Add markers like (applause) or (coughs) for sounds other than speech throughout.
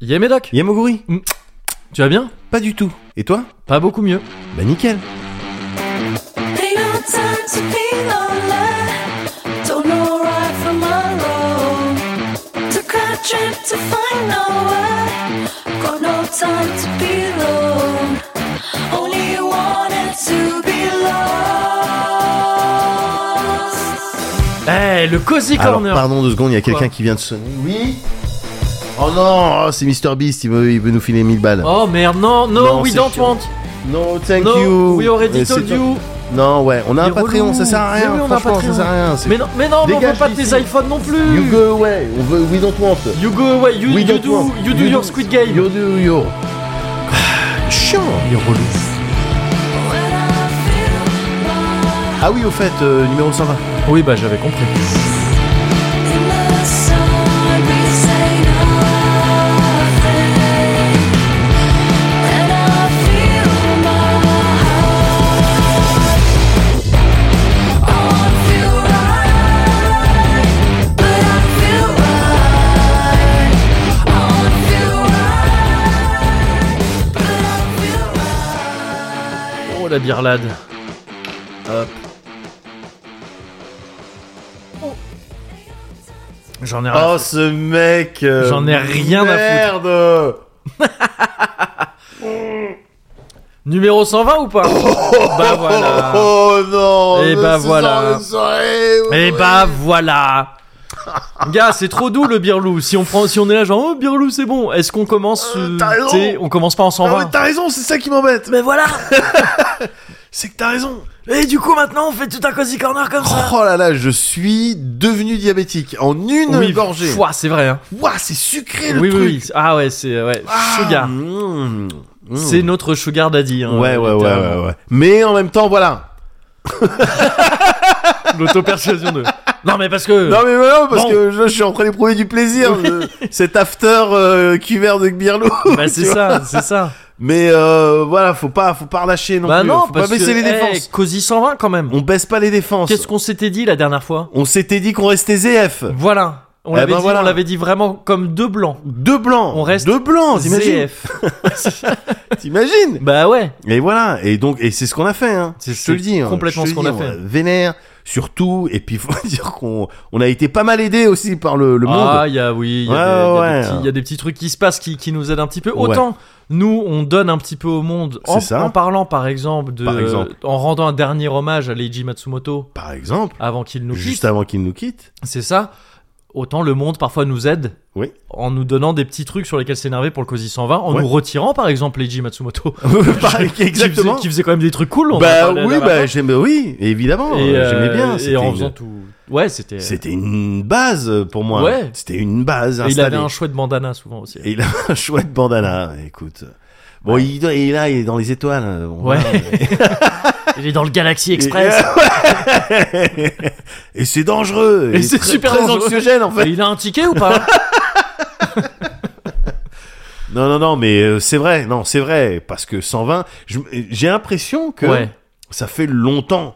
Yé Médoc, Yamoguri tu vas bien Pas du tout. Et toi Pas beaucoup mieux. Bah nickel. Ain't no time to be lonely. Don't know right from my wrong. Took a trip to find nowhere. Got no time to be alone. Only wanted to be lost. Eh, le Cozy Alors Corner pardon deux secondes, il y a quelqu'un Quoi qui vient de sonner. Oui Oh non, oh, c'est Mr Beast, il veut, il veut nous filer 1000 balles. Oh merde, non, no, Non, we c'est don't chiant. want No, thank No, you. we already Euh, c'est told toi- you Non, ouais, on a Il un est Patreon, relou. ça sert à Mais rien. oui, on a un franchement, ça Patreon. sert à rien. c'est- Mais non, mais non, mais on veut Dégage pas de d'ici. tes iPhones non plus You go away, on veut, we don't want. You go away, you, We you don't do, want. you do your Squid Game You do your. Chiant. When I feel lost Ah oui, au fait, euh, numéro 120. Oui, bah j'avais compris. in the sun, we say nothing. And I feel my heart. I won't feel right, but I feel right. I won't feel right, but I feel right. Oh la birlade Hop. J'en ai rien. Oh ce mec euh, Ah, J'en ai rien à foutre. Merde Numéro 120 (laughs) ou pas Bah voilà Oh non Eh mais bah ce voilà. soir, le soirée, oui, Eh oui. bah voilà Gars, c'est trop doux le birlou. Si on prend, si on est là genre oh birlou c'est bon. Est-ce qu'on commence Euh, euh, t'as raison. t'sais, On commence pas en Ah, 120. mais T'as raison, c'est ça qui m'embête mais voilà. (laughs) C'est que t'as raison Et Eh, du coup maintenant on fait tout un cozy corner comme Oh là là, je suis devenu diabétique en Oh, une oui, gorgée. fouah, c'est vrai. Hein. Ouah, c'est sucré le Oui, oui, truc. oui. Ah ouais, c'est ouais. Ah, sugar. mm, mm. C'est notre sugar daddy. Hein, Ouais, ouais, ouais, littéralement. ouais, ouais. Mais en même temps, voilà. L'auto-persuasion de. Non mais parce que. (laughs) Non mais voilà, parce Euh. Bon. que je, je suis en train d'éprouver du plaisir. (laughs) je- cet after euh, cuvert de Birlo. Bah c'est ça, c'est ça. Mais euh, voilà, faut pas, faut pas relâcher non bah plus. non, faut pas parce baisser que les eh, défenses. Cozy 120 quand même. On baisse pas les défenses. Qu'est-ce qu'on s'était dit la dernière fois On s'était dit qu'on restait ZF. Voilà. On Eh l'avait ben dit, voilà. on l'avait dit vraiment comme deux blancs. Deux blancs. On reste deux blancs. (laughs) T'imagines ZF. T'imagines bah ouais. Et voilà. Et donc, et c'est ce qu'on a fait. Hein. C'est- je te le c'est dis. hein, complètement je te ce qu'on le a dis, fait. on Vénère surtout. Et puis, faut (laughs) dire qu'on, on a été pas mal aidé aussi par le, le Ah, monde. il y a, oui, il y, a Ouais, des- il y a des ouais. petits- il y a des petits trucs qui se passent qui, qui nous aident un petit peu. Ouais. Autant nous, on donne un petit peu au monde en, C'est ça. en parlant, par exemple, de, Par exemple. en rendant un dernier hommage à Leiji Matsumoto Par exemple, avant qu'il nous juste quitte. avant qu'il nous quitte. (laughs) C'est ça. Autant le monde parfois nous aide Oui. en nous donnant des petits trucs sur lesquels s'énerver pour le Cozy 120, en Ouais. nous retirant, par exemple, Leiji (laughs) Matsumoto. Par- (laughs) Exactement. Qui faisait, qui faisait quand même des trucs cool. on en bah parlait la oui, dernière bah j'aime, oui, évidemment. fois. Et, euh, J'aimais bien. Et c'était en une- faisant tout. Ouais, c'était. C'était une base pour moi. Ouais. C'était une base Et il installée. avait un chouette bandana souvent (laughs) aussi. Et il a un chouette bandana, écoute. Bon, il, doit- il est là, il est dans les étoiles. on Ouais. va- (laughs) Il est dans le Galaxy Express. Et, (laughs) et c'est dangereux. Et c'est très- super très dangereux. anxiogène Et en fait. Bah, il a un ticket ou pas Non, non, non, mais euh, c'est vrai, non, c'est vrai, parce que 120, je- j'ai l'impression (laughs) que Ouais. ça fait longtemps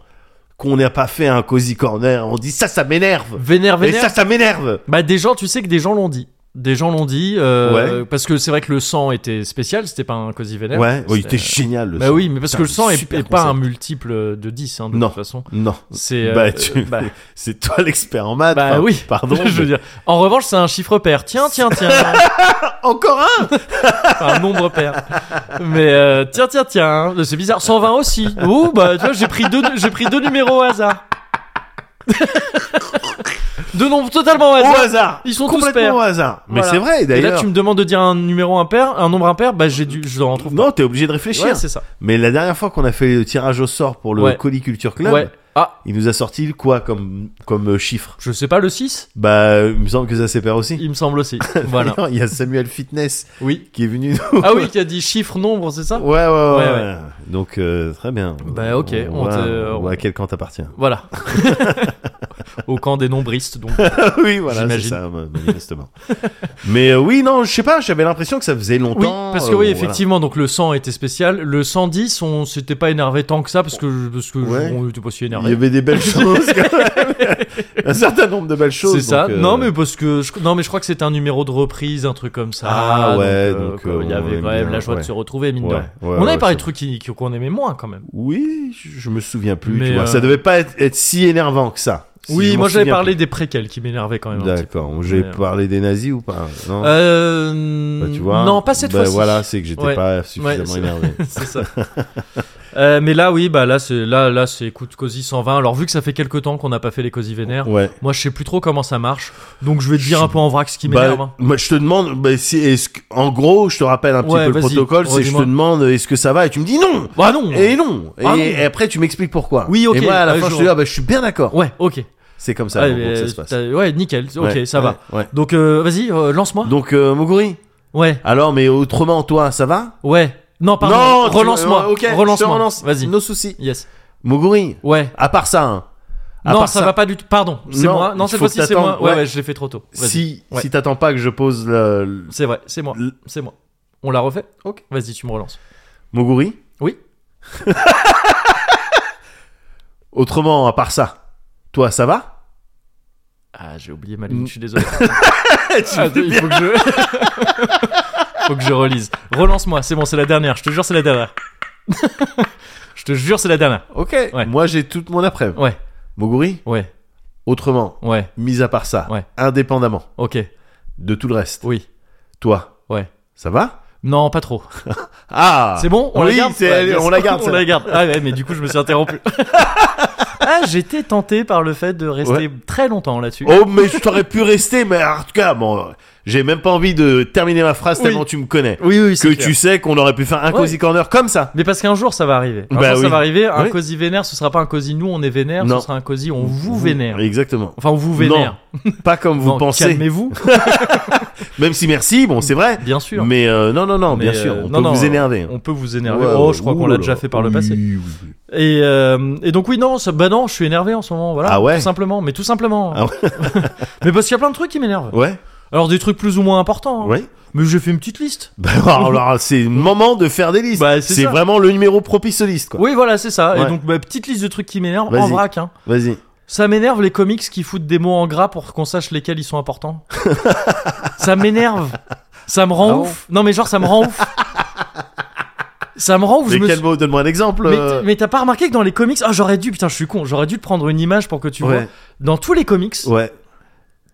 qu'on n'a pas fait un cozy corner. On dit ça, ça m'énerve. Vénère, Et vénère. ça, ça m'énerve. Bah des gens, tu sais que des gens l'ont dit. Des gens l'ont dit euh, Ouais. parce que c'est vrai que le sang était spécial, c'était pas un cosy vénère. Ouais, ouais, il C'était- était génial. Le Bah son. oui, mais parce Putain, que le sang est, super est pas un concept. multiple de 10 hein, de Non. toute façon. Non. C'est euh, bah, tu- euh, (laughs) bah, (laughs) c'est toi l'expert en maths. bah Enfin, oui. Pardon. (laughs) je veux mais- dire. En revanche, c'est un chiffre pair. Tiens, tiens, (laughs) tiens. Encore un enfin, un nombre pair. Mais euh, tiens, tiens, tiens. C'est bizarre. 120 aussi. Oh bah tu vois, j'ai pris deux, j'ai pris deux numéros au hasard. (laughs) deux nombres totalement au hasard. Au hasard. Ils sont tous complètement pairs. au hasard. Mais Voilà. c'est vrai Et là, d'ailleurs. tu me demandes de dire un numéro impair, un nombre impair, bah j'ai dû, je dois en trouve. Non, t'es obligé de réfléchir. Ouais, c'est ça. Mais la dernière fois qu'on a fait le tirage au sort pour le Ouais. Coliculture Club, Ouais. Ah, il nous a sorti le quoi comme comme euh, chiffre je sais pas le 6 Bah, il me semble que ça s'est pair aussi. Il me semble (laughs) aussi. voilà. D'ailleurs, Il y a Samuel Fitness Oui. qui est venu nous. Ah oui, qui a dit chiffre, nombre, c'est ça (laughs) Ouais, ouais, ouais. Ouais, ouais. Donc euh, très bien. Bah, ok, On, on voit, te- (laughs) (laughs) on voit à quel camp t'appartiens. Voilà. au camp des nombristes. Donc, oui, voilà, c'est J'imagine. ça, ma- (laughs) manifestement. Mais euh, oui, non, je sais pas, j'avais l'impression que ça faisait oui, longtemps. parce que euh, oui, voilà. effectivement, donc le 100 était spécial. Le 110, on s'était pas énervé tant que ça parce que parce que Ouais. on était pas si Il y énervé. avait (laughs) des belles choses, quand même. (laughs) un certain nombre de belles choses. C'est ça. donc, euh, Non, mais parce que je... non, mais je crois que c'était un numéro de reprise, un truc comme ça. Ah, ouais, euh, donc, quoi, euh, il y on avait aime quand même bien, la joie ouais. de se retrouver mine de Ouais, rien. ouais, On avait ouais, parlé c'est de trucs qui- qui- qu'on aimait moins quand même. Oui, je je me souviens plus. Mais, tu vois. euh, Ça devait pas être, être si énervant que ça. Si je oui, m'en moi j'avais souviens parlé des préquels qui m'énervaient quand plus. même. un petit peu. D'accord, j'ai Mais, euh, parlé des nazis ou pas Non. Euh, Bah, tu vois. non, pas cette bah, fois-ci. Voilà, c'est que j'étais Ouais. pas suffisamment c'est- énervé. (laughs) c'est (laughs) ça. Euh, mais là, oui, bah là, c'est là, là, c'est coup de Cozy 120. Alors vu que ça fait quelque temps qu'on n'a pas fait les Cozy vénères, Ouais. moi, je sais plus trop comment ça marche. Donc je vais te dire un peu en vrac ce qui Bah, m'énerve. hein. moi, je te demande, bah, si, est-ce que- en gros, je te rappelle un petit Ouais, peu le vas-y, protocole, c'est que je te redis-moi. demande est-ce que ça va et tu me dis non Bah non. Et non Ah et, non. et après, tu m'expliques pourquoi. Oui, ok, Et moi, à la ouais, fin, je je te vois. dis, ah, bah, je suis bien d'accord. Ouais, ok. C'est comme ça, Ouais, en gros, que ça mais se passe. t'as- ouais, nickel. Ok, Ouais, ça va. ouais, ouais. Donc euh, vas-y, euh, lance-moi. Donc, euh, Moguri, Ouais, alors, mais autrement, toi, ça va ouais. Non, pardon. tu- relance-moi. euh, ok, je te relance-moi. relance. Vas-y. Nos soucis. Yes. Moguri, Ouais. à part ça, hein, à non, part ça, va pas du tout. Pardon, c'est Non, moi. Non, il cette faut fois-ci, c'est t'attendre. moi. Ouais, Ouais. ouais, je l'ai fait trop tôt. Vas-y. Si, Ouais. si t'attends pas que je pose le, le- C'est vrai, c'est moi. L- C'est moi. On l'a refait Ok. Vas-y, tu me relances. Moguri Oui. (laughs) Autrement, à part ça, toi, ça va Ah, j'ai oublié ma ligne, ligne, je je suis (laughs) désolé. Ah, il faut que je. faut que je (laughs) relise. Relance-moi, c'est bon, c'est la dernière. Je te jure, c'est la dernière. (laughs) je te jure, c'est la dernière. Ok. Ouais. Moi, j'ai toute mon après-midi. Ouais, Moguri, ouais, autrement, ouais. mis à part ça, Ouais. indépendamment Ok, de tout le reste, oui, toi, ouais. ça va Non, pas trop. Ah C'est bon On Oui, la garde c'est- Ouais, elle- bien on sûr, la (laughs) garde. On ça. la garde. Ah ouais, mais du coup, je me suis (laughs) interrompu. ah, j'étais tenté par le fait de rester Ouais. très longtemps là-dessus. Oh, mais je t'aurais pu rester, mais en tout cas, bon, j'ai même pas envie de terminer ma phrase Oui. tellement tu me connais. Oui, oui, Que c'est clair. tu sais qu'on aurait pu faire un Ouais. cozy corner comme ça. Mais parce qu'un jour ça va arriver. Un Bah jour oui. ça va arriver. Un Oui. cosy vénère, ce sera pas un cosy nous on est vénère, Non. ce sera un cosy on vous vénère. (laughs) Exactement. Enfin on vous vénère. Pas comme vous Non, pensez. Calmez-vous, Même si merci, bon, c'est vrai. bien sûr. Mais euh, non, non, non, Mais, bien sûr, euh, on non, peut non, vous énerver. On peut vous énerver. Ouais, oh, ouais, je crois ouh qu'on là l'a là. déjà fait par le Oui, passé. oui, oui. Et, euh, et donc oui non, ça, bah non, je suis énervé en ce moment, voilà. Ah ouais Tout simplement, mais tout simplement. Ah (laughs) mais parce qu'il y a plein de trucs qui m'énervent. Ouais, Alors des trucs plus ou moins importants. hein. ouais. Mais j'ai fait une petite liste. Bah, (laughs) alors, alors, c'est le moment de faire des listes. Bah, c'est c'est ça. vraiment le numéro propice aux listes, quoi. Oui voilà c'est ça. Ouais. Et donc bah, petite liste de trucs qui m'énervent en Vas-y. vrac. Hein. Vas-y. Ça m'énerve les comics qui foutent des mots en gras pour qu'on sache lesquels ils sont importants. ça m'énerve. Ça me rend Ah bon ouf. non mais genre ça me rend ouf. ça me rend ouf. je Mais me quel suis- mot Donne-moi un exemple. Mais- euh, mais t'as pas remarqué que dans les comics, ah j'aurais dû, putain je suis con, j'aurais dû te prendre une image pour que tu vois. ouais, Dans tous les comics, ouais,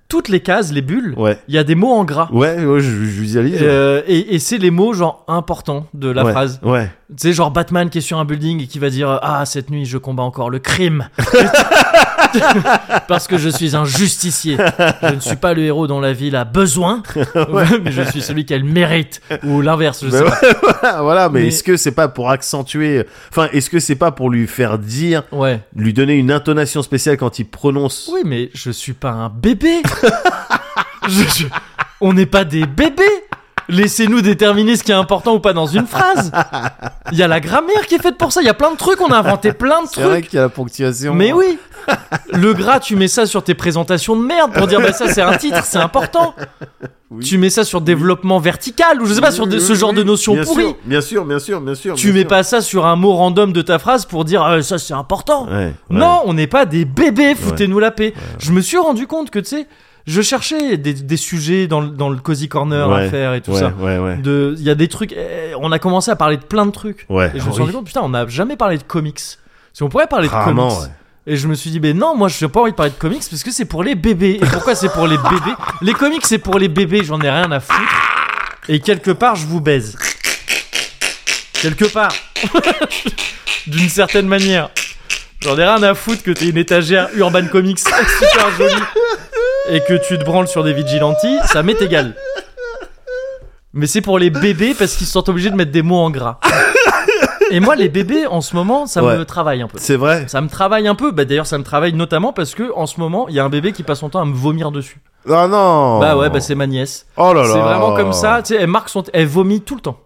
toutes les cases, les bulles, il ouais, y a des mots en gras. ouais, ouais, je, je visualise. ouais. Euh, et et c'est les mots genre importants de la Ouais, phrase. Ouais. Tu sais, genre Batman qui est sur un building et qui va dire Ah, cette nuit, je combats encore le crime. Parce que je suis un justicier. Je ne suis pas le héros dont la ville a (laughs) besoin, mais je suis celui qu'elle mérite. Ou l'inverse, je Bah sais ouais, pas. (laughs) voilà, voilà, mais, Mais- est-ce que c'est pas pour accentuer, enfin, est-ce que c'est pas pour lui faire dire, Ouais. lui donner une intonation spéciale quand il prononce Oui, mais je suis pas un bébé. Je- je- On n'est pas des bébés. Laissez-nous déterminer ce qui est important ou pas dans une phrase. Il y a la grammaire qui est faite pour ça. Il y a plein de trucs. On a inventé plein de C'est vrai trucs. qu'il y a la ponctuation. Mais oui Le gras, tu mets ça sur tes présentations de merde pour dire bah ça c'est un titre, c'est important. Oui. Tu mets ça sur développement vertical ou je sais pas sur de- ce genre de notions bien pourries. Sûr, bien sûr, bien sûr, bien sûr. Tu bien mets sûr. pas ça sur un mot random de ta phrase pour dire Ah, ça c'est important. Ouais, ouais. Non, on n'est pas des bébés, foutez-nous la paix. Je me suis rendu compte que tu sais, je cherchais des, des sujets dans, le- dans le cozy corner Ouais, à faire et tout ouais, ça. Ouais, ouais. De- Il y a des trucs, eh, on a commencé à parler de plein de trucs. Ouais. Et je me suis rendu compte, putain, on n'a jamais parlé de comics. Si on pourrait parler de Rarement, comics. ouais. Et je me suis dit, ben non, moi je n'ai pas envie de parler de comics parce que c'est pour les bébés. Et pourquoi c'est pour les bébés Les comics c'est pour les bébés, j'en ai rien à foutre. Et quelque part, je vous baise. Quelque part. (laughs) D'une certaine manière. J'en ai rien à foutre que t'aies une étagère Urban Comics (laughs) super jolie et que tu te branles sur des vigilanti, ça m'est égal. Mais c'est pour les bébés parce qu'ils sont obligés de mettre des mots en gras. Et moi, les bébés, en ce moment, ça Ouais. me travaille un peu. C'est vrai. Ça me travaille un peu. Bah d'ailleurs, ça me travaille notamment parce que en ce moment, il y a un bébé qui passe son temps à me vomir dessus. Ah non. Bah ouais, bah c'est ma nièce. Oh là là. C'est vraiment comme ça. Tu sais, elle marque son, t- elle vomit tout le temps.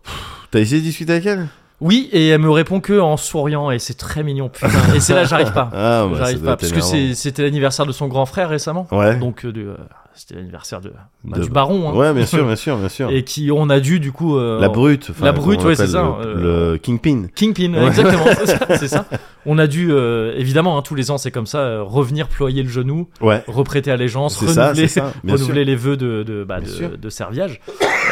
T'as essayé de discuter avec elle Oui, et elle me répond que en souriant, et c'est très mignon, putain. Et c'est là, j'arrive pas. (laughs) Ah, bah, ça j'arrive doit pas, être parce que c'est- énervant. c'était l'anniversaire de son grand frère récemment. Ouais. Donc, euh, de, euh, c'était l'anniversaire de, bah, De- du baron. hein. Ouais, (laughs) bien sûr, bien sûr, bien sûr. Et qui, on a dû, du coup. euh, la brute. enfin, la brute, comment on ouais, c'est l'appelle, ça, hein, euh. Le, le kingpin. Kingpin, Ouais. exactement, c'est (laughs) ça, c'est ça. On a dû, euh, évidemment, hein, tous les ans, c'est comme ça, euh, revenir ployer le genou, Ouais. reprêter allégeance, C'est ça, renouveler, c'est ça, bien sûr. renouveler les vœux de, de, bah, Bien de, sûr. de serviage.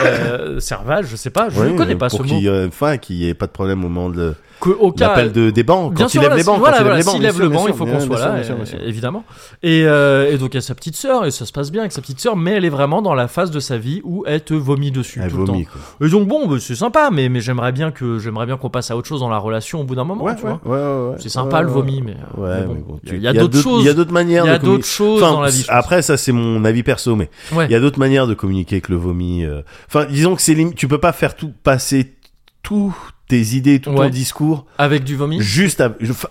Euh, servage, je sais pas, je Ouais, ne connais pas ce pour mot. qu'il, euh, Enfin, qu'il n'y ait pas de problème au moment de Que, au cas, l'appel de, des bancs. bien Quand sûr, il lève voilà, les si- bancs, voilà, quand il voilà, lève les bancs. s'il bien lève sûr, le bien banc, il sûr, faut bien qu'on soit sûr, là, bien sûr, bien euh, sûr. évidemment. Et, euh, et donc, il y a sa petite sœur, et ça se passe bien avec sa petite sœur, mais elle est vraiment dans la phase de sa vie où elle te vomit dessus Elle tout le temps. vomit, quoi. Et donc, bon, bah, c'est sympa, mais, mais j'aimerais bien que j'aimerais bien qu'on passe à autre chose dans la relation au bout d'un moment, Ouais, tu ouais, vois. ouais, ouais, ouais. C'est sympa Ouais, le ouais. vomi, mais, Ouais, mais bon, mais bon, il y a- tu- il y a d'autres choses. Il y a d'autres Il manières y a de communi- d'autres choses Enfin, dans la vie. je pense. Après, ça, c'est mon avis perso, mais Ouais. il y a d'autres manières de communiquer avec le vomi. euh. Enfin, disons que c'est lim- tu peux pas faire tout passer toutes tes idées, tout Ouais. ton discours Avec du vomi. juste à- je- enfin,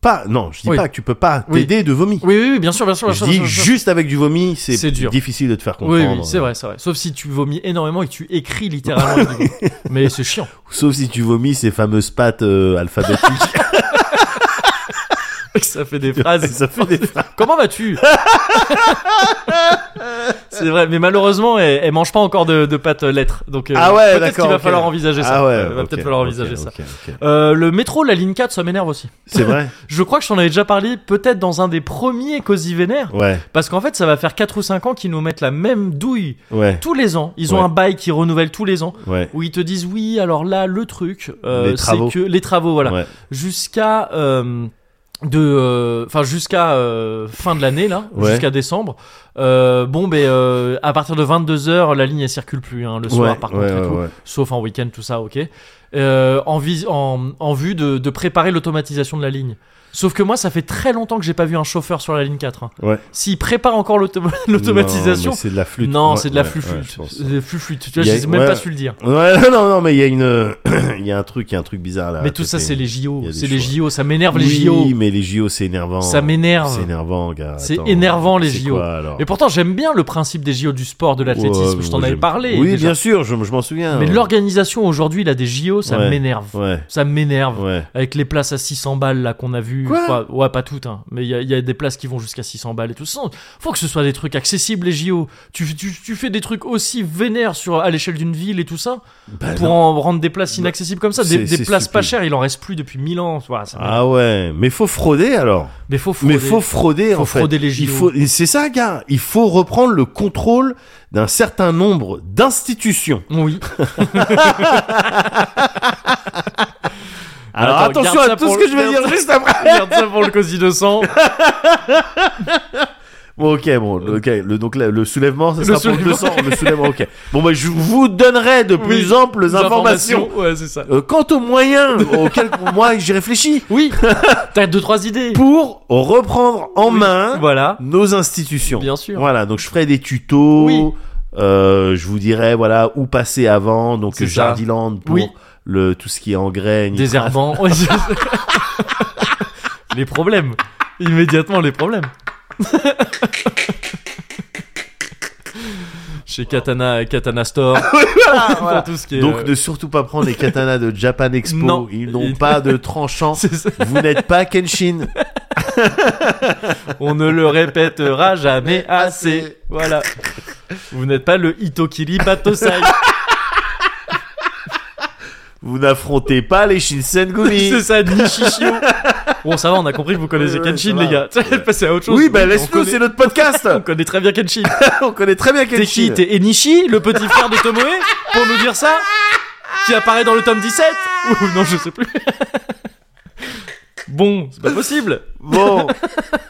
pas non, je dis Oui. pas que tu peux pas Oui. t'aider de vomi. Oui, oui, oui, bien sûr, bien sûr. bien je sûr, dis bien sûr, bien sûr. juste avec du vomi, C'est c'est dur. difficile de te faire Oui, comprendre. euh. oui, c'est vrai, c'est vrai. Sauf si tu vomis énormément et que tu écris littéralement. avec du (laughs) vomi. mais c'est chiant. Sauf si tu vomis ces fameuses pattes euh, alphabétiques. (laughs) Ah, Ça fait des phrases. ça fait des phrases. Comment vas-tu (laughs) C'est vrai, mais malheureusement, elle, elle mange pas encore de, de pâtes lettres. Donc, euh, Ah ouais, peut-être qu'il d'accord. va ok. falloir envisager ça. Ah ouais, Il va ok, peut-être falloir ok, envisager ça. ok, ok. Euh, le métro, la ligne 4, ça m'énerve aussi. C'est vrai Je crois que je t'en avais déjà parlé, peut-être dans un des premiers Cosy Vénère, Ouais, parce qu'en fait, ça va faire 4 ou 5 ans qu'ils nous mettent la même douille ouais, tous les ans. Ils ont Ouais. un bail qui renouvelle tous les ans, ouais. où ils te disent oui, alors là, le truc, euh, Les c'est travaux. que les travaux, voilà, Ouais. jusqu'à euh, de, euh, enfin jusqu'à euh, fin de l'année là, Ouais. jusqu'à décembre. Euh, bon, ben euh, à partir de 22 h la ligne elle circule plus hein, le soir, Ouais, par ouais, contre, et ouais, tout. ouais. sauf en week-end, tout ça, ok. Euh, en, vis- en, en vue de, de préparer l'automatisation de la ligne. Sauf que moi, ça fait très longtemps que j'ai pas vu un chauffeur sur la ligne 4. hein. Ouais. S'il prépare encore l'auto- (laughs) Non, (laughs) l'automatisation, mais c'est de la flûte. non, Ouais, c'est de la ouais, flûte ouais, je pense. Tu vois, Il y a- j'ai même ouais. pas su le dire. Ouais, (laughs) non, non, mais il y a une, (clears throat) il y a un truc, il y a un truc bizarre là. mais tout ça, C'était- c'est les Ah, il y JO. a des C'est les choix. JO, ça m'énerve les Oui, JO. mais les JO, c'est énervant. Ça C'est m'énerve. énervant, gars. C'est Attends, énervant, les c'est JO. quoi, alors Et pourtant, j'aime bien le principe des JO du sport, de l'athlétisme. Ouais, je t'en moi, avais j'aime- parlé. Oui, déjà. bien sûr, je, je m'en souviens. Mais l'organisation aujourd'hui, là, des JO, ça Ouais. m'énerve. Ouais, Ça m'énerve. ouais. Avec les places à 600 balles là qu'on a vu, Quoi Enfin, ouais pas toutes, hein. mais il y, a- il y a des places qui vont jusqu'à 600 balles et tout ça. Faut que ce soit des trucs accessibles les JO. Tu, tu, tu fais des trucs aussi vénères sur à l'échelle d'une ville et tout ça Bah, pour non. en rendre des places inaccessibles comme ça, des, c'est- des c'est places pas stupide. chères. Il en reste plus depuis 1000 ans. Voilà, ça m'énerve. Ah ouais, mais faut frauder alors. mais faut frauder. Mais faut frauder Faut en fait. frauder les JO. Il faut, et c'est ça, gars. Il faut reprendre le contrôle d'un certain nombre d'institutions. Oui. Alors Attends, attention garde ça à tout pour ce le- que je vais garde dire ça- (laughs) juste (laughs) après. Regarde ça pour le cosy 200. Bon, ok, bon, ok. Le, donc le, le soulèvement, ça Euh, Le sera soulèvement. pour 200. le soulèvement, ok. Bon, bah, je vous donnerai de (laughs) plus Oui, amples Des informations. Ouais, c'est ça. Euh, quant (laughs) aux moyens auxquels moi j'y réfléchis Oui. (laughs) T'as deux trois idées. pour reprendre en Oui, main Voilà. nos institutions. Bien sûr. Voilà, donc je ferai des tutos. Oui. Euh, je vous dirai voilà où passer avant, donc C'est ça. Jardiland pour Oui. le tout ce qui est engrais, nitrate. Désherbant. Ouais, je- (laughs) les problèmes. Immédiatement les (laughs) problèmes. Chez Katana, Katana (laughs) Store. Pour tout ce qui est, Donc euh, ne surtout pas prendre les katanas de Japan Expo, (laughs) Non. ils n'ont Ils- pas (laughs) de (laughs) tranchant. c'est ça. Vous n'êtes pas Kenshin. on ne le répétera jamais assez. Voilà. Vous n'êtes pas le Itokiri Batosai. Vous n'affrontez pas les (laughs) Shinsengumi. c'est ça, ni (laughs) Shishio. Bon, ça va, on a compris que vous connaissez Ouais, ouais, Kenshin, ça les va. gars. Tu (laughs) Ouais. passer à autre chose. Oui, bah on laisse-nous, connaît- c'est notre (laughs) podcast. On connaît très bien Kenshin. On connaît très bien T'es Kenshin. qui T'es Enishi, le petit frère de Tomoe Pour nous dire ça Qui apparaît dans le tome 17 Ou non, je sais plus. (laughs) Bon, c'est pas possible. (laughs) Bon,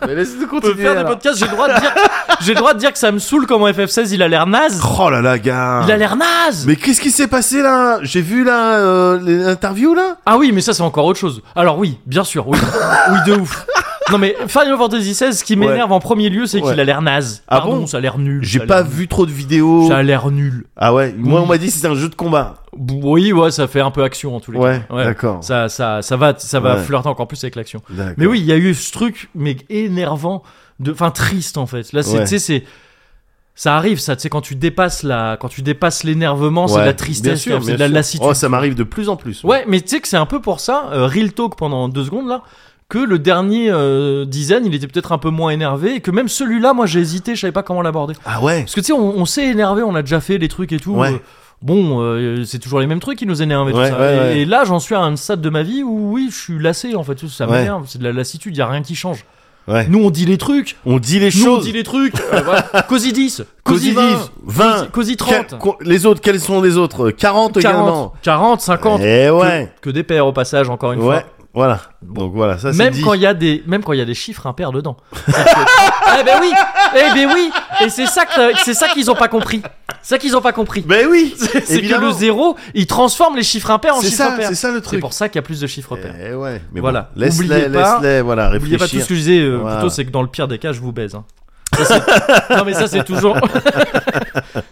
mais laisse-nous On peut continuer. faire des alors. podcasts, j'ai le droit de dire, j'ai le droit de dire que ça me saoule comment FF16 il a l'air naze. Oh là là, gars. Il a l'air naze. Mais qu'est-ce qui s'est passé là J'ai vu là euh, l'interview là. Ah oui, mais ça c'est encore autre chose. Alors oui, bien sûr, (laughs) oui, oui de ouf. Non mais Final Fantasy XVI, ce qui m'énerve en premier lieu, c'est qu'il Ouais. a l'air naze. Ah Pardon, bon ça a l'air nul. J'ai ça a l'air pas nul. vu trop de vidéos. Ça a l'air nul. Ah ouais, moi Oui. on m'a dit c'est un jeu de combat. Oui, ouais, ça fait un peu action en tous les Ouais, cas. Ouais. d'accord. Ça, ça, ça va, ça va Ouais. flirter encore plus avec l'action. D'accord. Mais oui, il y a eu ce truc, mais énervant, de, enfin triste en fait. Là, c'est, Ouais. tu sais, c'est, Ça arrive, ça, tu sais, quand tu dépasses la, quand tu dépasses l'énervement, c'est de la Ouais, bien tristesse, sûr, c'est de bien la sûr. lassitude. Oh, ça m'arrive de plus en plus. Ouais, mais tu sais que c'est un peu pour ça, euh, real talk pendant deux secondes là, que le dernier euh, dizaine, il était peut-être un peu moins énervé, et que même celui-là, moi j'ai hésité, je savais pas comment l'aborder. Ah ouais. Parce que tu sais, on, on s'est énervé, on a déjà fait des trucs et tout. Ouais. euh, bon, euh, c'est toujours les mêmes trucs qui nous énervent et tout Ouais, ça. ouais, et, ouais. et là, j'en suis à un stade de ma vie où oui, je suis lassé en fait, tout ça Ouais. m'énerve, c'est de la lassitude, y a rien qui change. Ouais. Nous on dit les trucs, On dit les nous on choses. dit les trucs, euh, (laughs) voilà. Cosy 10, Cosy 20, 10, 20. Cosy Quel- 30. co- les autres, quels sont les autres 40, 40, également. 40, 50, Eh que- ouais. que, des pères au passage encore une fois. Ouais. Voilà. Donc voilà, ça c'est même dit. quand il y a des même quand il y a des chiffres impairs dedans. (laughs) eh ben oui, eh ben oui, et c'est ça que c'est ça qu'ils ont pas compris. C'est ça qu'ils ont pas compris. Ben oui. (laughs) C'est que évidemment. le zéro, il transforme les chiffres impairs en C'est chiffres ça, impairs. c'est ça le C'est truc. pour ça qu'il y a plus de chiffres pairs. Eh ouais. Mais Voilà. bon, laisse-les, Oubliez pas- laisse-les, voilà, N'oubliez réfléchir. pas tout ce que je disais euh, Voilà. plutôt, c'est que dans le pire des cas, je vous baise. hein. Ça, c'est- (laughs) non mais ça c'est toujours,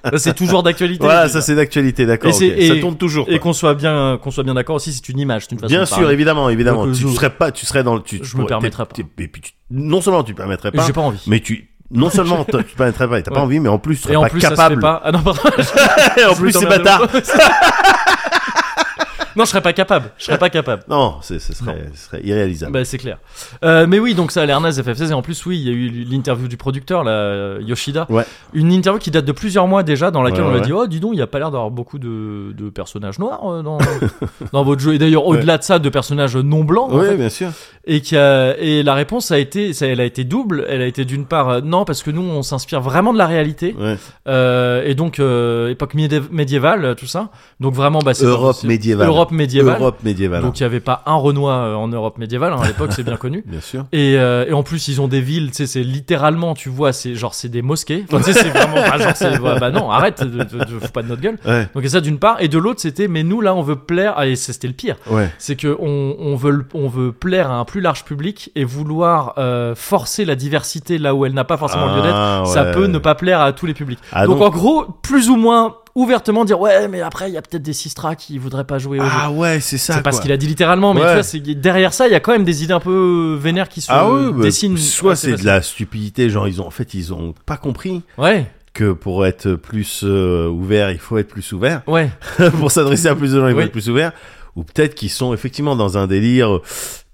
Ça, c'est toujours d'actualité. Voilà, ça c'est d'actualité, d'accord. Et c'est- ok. et- ça tourne toujours. Et quoi. qu'on soit bien, qu'on soit bien d'accord aussi, c'est une image, c'est une façon Bien de sûr, parler. évidemment, évidemment. Donc, tu je- serais pas, tu serais dans le. Tu, Je tu- me t'es- permettrais pas. t'es- et puis tu- non seulement tu te permettrais pas, J'ai pas envie. mais tu. (laughs) Non seulement tu te permettrais pas, et t'as Ouais. pas envie, mais en plus tu serais Et en pas plus, ça se fait capable. pas. Ah non, pardon. (laughs) Et Je en voulais plus c'est t'emmerder bâtard. longtemps. (laughs) non, je serais pas capable. Je serais pas capable. Non, c'est- ce serait, ce serait irréalisable. Bah, c'est clair. Euh, mais oui, donc ça a l'air naze FF16. Et en plus, oui, il y a eu l'interview du producteur, là, euh, Yoshida. Ouais. Une interview qui date de plusieurs mois déjà, dans laquelle Ouais, on a ouais. dit Oh, dis donc, il n'y a pas l'air d'avoir beaucoup de, de personnages noirs euh, dans, (laughs) dans votre jeu. Et d'ailleurs, au-delà de ça, de personnages non blancs. en oui, fait. bien sûr. et, qui a- et la réponse a été ça, Elle a été double. Elle a été d'une part euh, Non, parce que nous, on s'inspire vraiment de la réalité. Ouais. Euh, et donc, euh, époque médé- médiévale, euh, tout ça. Donc, vraiment, bah, c'est pas Europe possible. médiévale. Europe médiévale. Europe médiévale. Donc il n'y avait pas un Renoir euh, en Europe médiévale, hein, à l'époque c'est bien connu. bien sûr. Et, euh, et en plus ils ont des villes, tu sais, c'est littéralement, tu vois, c'est genre c'est des mosquées. Enfin, tu sais, c'est vraiment pas genre, c'est- ouais, bah non, arrête, de- de- de- fous pas de notre gueule. Ouais, Donc et ça d'une part, et de l'autre c'était, mais nous là on veut plaire, ah, et ça, c'était le pire, ouais. c'est que on, on veut, le- on veut plaire à un plus large public et vouloir euh, forcer la diversité là où elle n'a pas forcément lieu d'être. Ah, Ça ouais. peut ne pas plaire à tous les publics. Ah, donc, donc- en gros, plus ou moins ouvertement dire ouais, mais après il y a peut-être des Sistra qui voudraient pas jouer au jeu. Ah ouais, c'est ça. C'est pas ce quoi. qu'il a dit littéralement, mais Ouais. tu vois, c'est- derrière ça, il y a quand même des idées un peu vénères qui se Ah ouais, bah, dessinent. Soit assez c'est de la stupidité, genre ils ont en fait ils ont pas compris facilement. Ouais, que pour être plus euh, ouvert, il faut être plus ouvert. (laughs) ouais. pour s'adresser à plus de gens, il faut Oui. être plus ouvert. Ou peut-être qu'ils sont effectivement dans un délire. euh,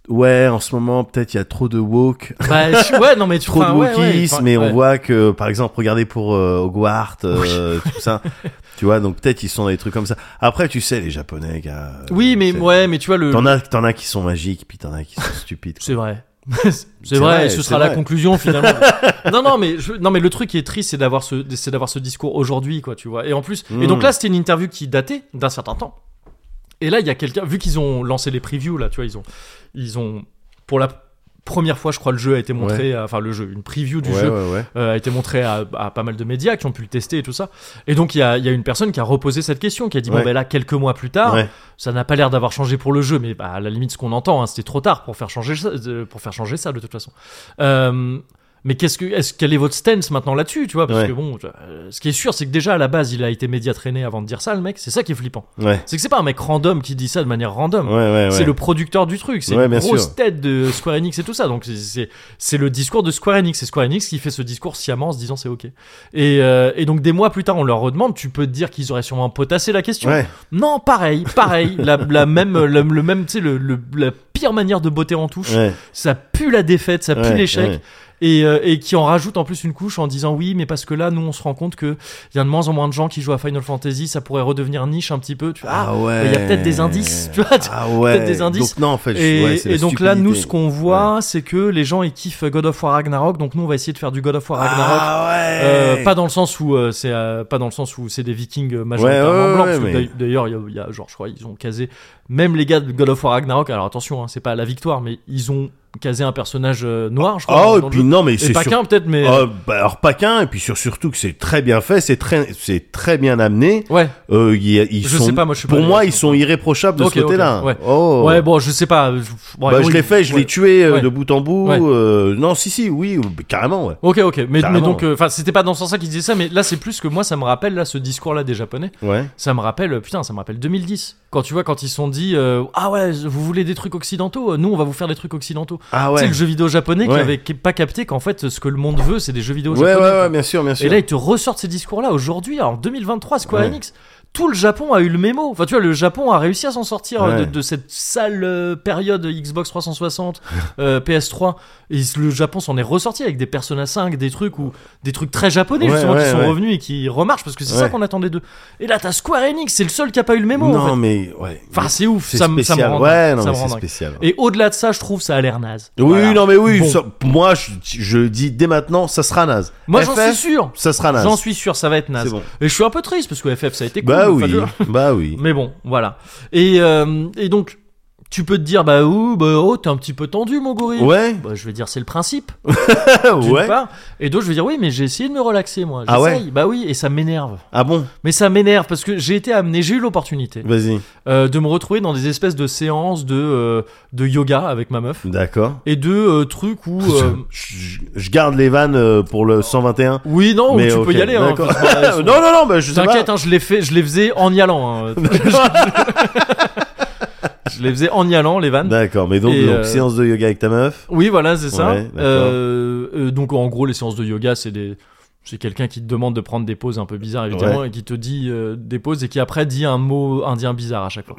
Ouais, en ce moment, peut-être il y a trop de woke, (laughs) Bah, (laughs) je- ouais, non, mais tu trop enfin, de ouais, ouais, wokisme, enfin, mais on ouais. voit que, par exemple, regardez pour euh, Hogwarts, euh, (laughs) tout ça. Tu vois, donc peut-être ils sont dans des trucs comme ça. Après, tu sais, les Japonais, gars. euh, Oui, mais c'est- ouais, mais tu vois, le. T'en as, t'en as qui sont magiques, puis t'en as qui sont (laughs) stupides. quoi. C'est vrai. c'est vrai, vrai, et ce (laughs) c'est sera la vrai. (laughs) conclusion finalement. non, non, mais je- non, mais le truc qui est triste, c'est d'avoir ce, c'est d'avoir ce discours aujourd'hui, quoi, tu vois. Et en plus, et donc Mm. là, c'était une interview qui datait d'un certain temps. Et là, il y a quelqu'un, vu qu'ils ont lancé les previews, là, tu vois, ils ont, ils ont, pour la première fois, je crois, le jeu a été montré, à- enfin le jeu, une preview du ouais, jeu ouais, ouais. euh, a été montré à, à pas mal de médias qui ont pu le tester et tout ça. Et donc il y a, il y a une personne qui a reposé cette question, qui a dit Ouais. bon ben là quelques mois plus tard, Ouais. ça n'a pas l'air d'avoir changé pour le jeu, mais bah, à la limite ce qu'on entend, hein, c'était trop tard pour faire changer ça, euh, pour faire changer ça de toute façon. Euh, mais qu'est-ce que, est-ce quel est votre stance maintenant là-dessus, tu vois Parce Ouais. que bon, euh, ce qui est sûr, c'est que déjà à la base, il a été média traîné avant de dire ça, le mec. C'est ça qui est flippant. Ouais, C'est que c'est pas un mec random qui dit ça de manière random. ouais, ouais. C'est ouais. le producteur du truc, c'est Ouais, une bien grosse sûr. tête de Square Enix et tout ça. Donc c'est- c'est c'est le discours de Square Enix. C'est Square Enix qui fait ce discours sciemment en se disant c'est ok. Et, euh, et donc des mois plus tard, on leur redemande, tu peux te dire qu'ils auraient sûrement potassé la question. Ouais, Non, pareil, pareil, la, la même, le, le même, tu sais, le, le- la pire manière de botter en touche. ouais, Ça pue la défaite, ça pue ouais, l'échec ouais. et, euh, et qui en rajoute en plus une couche en disant oui mais parce que là nous on se rend compte que il y a de moins en moins de gens qui jouent à Final Fantasy ça pourrait redevenir niche un petit peu tu vois Ah ouais. il y a peut-être des indices tu vois tu- Ah ouais. peut-être des indices. Donc non, en fait, je- et, ouais, c'est et la donc là, stupidité. nous, ce qu'on voit, c'est que les gens ils kiffent God of War Ragnarok, donc nous on va essayer de faire du God of War Ragnarok. Ah ouais. Euh, pas dans le sens où euh, c'est euh, pas dans le sens où c'est des Vikings euh, majoritairement Ouais, ouais, ouais, blancs. parce que mais- d'ailleurs- D'ailleurs, il y a- il y, a genre, je crois, ils ont casé même les gars de God of War Ragnarok. Alors attention, hein, c'est pas la victoire, mais ils ont casé un personnage euh, noir, je crois. Oh, dans et le puis jeu. non, mais et c'est pas sur- qu'un peut-être, mais euh, Ah, bah, alors pas qu'un, et puis sur- surtout que c'est très bien fait, c'est très, c'est très bien amené. ouais. Euh, ils- ils Je sont- sais pas, moi, je suis pas Pour moi, allé- ils sont irréprochables de Ok, ce côté-là. ok, ouais. Oh. Ouais, bon, je sais pas. euh, je- bon, bah, oui, je l'ai fait, je ouais. l'ai tué euh, Ouais. de bout en bout. Ouais. euh, non, si, si, oui, euh, carrément, ouais. Ok, ok, mais, mais Carrément, donc, euh, ouais. enfin, c'était pas dans ce sens-là qu'ils disaient ça, mais là, c'est plus que moi, ça me rappelle là ce discours-là des Japonais. Ouais. Ça me rappelle, euh, putain, ça me rappelle 2010. Quand tu vois, quand ils se sont dit, euh, ah ouais, vous voulez des trucs occidentaux, nous on euh, va vous faire des trucs occidentaux. Ah Tu sais, ouais. le jeu vidéo japonais qui Ouais. avait pas capté qu'en fait, ce que le monde veut, c'est des jeux vidéo Ouais, ouais, japonais. ouais, bien sûr, bien sûr. Et là, ils te ressortent ces discours-là aujourd'hui, en 2023, Square Ouais. Enix. Tout le Japon a eu le mémo. Enfin, tu vois, le Japon a réussi à s'en sortir euh, Ouais. de, de cette sale euh, période Xbox 360, (laughs) euh, PS3. Et s- le Japon s'en est ressorti avec des Persona 5, des trucs ou des trucs très japonais Ouais, justement qui ouais, sont ouais. revenus et qui remarchent parce que c'est ça Ouais. qu'on attendait d'eux. Et là, t'as Square Enix, c'est le seul qui a pas eu le mémo. non, en fait. mais ouais. Enfin, c'est ouf. c'est Ça, me- ça spécial. me rend ouais, dingue, non, ça mais me rend c'est dingue. spécial. Et au-delà de ça, je trouve ça a l'air naze. Oui, Voilà. non, mais oui. Bon. ça- moi, je, je dis dès maintenant, ça sera naze. Moi, j'en FF, suis sûr. Ça sera naze. J'en suis sûr, ça va être naze. C'est bon. Et je suis un peu triste parce que FF ça a été cool. Bah enfin, oui, tu vois. (laughs) bah oui. Mais bon, voilà. Et, euh, et donc, tu peux te dire, bah ouh, bah oh, t'es un petit peu tendu, mon gorille. (laughs) Ouais, Bah, je vais dire, c'est le principe, d'une ouais. part. Et d'autre, je vais dire, oui, mais j'ai essayé de me relaxer, moi. Ah J'essaye. Bah oui, et ça m'énerve. Ah bon Mais ça m'énerve parce que j'ai été amené, j'ai eu l'opportunité Vas-y. euh, de me retrouver dans des espèces de séances de, euh, de yoga avec ma meuf D'accord. et de euh, trucs où. euh, Je, je garde les vannes euh, pour le 121. oui, non, où mais tu ok, peux y aller. hein, d'accord. enfin, (laughs) elles sont- non, non, non, bah, je sais pas. T'inquiète, hein, je les fais, je les faisais en y allant. (laughs) hein. (laughs) je les faisais en y allant, les vannes. D'accord, mais donc, Et, donc, euh, séance de yoga avec ta meuf. Oui, voilà, c'est ça. Ouais, d'accord. Euh, euh, donc, en gros, les séances de yoga, c'est des. C'est quelqu'un qui te demande de prendre des pauses un peu bizarres, évidemment, et qui te dit euh, des pauses et qui après dit un mot indien bizarre à chaque (laughs) fois.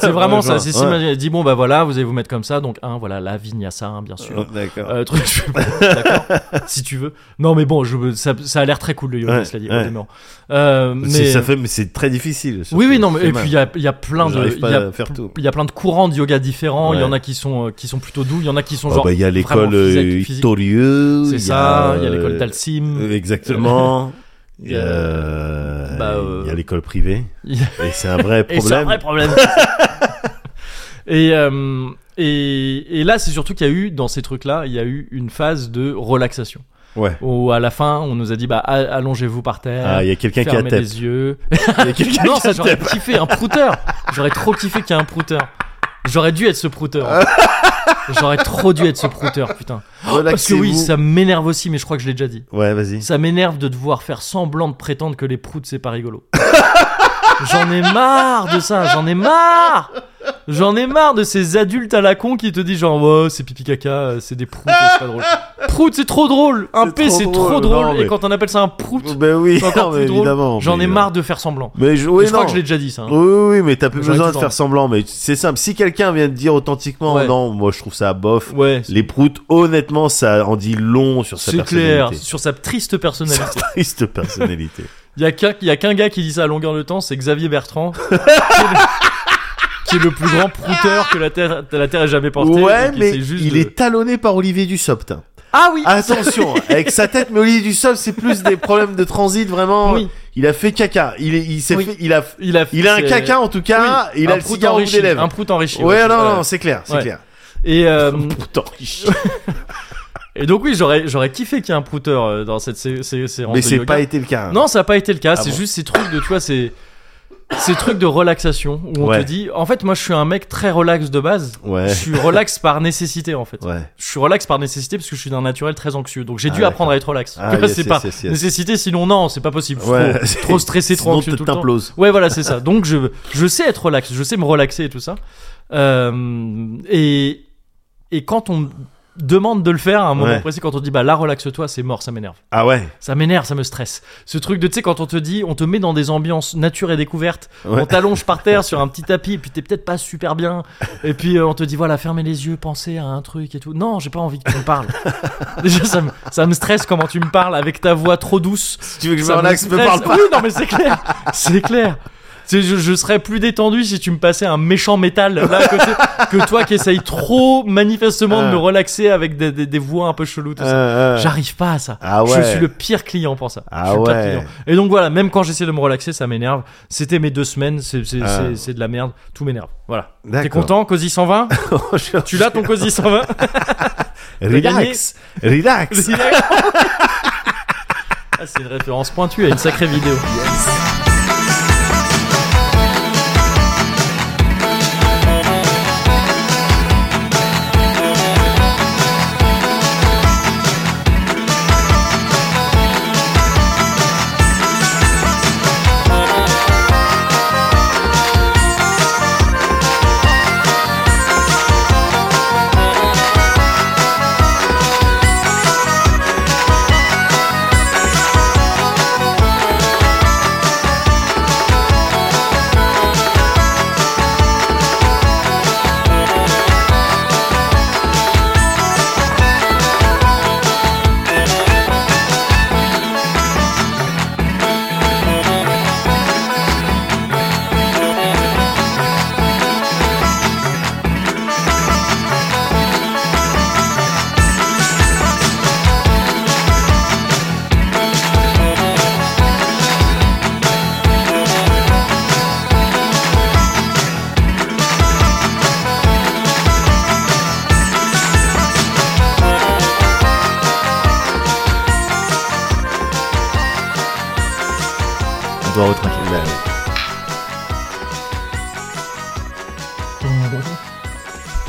c'est vraiment Ouais, je ça. vois, C'est ouais. s'imaginer. Elle dit bon, bah voilà, vous allez vous mettre comme ça. Donc, un, voilà, la vinyasa, hein, bien sûr. D'accord. Euh, truc, je fais, (laughs) bon, d'accord, si tu veux. Non, mais bon, je, ça, ça a l'air très cool le yoga, Ouais, cela dit, ouais. au demeurant. Euh, C'est- mais... Ça fait, mais c'est très difficile. Oui, surtout. oui, non, mais C'est et mal. puis il y a, il y a plein de. J'arrive Il y, pas a- à faire tout. il y a plein de courants de yoga différents. Il y en Ouais. a qui sont, euh, qui sont plutôt doux, il y en a qui sont Ah genre. bah, il y a l'école vraiment physique- euh, physique. Itorieux. C'est ça, il y a l'école d'Alsace d'Alcim. Exactement. (laughs) Il Il y y a- a, Bah, euh, il y a (laughs) l'école privée. il y a- Et c'est un vrai Et c'est un problème. vrai problème. (laughs) et, euh, et, et là, c'est surtout qu'il y a eu, dans ces trucs-là, il y a eu une phase de relaxation. Ouais. Où à la fin, on nous a dit bah, a- allongez-vous par terre. Ah, il y a quelqu'un qui a Fermez tapé. les yeux. (laughs) Il y a quelqu'un non, qui ça a j'aurais tapé. kiffé un prouteur. J'aurais trop kiffé qu'il y ait un prouteur. J'aurais dû être ce prouteur. (laughs) en fait. J'aurais trop dû être ce prouteur, putain. Oh, Parce que oui, Relaxez-vous. ça m'énerve aussi, mais je crois que je l'ai déjà dit. Ouais, vas-y. Ça m'énerve de devoir faire semblant de prétendre que les proutes c'est pas rigolo. (laughs) J'en ai marre de ça, j'en ai marre. J'en ai marre de ces adultes à la con qui te disent genre ouais c'est pipi caca, euh, c'est des proutes, c'est pas drôle. Prout c'est trop drôle, un C'est p trop c'est trop drôle, drôle non, et mais- quand on appelle ça un prout, Ben oui, c'est encore non, plus (laughs) mais drôle. évidemment. J'en mais, ai euh, marre de faire semblant. Mais je, Et oui, je non. crois que je l'ai déjà dit ça. hein. Oui, oui, oui, mais t'as plus J'aurais besoin de toujours faire dit. semblant. Mais c'est simple. Si quelqu'un vient de dire authentiquement, Ouais. non, moi je trouve ça bof. Ouais. Les proutes, honnêtement, ça en dit long (laughs) sur sa C'est clair, personnalité. sur sa triste personnalité. Sa triste personnalité. Il y a qu'un, y a qu'un gars qui dit ça à longueur de temps, c'est Xavier Bertrand, (laughs) qui, est le, qui est le plus grand prouteur que la terre, la terre ait jamais porté. ouais, et qui mais essaie juste il de- est talonné par Olivier Dussopt. Ah oui. (laughs) Attention, avec sa tête, mais Olivier Dussopt, c'est plus des problèmes de transit, vraiment. Ah Oui. Il a fait caca. Il, est- il s'est Oui. fait, il a, Il a, il a un c'est- caca en tout cas. oui, il un a le prout cigare au bout enrichi, des lèvres. Un prout enrichi. Ouais, non, non, euh, c'est clair, c'est ouais. clair. Et, euh, Putain, (laughs) riche. et donc oui, j'aurais, j'aurais kiffé qu'il y ait un prouteur euh, dans cette sé- sé- séance mais de c'est yoga. pas été le cas. Non, ça n'a pas été le cas. Ah c'est bon. juste ces trucs de, tu vois, ces, ces trucs de relaxation où on Ouais. te dit, en fait, moi, je suis un mec très relax de base. Je Ouais. suis relax par nécessité, en fait. Ouais. Je suis relax par nécessité parce que je suis d'un naturel très anxieux. Donc j'ai Ah, dû apprendre à être relax. Ah, Tu vois, yes, (laughs) c'est yes, pas yes, yes. nécessité, sinon non, c'est pas possible. Je suis Ouais. (laughs) Trop, trop stressé, trop Sinon, anxieux t- tout le temps. t'imploses. Ouais, voilà, c'est ça. Donc je, je sais être relax, je sais me relaxer et tout ça. Euh, et, et quand on me demande de le faire à un moment Ouais. précis, quand on dit bah là relaxe-toi, c'est mort, ça m'énerve. Ah ouais. Ça m'énerve, ça me stresse. Ce truc de, tu sais, quand on te dit, on te met dans des ambiances nature et découverte, Ouais. on t'allonge par terre (laughs) sur un petit tapis, et puis t'es peut-être pas super bien, et puis euh, on te dit, voilà, fermez les yeux, pensez à un truc et tout. Non, j'ai pas envie que tu me (laughs) parles. Déjà, ça me, ça me stresse comment tu me parles avec ta voix trop douce. Si tu veux que je me Ça relaxe, me stresse. parle pas. Oui, non, mais c'est clair, c'est clair. Tu sais, Je, je serais plus détendu si tu me passais un méchant métal là à côté que toi qui essayes trop manifestement de Ah. me relaxer avec des, des- des voix un peu cheloues, tout ça. Euh, euh. J'arrive pas à ça. Ah Je ouais. suis le pire client pour ça. Ah Je suis le pire ouais. client. Et donc voilà, même quand j'essaie de me relaxer, ça m'énerve. C'était mes deux semaines, c'est c'est- Ah. c'est- c'est de la merde. Tout m'énerve. Voilà. T'es D'accord. (laughs) content, Cozy 120 Tu l'as ton Cozy 120 Relax. Relax. Ah, C'est une référence pointue à une sacrée vidéo.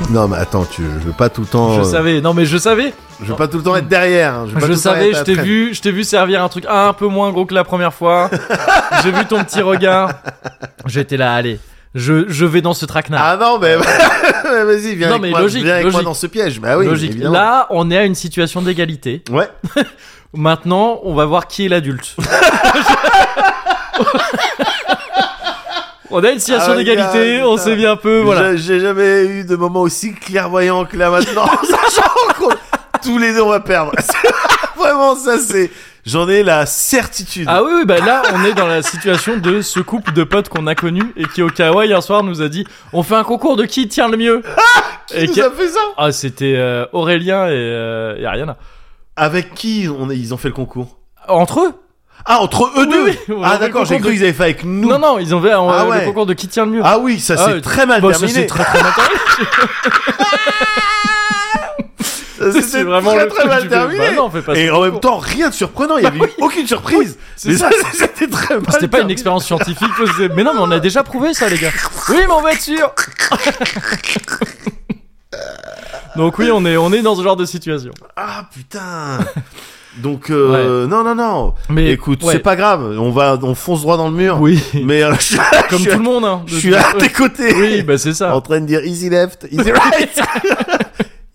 Non, mais attends, tu, je veux pas tout le temps. Je euh, savais, non mais je savais. Je veux pas tout le temps être derrière. hein. Je, veux pas Je tout le temps savais, être à je la t'ai traîne. vu, je t'ai vu servir un truc un peu moins gros que la première fois. J'ai vu ton petit regard. J'étais là, allez, je, je vais dans ce traquenard. Ah non, mais (laughs) vas-y, viens, Non, avec mais moi, logique, viens avec moi logique. dans ce piège. Bah oui, Logique. évidemment. Là, on est à une situation d'égalité. Ouais. Maintenant, on va voir qui est l'adulte. (laughs) on a une situation Ah, d'égalité, regarde, on putain. s'est mis un peu, euh, voilà. J'ai- J'ai jamais eu de moment aussi clairvoyant que là (laughs) maintenant. Sachant qu'on- tous les deux on va perdre. (laughs) Vraiment, ça c'est. J'en ai la certitude. Ah oui, oui, bah là, on est dans la situation de ce couple de potes qu'on a connu et qui au Kawaii un soir nous a dit on fait un concours de qui tient le mieux. et Qui qui- nous a fait ça Ah, c'était euh, Aurélien et, euh, et Ariana. Avec qui on est- ils ont fait le concours Entre eux Ah, entre eux Oui, deux oui, on a Ah, fait le d'accord, j'ai concours cru de- qu'ils avaient fait avec nous. Non, non, ils ont fait euh, Ah le ouais. concours de qui tient le mieux. Ah oui, ça Ah c'est oui. très mal Bah, ça, terminé. c'est très très mal (laughs) terminé. Ça, c'était C'est vraiment très le très truc mal du- bah terminé. non, on fait pas Et ce en même concours. temps, rien de surprenant, il n'y avait (laughs) eu aucune surprise. c'est Mais ça. ça, (laughs) c'était très mal. C'était pas une terminé. expérience scientifique. c'est- Mais non, mais on a déjà prouvé ça, les gars. Oui, mais on va être sûr. Donc oui, on est on est dans ce genre de situation. Ah (laughs) putain. Donc euh, non non non. Mais Écoute, ouais. c'est pas grave. On va, on fonce droit dans le mur. Oui. Mais euh, (laughs) je, je Comme suis, tout à- le monde. Hein, de- je suis à tes côtés. Oui, bah c'est ça. (laughs) En train de dire easy left, (laughs) easy right.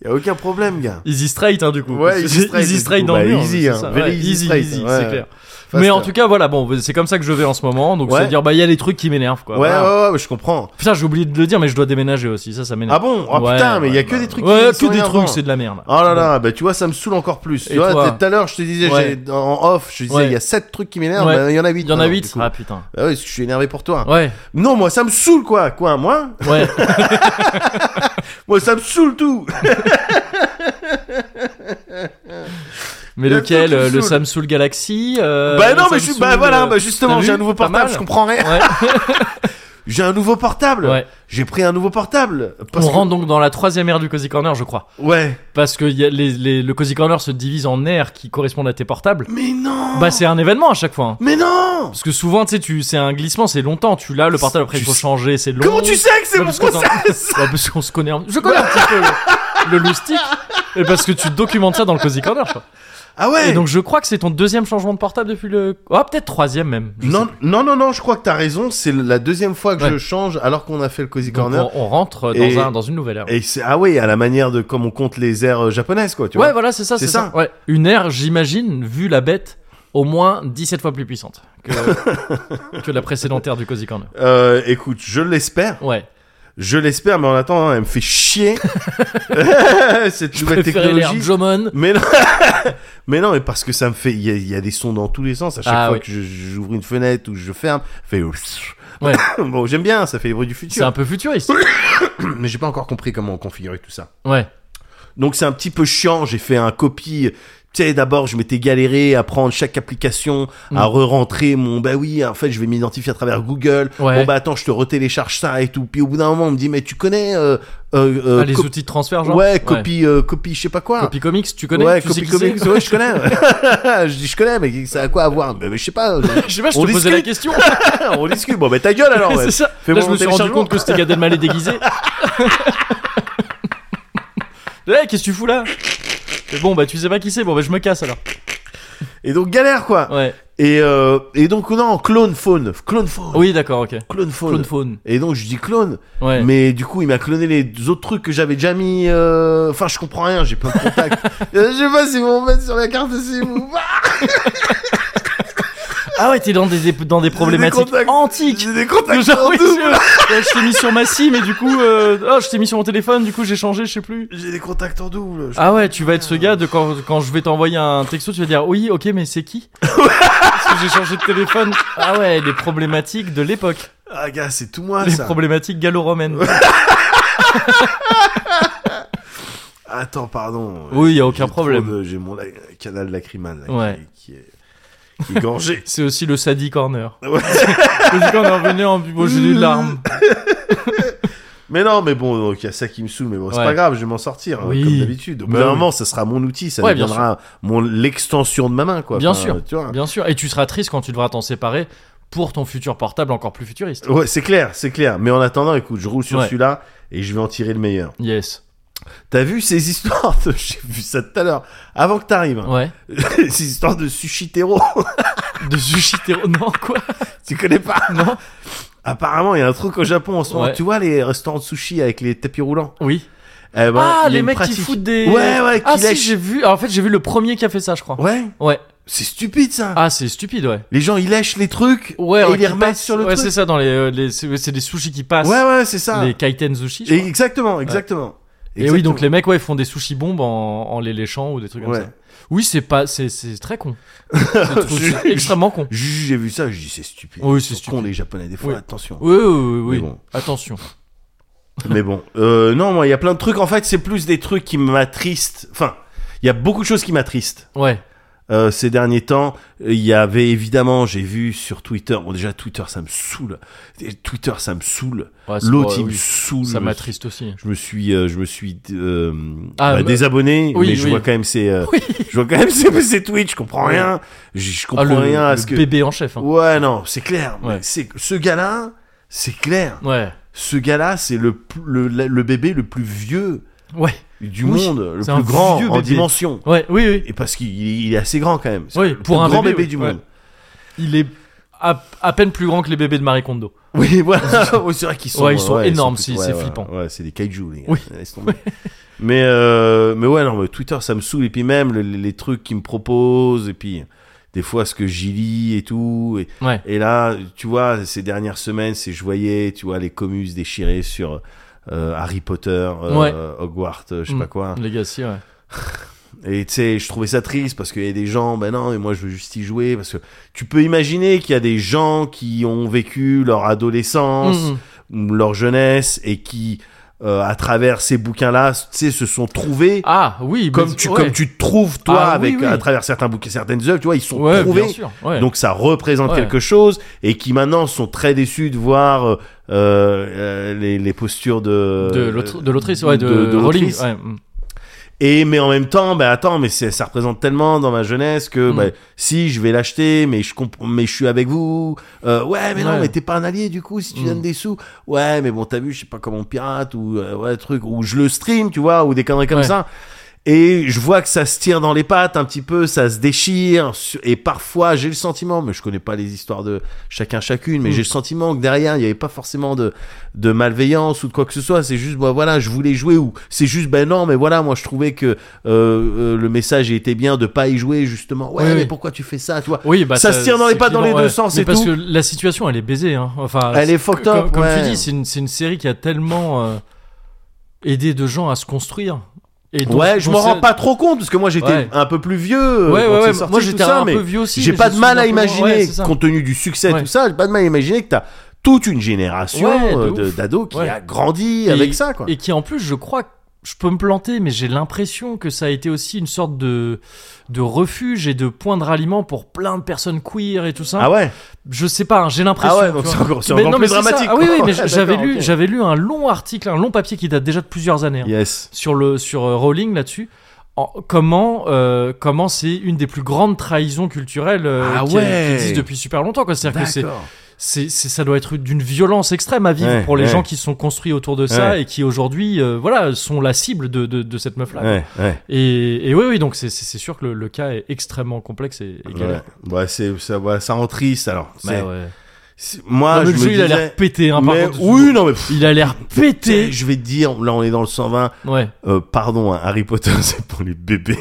y a aucun problème, gars. Easy straight, hein, du coup. Ouais, C'est- easy straight, du coup. dans le Bah, mur. easy, c'est hein. ça. Very Ouais, easy easy, straight, easy, ouais. c'est clair. Mais en tout cas, voilà, bon, c'est comme ça que je vais en ce moment. Donc, Ouais. c'est-à-dire, bah, il y a les trucs qui m'énervent, quoi. Ouais, ouais, Voilà. ouais, ouais, je comprends. Putain, j'ai oublié de le dire, mais je dois déménager aussi. Ça, ça Ah m'énerve. bon Ah Ouais, putain, mais il y a ouais, que bah, des trucs qui Ouais, sont que des énervants. trucs, c'est de la merde. Oh là là, bah tu vois, ça me saoule encore plus. Et tu vois, toi tout à l'heure, je te disais, Ouais. j'ai- en off, je te disais, Ouais. il y a 7 trucs qui m'énervent, Ouais. bah, il y en a 8. Il y en a 8 Ah putain. Bah oui, parce que je suis énervé pour toi. Ouais, Non, moi, ça me saoule, quoi. Quoi, moi (laughs) (laughs) ouais. Moi, ça me saoule tout. Mais Il y a lequel tout qui euh, Le saoule. Samsung Galaxy euh, bah le non, mais je suis. Bah Samsung, voilà, euh, bah justement, t'as j'ai un vu nouveau Pas portable, mal. je comprends rien. Ouais. (laughs) J'ai un nouveau portable. Ouais. J'ai pris un nouveau portable. Parce On que- rentre donc dans la troisième ère du Cozy Corner, je crois. Ouais. Parce que y a les, les- le Cozy Corner se divise en aires qui correspondent à tes portables. Mais non Bah c'est un événement à chaque fois. hein. Mais non Parce que souvent, tu sais, tu- c'est un glissement, c'est longtemps. Tu l'as, le portable après, Tu il faut sais- changer, c'est long. Comment tu sais que c'est Ouais, mon parce que t'en- (laughs) process Bah, parce qu'on se connaît un... Je connais un petit peu le, le loustic. Et parce que tu documentes ça dans le Cozy Corner, je crois. Ah ouais Et donc je crois que c'est ton deuxième changement de portable depuis le... Oh, peut-être troisième même. je sais non, plus. non, non, non, je crois que t'as raison. C'est la deuxième fois que Ouais. je change alors qu'on a fait le Cozy Donc, Corner. on, on rentre dans, Et- un, dans une nouvelle ère. Et c'est ah oui, à la manière de comme on compte les aires euh, japonaises quoi, tu ouais, vois. voilà, c'est ça. C'est C'est ça. ça. Ouais. Une ère, j'imagine, vu la bête, au moins 17 fois plus puissante que, (laughs) que la précédente ère du Cozy Corner. Euh, écoute, je l'espère, Ouais. je l'espère, mais en attendant, hein, elle me fait (laughs) chier cette nouvelle Préférer l'ère technologie. Jomon. Mais non, (laughs) mais non, mais parce que ça me fait, il y, a- il y a des sons dans tous les sens à chaque Ah fois oui. que je- j'ouvre une fenêtre ou je ferme, fait. Ouais. (coughs) bon, j'aime bien, ça fait les bruits du C'est futur. (coughs) un peu futuriste. Mais j'ai pas encore compris comment on configurait tout ça. Ouais. Donc c'est un petit peu chiant, j'ai fait un copie. Tu sais, d'abord, je m'étais galéré à prendre chaque application, à Mm. re-rentrer mon, bah oui, en fait, je vais m'identifier à travers Google. Ouais. Bon, bah attends, je te retélécharge ça et tout. Puis au bout d'un moment, on me dit, mais tu connais, euh, euh, euh, Ah, les co- outils de transfert, genre. ouais, copie, euh, copie, je sais pas quoi. Copy Comics, tu connais ouais, tu sais copie qui c'est comics, ouais, je connais. je dis, je connais, (laughs) mais ça a quoi à voir? Mais, mais je sais pas. (laughs) Je sais pas, je On te posais la discute. question. on discute. Bon, mais ta gueule alors. (laughs) (laughs) ouais. c'est ça. Fais Là, mon je me suis rendu téléchargement. compte que c'était Gad Elmaleh (laughs) déguisé. (laughs) Ouais, qu'est-ce que tu fous là Mais Bon, bah tu sais pas qui c'est. Bon, bah je me casse alors. Et donc, galère, quoi. Ouais. Et, euh, et donc, non, clone phone. Clone phone. Ah Oui, d'accord, ok. Clone phone. Clone phone. Et donc, je dis clone. Ouais. Mais du coup, il m'a cloné les autres trucs que j'avais déjà mis. euh, Enfin, je comprends rien, j'ai plein (laughs) de contacts. Euh, je sais pas si vous me mettez sur la carte si vous. Ah ouais, t'es dans des, dans des problématiques contacts. antiques. J'ai des contacts. Que genre, en oui, double. je, ouais, je t'ai mis sur ma SIM et du coup, euh, oh, je t'ai mis sur mon téléphone, du coup j'ai changé, je sais plus. J'ai des contacts en double. Je- Ah ouais, tu vas être ce gars de quand, quand je vais t'envoyer un texto, tu vas dire oui, ok, mais c'est (laughs) qui Parce que j'ai changé de téléphone. Ah ouais, les problématiques de l'époque. Ah, gars, c'est tout moi les ça. problématiques gallo-romaines. Attends, pardon. Oui, y a aucun J'ai trop problème. de- J'ai mon la- canal lacrymal là, Ouais. qui, qui est, qui (laughs) est gorgé. C'est aussi le Sadie Corner. (laughs) (laughs) Ouais. Le Corner revenait en bon, j'ai des (laughs) larmes. Mais non, mais bon, donc il y a ça qui me saoule, mais bon, c'est Ouais. pas grave, je vais m'en sortir, hein, Oui. comme d'habitude. Au bout Bah d'un oui. moment, ça sera mon outil, ça Ouais, bien deviendra mon l'extension de ma main, quoi. Bien Enfin, sûr. Tu vois. Bien sûr, et tu seras triste quand tu devras t'en séparer pour ton futur portable encore plus futuriste. Ouais, c'est clair, c'est clair. Mais en attendant, écoute, je roule sur Ouais. celui-là et je vais en tirer le meilleur. Yes. T'as vu ces histoires de... (laughs) J'ai vu ça tout à l'heure, avant que t'arrives. hein. Ouais. (laughs) ces histoires de sushi terreau. (laughs) De sushi terreau. Non, quoi tu connais pas Non. Apparemment, il y a un truc au Japon en ce moment. Ouais. Tu vois les restaurants de sushi avec les tapis roulants Oui. Eh ben, ah, il y a les une mecs qui pratique. foutent des. Ouais, ouais, Ah, qui si, lèchent. j'ai vu. En fait, j'ai vu le premier qui a fait ça, je crois. Ouais, Ouais. c'est stupide ça. Ah, c'est stupide, ouais. Les gens, ils lèchent les trucs Ouais, et ouais, ils les qui remettent passent- sur le Ouais, c'est truc. ça, dans les, euh, les- c'est c'est des sushis qui passent. Ouais, ouais, c'est ça. Les kaiten sushi. je Et crois. exactement, exactement. Et oui, donc les mecs, ouais, font des sushis bombes en, en les léchant ou des trucs Ouais. comme ça. Oui, c'est pas, c'est, c'est très con. C'est trop- c'est extrêmement con. J'ai vu ça, je dis c'est stupide. Oui, Ils c'est sont stupide. cons, les Japonais, des fois, Oui. attention. Oui, oui, oui, oui. Mais bon. Attention. Mais bon, euh, non, moi, il y a plein de trucs. En fait, c'est plus des trucs qui m'attristent. Enfin, il y a beaucoup de choses qui m'attristent. Ouais. Euh, ces derniers temps, il y avait évidemment, j'ai vu sur Twitter, bon déjà Twitter ça me saoule, Et Twitter ça me saoule, Ouais, c'est l'autre pas- il me oui. saoule, Ça Je me m'attriste aussi. je me suis euh, je me suis euh, Ah, bah, bah, désabonné oui, mais je oui. vois quand même ces euh, Oui. je vois quand même (laughs) ces, ces tweets je comprends Ouais. rien je, je comprends Ah, le, rien à le ce que bébé en chef. hein. ouais non c'est clair Ouais. mais c'est ce gars là c'est clair Ouais. ce gars là c'est le, p- le la- le bébé le plus vieux Ouais. du Oui, monde le c'est un plus grand vieux en bébé. dimension Ouais. Oui, oui. et parce qu'il il est assez grand quand même C'est Oui, le plus pour un grand bébé, bébé, oui. du Ouais. monde (laughs) Il est à, à peine plus grand que les bébés de Marie Kondo. oui voilà (laughs) Oui, c'est vrai qu'ils sont Ouais, ils sont énormes, plus- si, ouais, c'est ouais, flippant. ouais c'est des kaiju les gars Oui. Laisse tomber. (laughs) Mais, euh, mais ouais, non, mais Twitter, ça me saoule. Et puis même, le- les, les trucs qu'ils me proposent, et puis des fois ce que j'y lis et tout. Et, Ouais. et là, tu vois, ces dernières semaines, c'est je voyais, tu vois, les commuses déchirés sur euh, Harry Potter, euh, Ouais. Hogwarts, euh, je sais Mm. pas quoi. Legacy, ouais. Et tu sais, je trouvais ça triste parce qu'il y a des gens, ben non, mais moi je veux juste y jouer. Parce que tu peux imaginer qu'il y a des gens qui ont vécu leur adolescence, Mhm. ou leur jeunesse, et qui, euh, à travers ces bouquins-là, tu sais, se sont trouvés Ah oui, mais- comme tu ouais. comme tu te trouves toi Ah, oui, avec oui. à travers certains bouquins certaines œuvres tu vois ils sont ouais, trouvés bien sûr. Ouais. donc ça représente Ouais. quelque chose et qui maintenant sont très déçus de voir euh, euh, les, les postures de de l'autre- de l'autrice, ouais, de, euh, de Rowling. l'autrice. ouais, mm. et mais en même temps bah attends mais c'est- ça représente tellement dans ma jeunesse que Mm. bah, si je vais l'acheter mais je comprends mais je suis avec vous Euh, ouais mais non Ouais. mais t'es pas un allié du coup si tu Mm. donnes des sous ouais mais bon t'as vu je sais pas comment on pirate ou euh, ouais truc ou je le stream tu vois ou des conneries comme Ouais. ça et je vois que ça se tire dans les pattes un petit peu, ça se déchire. su- Et parfois, j'ai le sentiment, mais je connais pas les histoires de chacun chacune, mais Mm. j'ai le sentiment que derrière, il n'y avait pas forcément de, de malveillance ou de quoi que ce soit. C'est juste, bah, voilà, je voulais jouer ou c'est juste, ben non, mais voilà, moi je trouvais que euh, euh, le message était bien de pas y jouer justement. Ouais, Oui, mais oui. pourquoi tu fais ça, toi Oui, bah, Ça se tire dans les c'est pattes dans les clivant, deux ouais. sens Mais et parce tout. que la situation, elle est baisée. Hein. Enfin, Elle c'est- est fucked comme, up, comme ouais. tu dis, c'est une, c'est une série qui a tellement euh, aidé de gens à se construire. Et dont- Ouais, je dont m'en c'est- rends pas trop compte parce que moi j'étais Ouais. un peu plus vieux. euh, Ouais, quand ouais, c'est ouais. sorti, Moi, tout j'étais ça, un mais- peu vieux aussi. J'ai mais pas je de me mal à souviens un peu moins. Ouais, imaginer, c'est ça. compte tenu du succès, Ouais. tout ça, j'ai pas de mal à imaginer que t'as toute une génération Ouais, de euh, de- ouf. d'ados qui Ouais. a grandi Et- avec ça, quoi. Et qui en plus, je crois, je peux me planter, mais j'ai l'impression que ça a été aussi une sorte de, de refuge et de point de ralliement pour plein de personnes queer et tout ça. Ah ouais Je sais pas, hein, j'ai l'impression. Ah ouais, donc tu c'est vois. encore, c'est Mais encore non, mais plus c'est ça. dramatique. Ah oui, quoi. (laughs) oui, mais Ouais, j'avais d'accord, lu, ok. j'avais lu un long article, un long papier qui date déjà de plusieurs années hein, Yes. sur le sur euh, Rowling là-dessus. En- comment euh, comment c'est une des plus grandes trahisons culturelles euh, Ah qui, ouais. qui existe depuis super longtemps. quoi. C'est-à-dire que c'est D'accord. c'est, c'est- ça doit être d'une violence extrême à vivre Ouais, pour les ouais. gens qui se sont construits autour de ça Ouais. et qui aujourd'hui, euh, voilà, sont la cible de, de, de cette meuf-là. Ouais, ouais. Et, et oui, oui, donc c'est, c'est- c'est sûr que le, le cas est extrêmement complexe et, et Ouais, galère. Ouais, c'est ça, ouais, ça rend triste alors. Bah C'est- ouais. c'est- Moi, Non, mais je le me jeu, il a disais- l'air pété, hein, par mais- contre. oui, non, mais pff, Il a l'air pété. je vais te dire, là, on est dans le 120. Ouais. Euh, pardon, hein, Harry Potter, (laughs) c'est pour (laughs) les bébés.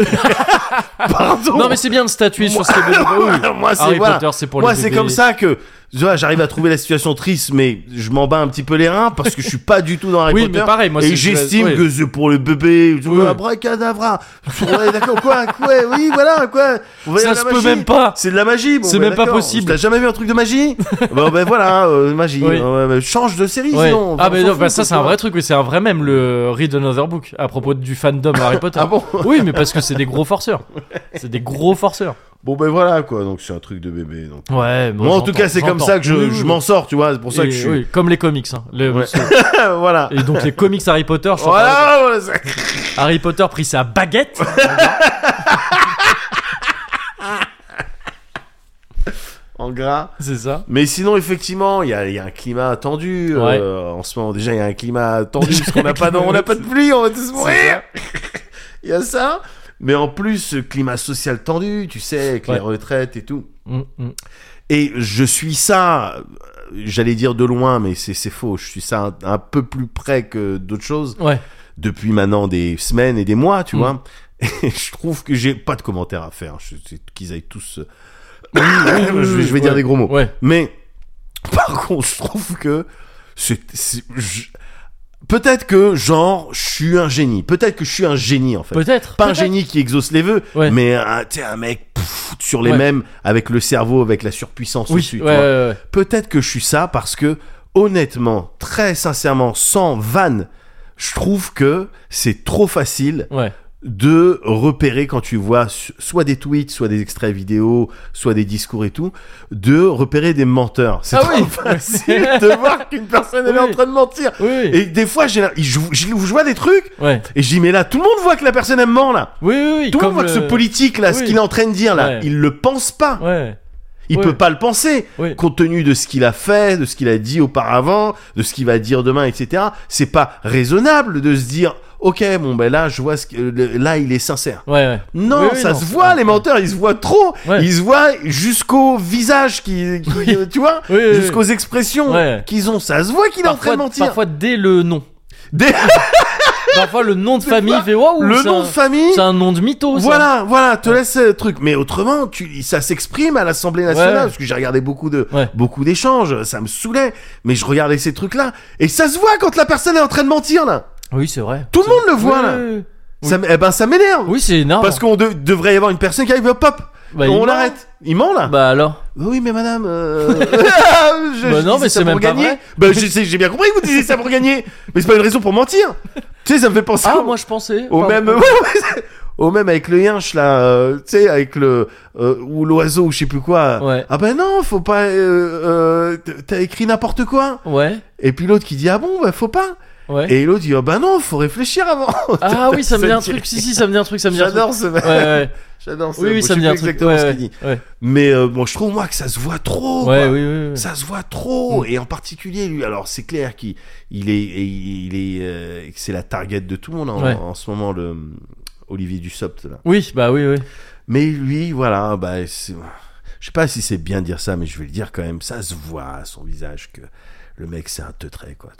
pardon. Non, mais c'est bien de statuer sur ce que (laughs) moi, c'est Harry voilà. Potter, c'est pour Moi, les c'est bébés. comme ça que tu vois, j'arrive à trouver la situation triste, mais je m'en bats un petit peu les reins parce que je suis pas du tout dans Harry Oui, Potter. mais pareil, moi, et c'est- j'estime ouais. que c'est pour le bébé. Oui. Abracadabra. Ouais, d'accord, quoi, quoi, oui, voilà, quoi. On va Ça dire la se peut magie. même pas. C'est de la magie. Bon, C'est bah, même pas d'accord. possible. T'as jamais vu un truc de magie (laughs) Bon, ben voilà, euh, magie. Oui. Euh, bah, change de série, Ouais. sinon. ah, on mais s'en non, fout, bah, ça, quoi, c'est un tu vrai truc, mais c'est un vrai même le Read Another Book à propos du (laughs) fandom Harry Potter. vois. Ah bon Oui, mais parce que c'est des gros forceurs. C'est des gros forceurs. Bon, ben voilà, quoi. Donc, c'est un truc de bébé. donc. Ouais, bon, Moi, en tout j'entends, cas, c'est comme j'entends. ça que Oui, je, oui, je oui. m'en sors, tu vois. C'est pour ça Et- que je suis. oui, comme les comics. hein. Le- Ouais. (laughs) voilà. Et donc les comics Harry Potter. je t'en parle. Voilà, voilà, c'est- Harry Potter prit sa baguette. (laughs) en gras. C'est ça. Mais sinon, effectivement, il y a, il y a un climat tendu. Ouais. euh, en ce moment, déjà, il y a un climat tendu Déjà, (laughs) parce qu'on n'a pas, climat- d'en- on n'a pas de pluie, on va tous mourir. ça. (laughs) Il y a ça. Mais en plus, ce climat social tendu, tu sais, avec Ouais. les retraites et tout. Mm, mm. Et je suis ça, euh, j'allais dire de loin, mais c'est c'est faux. Je suis ça un, un peu plus près que d'autres choses Ouais. depuis maintenant des semaines et des mois, tu Mm. vois. (laughs) Et je trouve que j'ai pas de commentaires à faire. Je- c'est- Qu'ils aillent (coughs) tous. euh, (coughs) je vais, je vais dire Ouais. des gros mots. Ouais. Mais (coughs) par contre, je trouve que c'est c'est- je- peut-être que genre je suis un génie. Peut-être que je suis un génie en fait. Peut-être. Pas un peut-être. génie qui exauce les vœux, Ouais. mais un, t'sais, un mec pff, sur les Ouais. mêmes avec le cerveau, avec la surpuissance Oui. dessus. tu ouais, vois. ouais, ouais. Peut-être que je suis ça parce que honnêtement, très sincèrement, sans vanne, je trouve que c'est trop facile Ouais. de repérer quand tu vois so- soit des tweets, soit des extraits vidéo, soit des discours et tout, de repérer des menteurs. C'est Ah trop oui. (laughs) facile de voir qu'une personne elle est Oui. en train de mentir. Oui. Et des fois, j'ai, la- je, je- je vois des trucs Ouais. et je dis mais là, tout le monde voit que la personne elle ment là. Oui, oui, oui. Tout le comme monde voit que ce le- politique là, ce Oui. qu'il est en train de dire là, Ouais. il le pense pas. Ouais. Il Ouais. peut pas le penser, Oui. compte tenu de ce qu'il a fait, de ce qu'il a dit auparavant, de ce qu'il va dire demain, etc. C'est pas raisonnable de se dire, ok, bon ben là, je vois ce que, le- là, il est sincère. Ouais. ouais. Non, Oui, oui, ça non. Ah. se voit, les menteurs, ils se voient trop, Ouais. ils se voient jusqu'au visage, qui, qui- Oui. euh, tu vois, Oui, oui, oui. jusqu'aux expressions Ouais. qu'ils ont. Ça se voit qu'il est en train Parfois, de mentir. parfois Ah, dès le nom. (laughs) Dès- Parfois le nom de famille fait waouh. le c'est nom un- de famille. C'est un nom de mytho. Oh, ça. Voilà, voilà, te laisse euh, le truc. Mais autrement, tu, ça s'exprime à l'Assemblée nationale Ouais. parce que j'ai regardé beaucoup de Ouais. beaucoup d'échanges, ça me saoulait. Mais je regardais ces trucs-là et ça se voit quand la personne est en train de mentir là. Oui, c'est vrai. Tout le C'est- monde le voit, là. Oui, oui, oui. Ça m- eh ben ça m'énerve Oui, c'est énorme. parce qu'on de- devrait y avoir une personne qui arrive hop, hop Bah, il on ment. l'arrête. Il ment là. Bah alors. Oui mais (laughs) madame. euh, je- je Bah non, disais mais ça c'est pour même pas gagner. vrai. Bah je sais, j'ai bien compris que vous disiez ça pour gagner, mais c'est pas une raison pour (laughs) mentir. tu sais ça me fait penser. Ah, au- moi je pensais. au Pardon. même (laughs) au même avec le yinche là euh, tu sais avec le euh, ou l'oiseau ou je sais plus quoi Ouais. ah ben non faut pas euh, euh, t'as écrit n'importe quoi Ouais. et puis l'autre qui dit ah bon bah faut pas Ouais. et l'autre dit ah bah non faut réfléchir avant Ah oui, ça me dit un dit- truc. Si, si, ça me dit un truc. Ça me dit un truc. j'adore ce mec Ouais, ouais. j'adore ce Oui, bon, oui, je ça sais me dit un plus truc. exactement ouais, ce ouais, qu'il dit ouais. mais euh, bon je trouve moi que ça se voit trop Ouais, quoi. oui, oui, oui. Ça se voit trop Mm. et en particulier lui. Alors c'est clair qu'il il est il est euh, c'est la target de tout le monde en, Ouais. en ce moment le Olivier Dussopt là. Oui, bah oui, oui. Mais lui, voilà, bah, c'est- je sais pas si c'est bien de dire ça, mais je vais le dire quand même. Ça se voit à son visage que le mec, c'est un teutré, (laughs) quoi.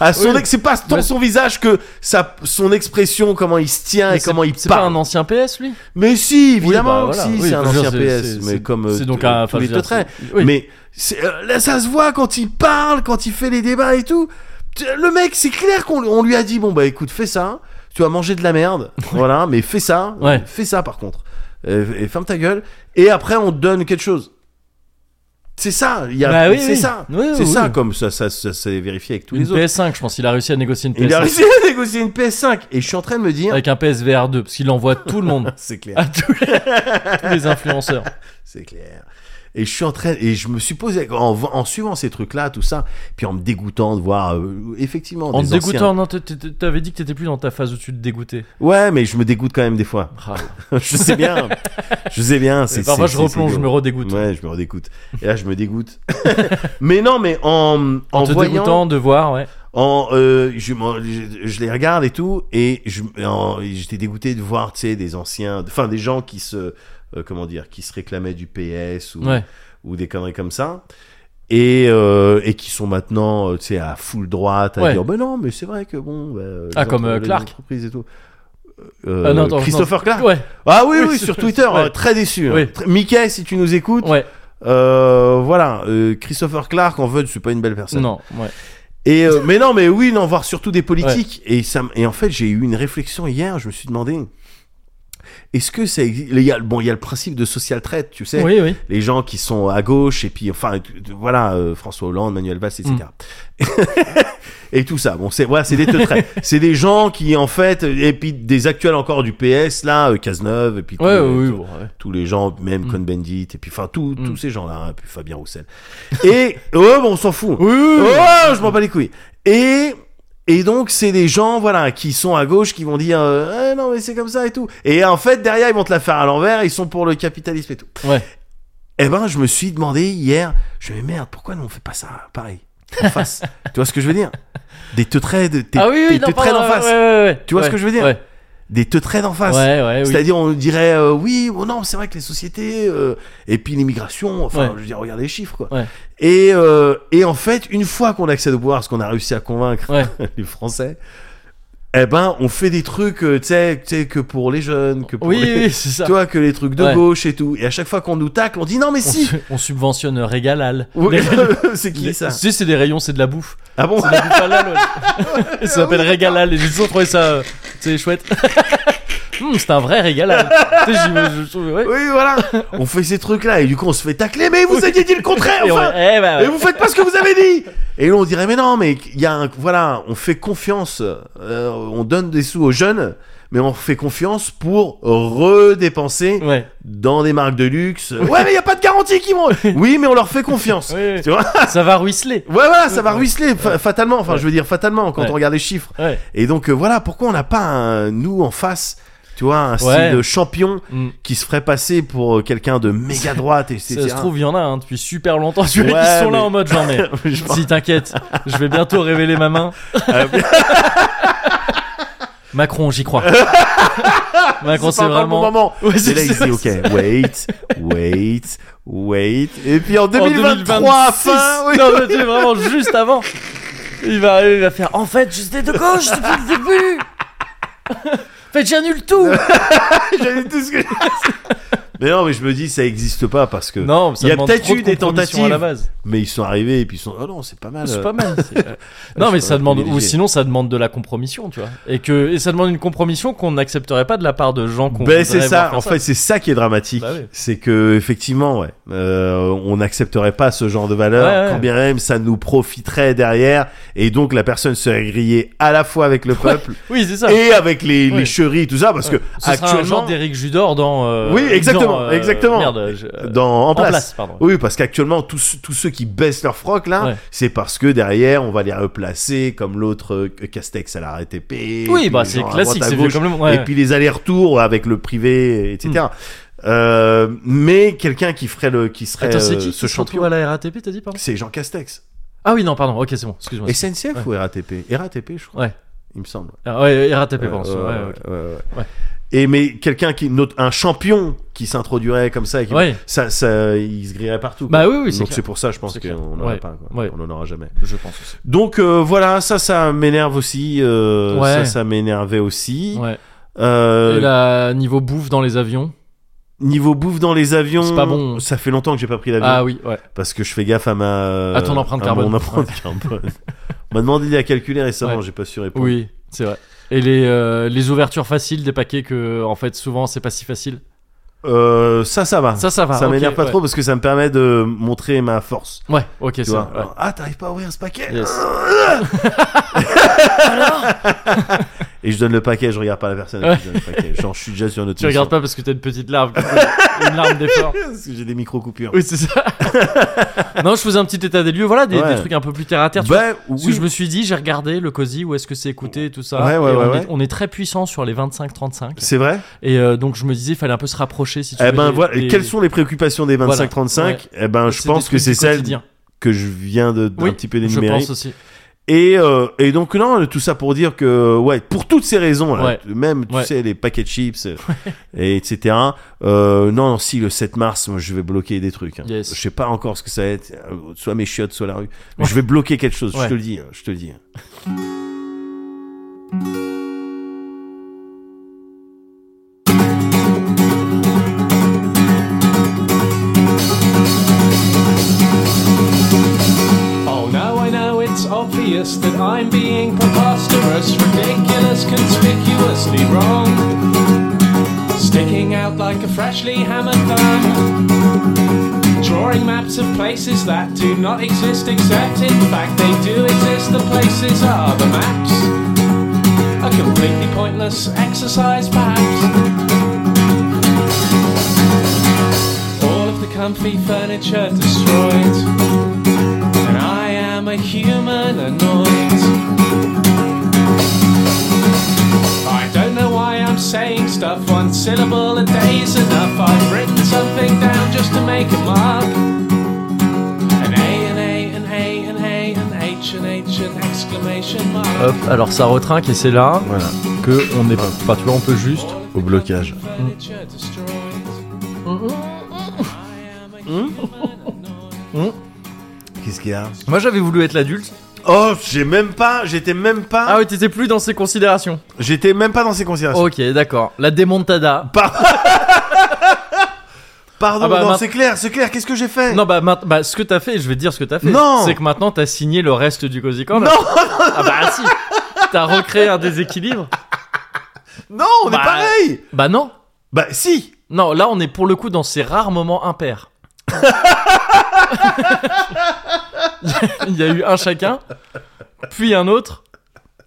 à son Oui. ex- c'est pas tant Mais- son visage que sa, son expression, comment il se tient Mais et Ah, comment il C'est pas un parle. ancien PS, lui Mais si, évidemment, Oui, bah, voilà. si, Oui, c'est un je veux dire, ancien PS, c'est- mais c'est- comme euh, C'est donc tous- un. tous enfin, les je veux dire, teutrés. c'est- oui. Mais c'est- euh, là, ça se voit quand il parle, quand il fait les débats et tout. Tu- Le mec, c'est clair qu'on on lui a dit bon bah écoute, fais ça. Tu vas manger de la (laughs) merde, voilà, mais fais ça, Ouais. fais ça par contre, Euh, et ferme ta gueule. Et après, on te donne quelque chose. C'est ça, il y a, Bah oui, c'est oui. ça, Oui, c'est oui. ça comme ça, ça, ça s'est vérifié avec tous Une les autres. PS5, je pense. Il a réussi à négocier une Il a PS5. réussi à négocier une PS5 et je suis en train de me dire, Avec un PSVR 2, parce qu'il envoie tout le (laughs) monde. (laughs) c'est clair. À tous les, tous les influenceurs. C'est clair. Et je suis en train et je me suis posé en, en suivant ces trucs-là, tout ça, puis en me dégoûtant de voir euh, effectivement En des te anciens- dégoûtant, non, t'- t'- t'avais dit que t'étais plus dans ta phase où tu te dégoûtais. Ouais, mais je me dégoûte quand même des fois. Ah. (laughs) je sais bien. je sais bien. c'est- Et Parfois, c'est- je c'est- replonge, c'est je me glauque. redégoûte. Ouais, je me redégoûte. Et là, je me dégoûte. (laughs) mais non, mais en en, En te voyant, dégoûtant de voir, ouais. en euh, je, m'en- je, je les regarde et tout, et je en- j'étais dégoûté de voir, tu sais, des anciens, enfin des gens qui se euh, comment dire, qui se réclamaient du PS ou Ouais. ou des conneries comme ça. Et, euh, et qui sont maintenant, euh, tu sais, à full droite, à Ouais. dire, ben non, mais c'est vrai que bon. bah, euh, Ah, les comme, euh, entre- les Clark. entreprises et tout. Euh, Ah, non, attends, Christopher Clark Ouais, Ah oui, Oui, oui, sur- sur Twitter, ouais. euh, très déçu. hein. Oui. Très- Mickey, si tu nous écoutes, ouais. euh, voilà, euh, Christopher Clark, en fait, c'est pas une belle personne. Non, ouais. Et, euh, mais non, mais oui, non, voir surtout des politiques. Et, ça, m- et en fait, j'ai eu une réflexion hier, je me suis demandé, est-ce que ça existe il y a- Bon, il y a le principe de social traite, tu sais Oui, oui. les gens qui sont à gauche et puis enfin t- t- voilà euh, François Hollande, Manuel Valls, etc. Mm. (laughs) et tout ça. Bon, c'est voilà, c'est (laughs) des teutrés. c'est des gens qui en fait et puis des actuels encore du PS là, euh, Cazeneuve et puis tous, Ouais, les, oui, tous- bon, ouais. tous les gens, même Mm. Cohn-Bendit et puis enfin tous tous Mm. ces gens là, et puis Fabien Roussel. (laughs) et oh, bon, on s'en fout. Oui, oui, oui. Oh, je m'en bats les couilles. Et et donc c'est des gens voilà qui sont à gauche qui vont dire eh, euh, Ah non mais c'est comme ça et tout. Et en fait derrière ils vont te la faire à l'envers, ils sont pour le capitalisme et tout. Ouais. Eh ben, je me suis demandé hier, je me suis dit, merde, pourquoi nous on fait pas ça pareil en face Tu vois ce que je veux dire Des teutrés de, des- Ah oui, oui, des non, teutrés pardon, d'en ouais, face. ouais, ouais, ouais. Tu vois ce Ouais, que je veux dire Ouais, Des teutrés d'en face. ouais, ouais, oui. C'est-à-dire, on dirait, euh, oui, bon, non, c'est vrai que les sociétés, euh, et puis l'immigration, enfin, Ouais. je veux dire, regardez les chiffres, quoi. Ouais. Et, euh, et en fait, une fois qu'on accède au pouvoir, parce qu'on a réussi à convaincre (laughs) Ouais. les Français, eh ben, on fait des trucs, euh, tu sais, tu sais, que pour les jeunes, que pour Oui, les... oui, c'est ça. (laughs) Tu vois, que les trucs de Ouais. gauche et tout. Et à chaque fois qu'on nous tacle, on dit, non, mais on, si su- on subventionne Régalal. Oui, (laughs) Les- C'est qui, les- ça Tu sais, c'est des rayons, c'est de la bouffe. Ah bon C'est de la bouffe halal, (laughs) ouais. Et ça s'appelle Régalal. Et j'ai toujours trouvé ça, euh, tu sais, chouette. (laughs) Hum, c'est un vrai Régalal. tu sais, j'y- je, je trouve, ouais. Oui, voilà On fait ces trucs-là, et du coup, on se fait tacler, mais vous aviez dit le contraire, Et on- enfin eh ben, ouais. (laughs) Et vous faites pas ce que vous avez dit Et nous on dirait mais non mais il y a un voilà on fait confiance euh, on donne des sous aux jeunes mais on fait confiance pour redépenser Ouais. dans des marques de luxe ouais mais il y a pas de garantie qui vont (laughs) oui mais on leur fait confiance Oui, oui. tu vois Ça va ruisseler. ouais voilà ça va ruisseler fa- fatalement enfin Ouais. je veux dire fatalement quand Ouais. on regarde les chiffres Ouais. et donc euh, voilà pourquoi on n'a pas un, nous en face tu vois un Ouais. style de champion Hum. qui se ferait passer pour euh, quelqu'un de méga droite et c'est Ça se un- trouve, il y en a hein, depuis super longtemps. (laughs) Tu vois, Ouais, ils sont là mais- en mode genre, mais (laughs) Je pense- si t'inquiète, je vais bientôt révéler ma (laughs) main. Euh, Macron, j'y crois. Macron, c'est c'est pas encore le vraiment. bon moment. Ouais, et c'est- là, il se c'est- dit, ok, wait, wait, wait. Et puis en En 2023, 2026. fin, oui. Non, mais tu sais, vraiment juste avant. Il va, il va faire. En fait, j'étais de gauche depuis le début. En fait, j'annule (laughs) tout. j'avais tout ce que- mais non, mais je me dis, ça existe pas parce que. Non, mais ça Il y a demande peut-être trop de eu des compromissions tentatives. à la base. Mais ils sont arrivés et puis ils sont. Oh non, c'est pas mal. Ah, C'est euh. pas mal. (laughs) c'est- non, mais suis ça pas demande. Ou privilégié. sinon, ça demande de la compromission, tu vois. Et que et ça demande une compromission qu'on n'accepterait pas de la part de gens qu'on. Ben voudrait c'est voir ça, faire en fait c'est ça qui est dramatique, Bah oui. c'est que effectivement ouais, euh, on n'accepterait pas ce genre de valeur, Ouais, ouais. quand bien même ça nous profiterait derrière, et donc la personne serait grillée à la fois avec le peuple Oui, c'est ça. et avec les, les Ouais. cheries tout ça, parce Ouais. que Ce sera un actuellement genre d'Éric Judor dans. euh, Oui, exactement, dans, euh, exactement. Merde, je- euh, dans en en place. place. pardon. Oui, parce qu'actuellement tous, tous ceux qui baissent leur froc là, Ouais. c'est parce que derrière on va les replacer comme l'autre euh, Castex à la RATP. et Oui, puis bah les c'est gens à classique, droite, à c'est vieux gauche, comme le monde. ouais, et puis les allers-retours avec le privé, etc. Hmm. Euh, mais quelqu'un qui ferait le, qui ouais. serait Attends, c'est euh, qui ce qui se retrouve champion, à la RATP, t'as dit, pardon c'est Jean Castex. Ah oui, non, pardon, ok, c'est bon, excuse-moi. SNCF ou RATP RATP, je crois. Ouais. Il me semble. Ah, ouais, RATP, pardon. Euh, ouais, ok. ouais, ouais. Ouais. Et mais quelqu'un qui, notre- un champion qui s'introduirait comme ça, et qui, Ouais. ça, ça, il se grillerait partout. quoi. Bah oui, oui, c'est Donc clair. c'est pour ça, je pense C'est qu'on clair. n'en Ouais. a pas. quoi. Ouais. On n'en aura jamais. Je pense aussi. Donc euh, voilà, ça, ça m'énerve aussi. euh, Ouais. Ça, ça m'énervait aussi. Ouais. Euh, Et là, niveau bouffe dans les avions. Niveau bouffe dans les avions, C'est pas bon. Ça fait longtemps que j'ai pas pris l'avion. Ah oui, ouais. parce que je fais gaffe à ma À ton empreinte à carbone. Mon empreinte carbone. On m'a demandé de la calculer récemment, Ouais. j'ai pas su répondre. Oui, c'est vrai. Et les, euh, les ouvertures faciles des paquets que, en fait, souvent, c'est pas si facile. Euh, ça, ça va. Ça, ça va. ok, m'énerve pas ouais. trop parce que ça me permet de montrer ma force. Ouais, ok, Tu c'est vois. vrai. Alors, ah, t'arrives pas à ouvrir ce paquet. Yes. Et je donne le paquet, je regarde pas la personne. à qui je donne le paquet. Genre, je suis déjà sur notre. Tu regardes pas parce que t'as une petite larme, une larme (laughs) d'effort. parce que j'ai des micro coupures. Oui, c'est ça. (laughs) non, je faisais un petit état des lieux, voilà, des, Ouais. des trucs un peu plus terre à terre. tu Ben, Parce que je me suis dit, j'ai regardé le COSI, où est-ce que c'est écouté et tout ça. Ouais, ouais, Et ouais, on, ouais. Est, on est très puissant sur les 25-35. C'est vrai. Et euh, donc je me disais, il fallait un peu se rapprocher si tu Eh veux, ben des- voilà. des- Quelles sont les préoccupations des 25-35 Eh ben, je c'est des pense que trucs c'est du celle quotidien. que je viens de Oui, un petit peu Je d'énumérer. pense aussi. Et, euh, et donc non, tout ça pour dire que ouais, pour toutes ces raisons, là, Ouais. même tu Ouais. sais les paquets de (laughs) chips, euh, et etc. Euh, non, non, si le 7 mars, moi, je vais bloquer des trucs. hein. Yes. Je sais pas encore ce que ça va être, euh, soit mes chiottes, soit la rue. Mais je vais bloquer quelque chose. Ouais. Je te le dis, hein, je te le dis. Oh, now I know it's obvious that I'm being preposterous, ridiculous, conspicuously wrong. Sticking out like a freshly hammered thumb. Drawing maps of places that do not exist, except in fact they do exist, the places are the maps. A completely pointless exercise, perhaps. All of the comfy furniture destroyed. And I am a human annoyed. I don't know why I'm saying stuff one syllable a day's enough. I've written something down just to make a mark. An A, an A, an A, an A, an H, an H, an exclamation mark. Hop, alors ça retrinque et c'est là Voilà. que on est. Enfin, tu vois, on peut juste. Au blocage. Furniture destroyed. Qu'est-ce qu'il y a Moi, j'avais voulu être l'adulte. Oh, j'ai même pas, j'étais même pas, Ah oui, t'étais plus dans ces considérations. j'étais même pas dans ces considérations. Ok, d'accord. La démontada. Pardon, Ah bah, non, maintenant- c'est clair, c'est clair. Qu'est-ce que j'ai fait (laughs) Non, bah, maintenant- bah, ce que t'as fait, je vais te dire ce que t'as fait. Non. C'est que maintenant t'as signé le reste du Cozy Corner. Non. Ah bah si T'as recréé un déséquilibre Non, on Bah- est pareil. Bah non Bah si. Non, là on est pour le coup dans ces rares moments impairs. (laughs) Il y a eu un chacun, puis un autre.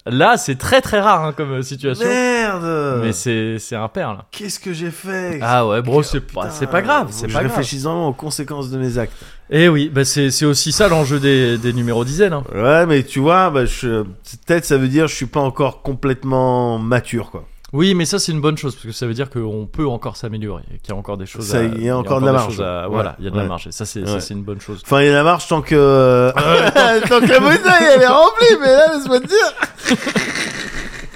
Là c'est très très rare hein, comme euh, situation. Merde. Mais c'est c'est impair là. Qu'est-ce que j'ai fait Ah ouais, bro, c'est pas, Putain, c'est pas grave, faut c'est que pas je grave. réfléchis vraiment aux conséquences de mes actes. Eh oui, bah c'est c'est aussi ça l'enjeu des, des numéros dizaines. hein. Ouais, mais tu vois, bah, je... peut-être ça veut dire je suis pas encore complètement mature, quoi. Oui, mais ça c'est une bonne chose parce que ça veut dire qu'on peut encore s'améliorer, et qu'il y a encore des choses. Ça, à- il y a encore de la des marge. choses à- Ouais. Voilà, il y a de la Ouais. marge. Et ça c'est ça, Ouais. c'est une bonne chose. Enfin, il y en a marche tant que Ah (laughs) tant que la bouteille elle est remplie, mais là laisse-moi te dire.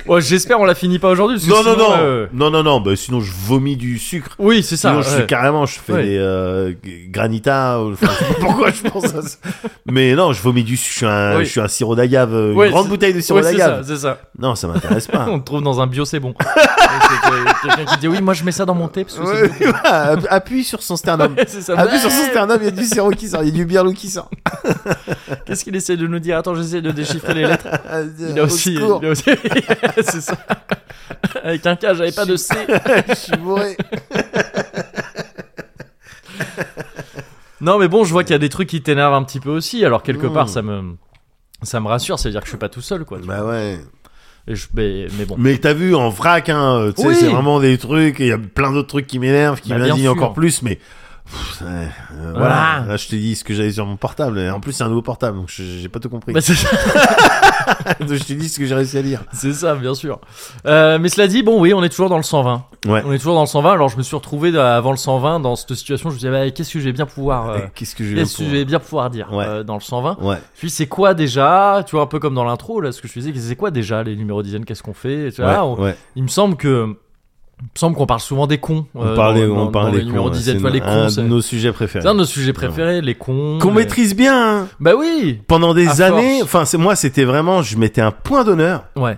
Ouais, j'espère on la finit pas aujourd'hui. parce que Non, non, sinon, non, euh, non, non, non. Bah, sinon je vomis du sucre. Oui, c'est ça. Sinon, je ouais. suis carrément, je fais Ouais. des euh, g- granita. ou- enfin, je sais pas pourquoi je pense à ça Mais non, je vomis du sucre. Je suis un, Oui. je suis un sirop d'agave. euh, Une Ouais, grande c'est- bouteille de sirop Ouais, c'est ça, d'agave. c'est ça. Non, ça m'intéresse pas. (laughs) On te trouve dans un bio, c'est bon. Et c'est que- Quelqu'un qui dit oui, moi je mets ça dans mon thé parce que c'est Ouais, voilà, app- (laughs) appuie sur son sternum. bon. Ouais, (laughs) c'est ça. Appuie sur son sternum, il y a du sirop qui sort, il y a du birlou qui sort. Qu'est-ce qu'il essaie de nous dire Attends, j'essaie de déchiffrer les (laughs) lettres. (laughs) Il a Au aussi. secours, il a aussi- (laughs) c'est ça. Avec un K, j'avais pas de C. je suis bourré. Non, mais bon, je vois qu'il y a des trucs qui t'énervent un petit peu aussi. Alors quelque Mm. part, ça me ça me rassure, c'est-à-dire que je suis pas tout seul, quoi. tu vois. Bah ouais. Et je- mais, mais bon. Mais t'as vu en vrac, hein, euh, tu sais, Oui. c'est vraiment des trucs. et Il y a plein d'autres trucs qui m'énervent, qui Bah, bien m'indignent sûr. Ah. encore plus. Mais pff, ça, euh, voilà. Voilà. Là, je t'ai dit ce que j'avais sur mon portable. Et en plus, c'est un nouveau portable, donc je- j'ai pas tout compris. Bah, c'est ça. (laughs) (laughs) Donc, je t'ai dit ce que j'ai réussi à lire. C'est ça, bien sûr. Euh, mais cela dit, bon, oui, on est toujours dans le 120. Ouais. On est toujours dans le 120. Alors, je me suis retrouvé euh, avant le 120 dans cette situation. Je me disais, bah, qu'est-ce que je vais bien pouvoir, euh, Et Qu'est-ce que j'ai qu'est-ce que je eu vais bien pouvoir dire Ouais. euh, dans le 120 pour- Ouais. Puis, c'est quoi déjà Tu vois, un peu comme dans l'intro, là, ce que je disais, c'est quoi déjà les numéros dizaines Qu'est-ce qu'on fait Et tu vois, ouais, Ah, on- ouais. Il me semble que. Il me semble qu'on parle souvent des cons. euh, on parle, dans- des- dans- on parle dans des les numéros cons, dizaines. Tu vois, c'est les un cons, de c'est nos sujets préférés. c'est un de nos sujets préférés, les cons. Qu'on les- maîtrise bien. hein. Bah oui Pendant des À années, force. enfin, c'est moi, c'était vraiment, je mettais un point d'honneur Ouais.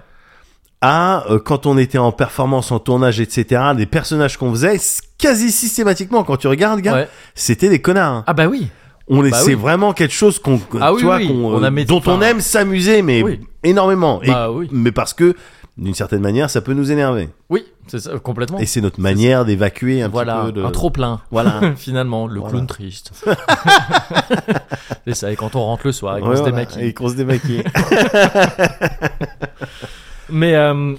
à euh, quand on était en performance, en tournage, etc. Des personnages qu'on faisait c- quasi systématiquement quand tu regardes, gars, ouais. c'était des connards. hein. Ah bah oui On est, bah c'est oui. vraiment quelque chose qu'on, que- Ah tu oui, vois, oui, qu'on, euh, on a mis- dont on enfin, aime s'amuser, mais oui. énormément. Et- Bah oui. Mais parce que d'une certaine manière, ça peut nous énerver. Oui, c'est ça, complètement. Et c'est notre manière d'évacuer un voilà, petit peu de. un trop plein. (laughs) (laughs) Voilà. Finalement, le Voilà. clown (laughs) triste. c'est ça, et quand on rentre le soir et qu'on Ouais, se voilà. démaquille. Et qu'on se (laughs) démaquille. Mais, euh,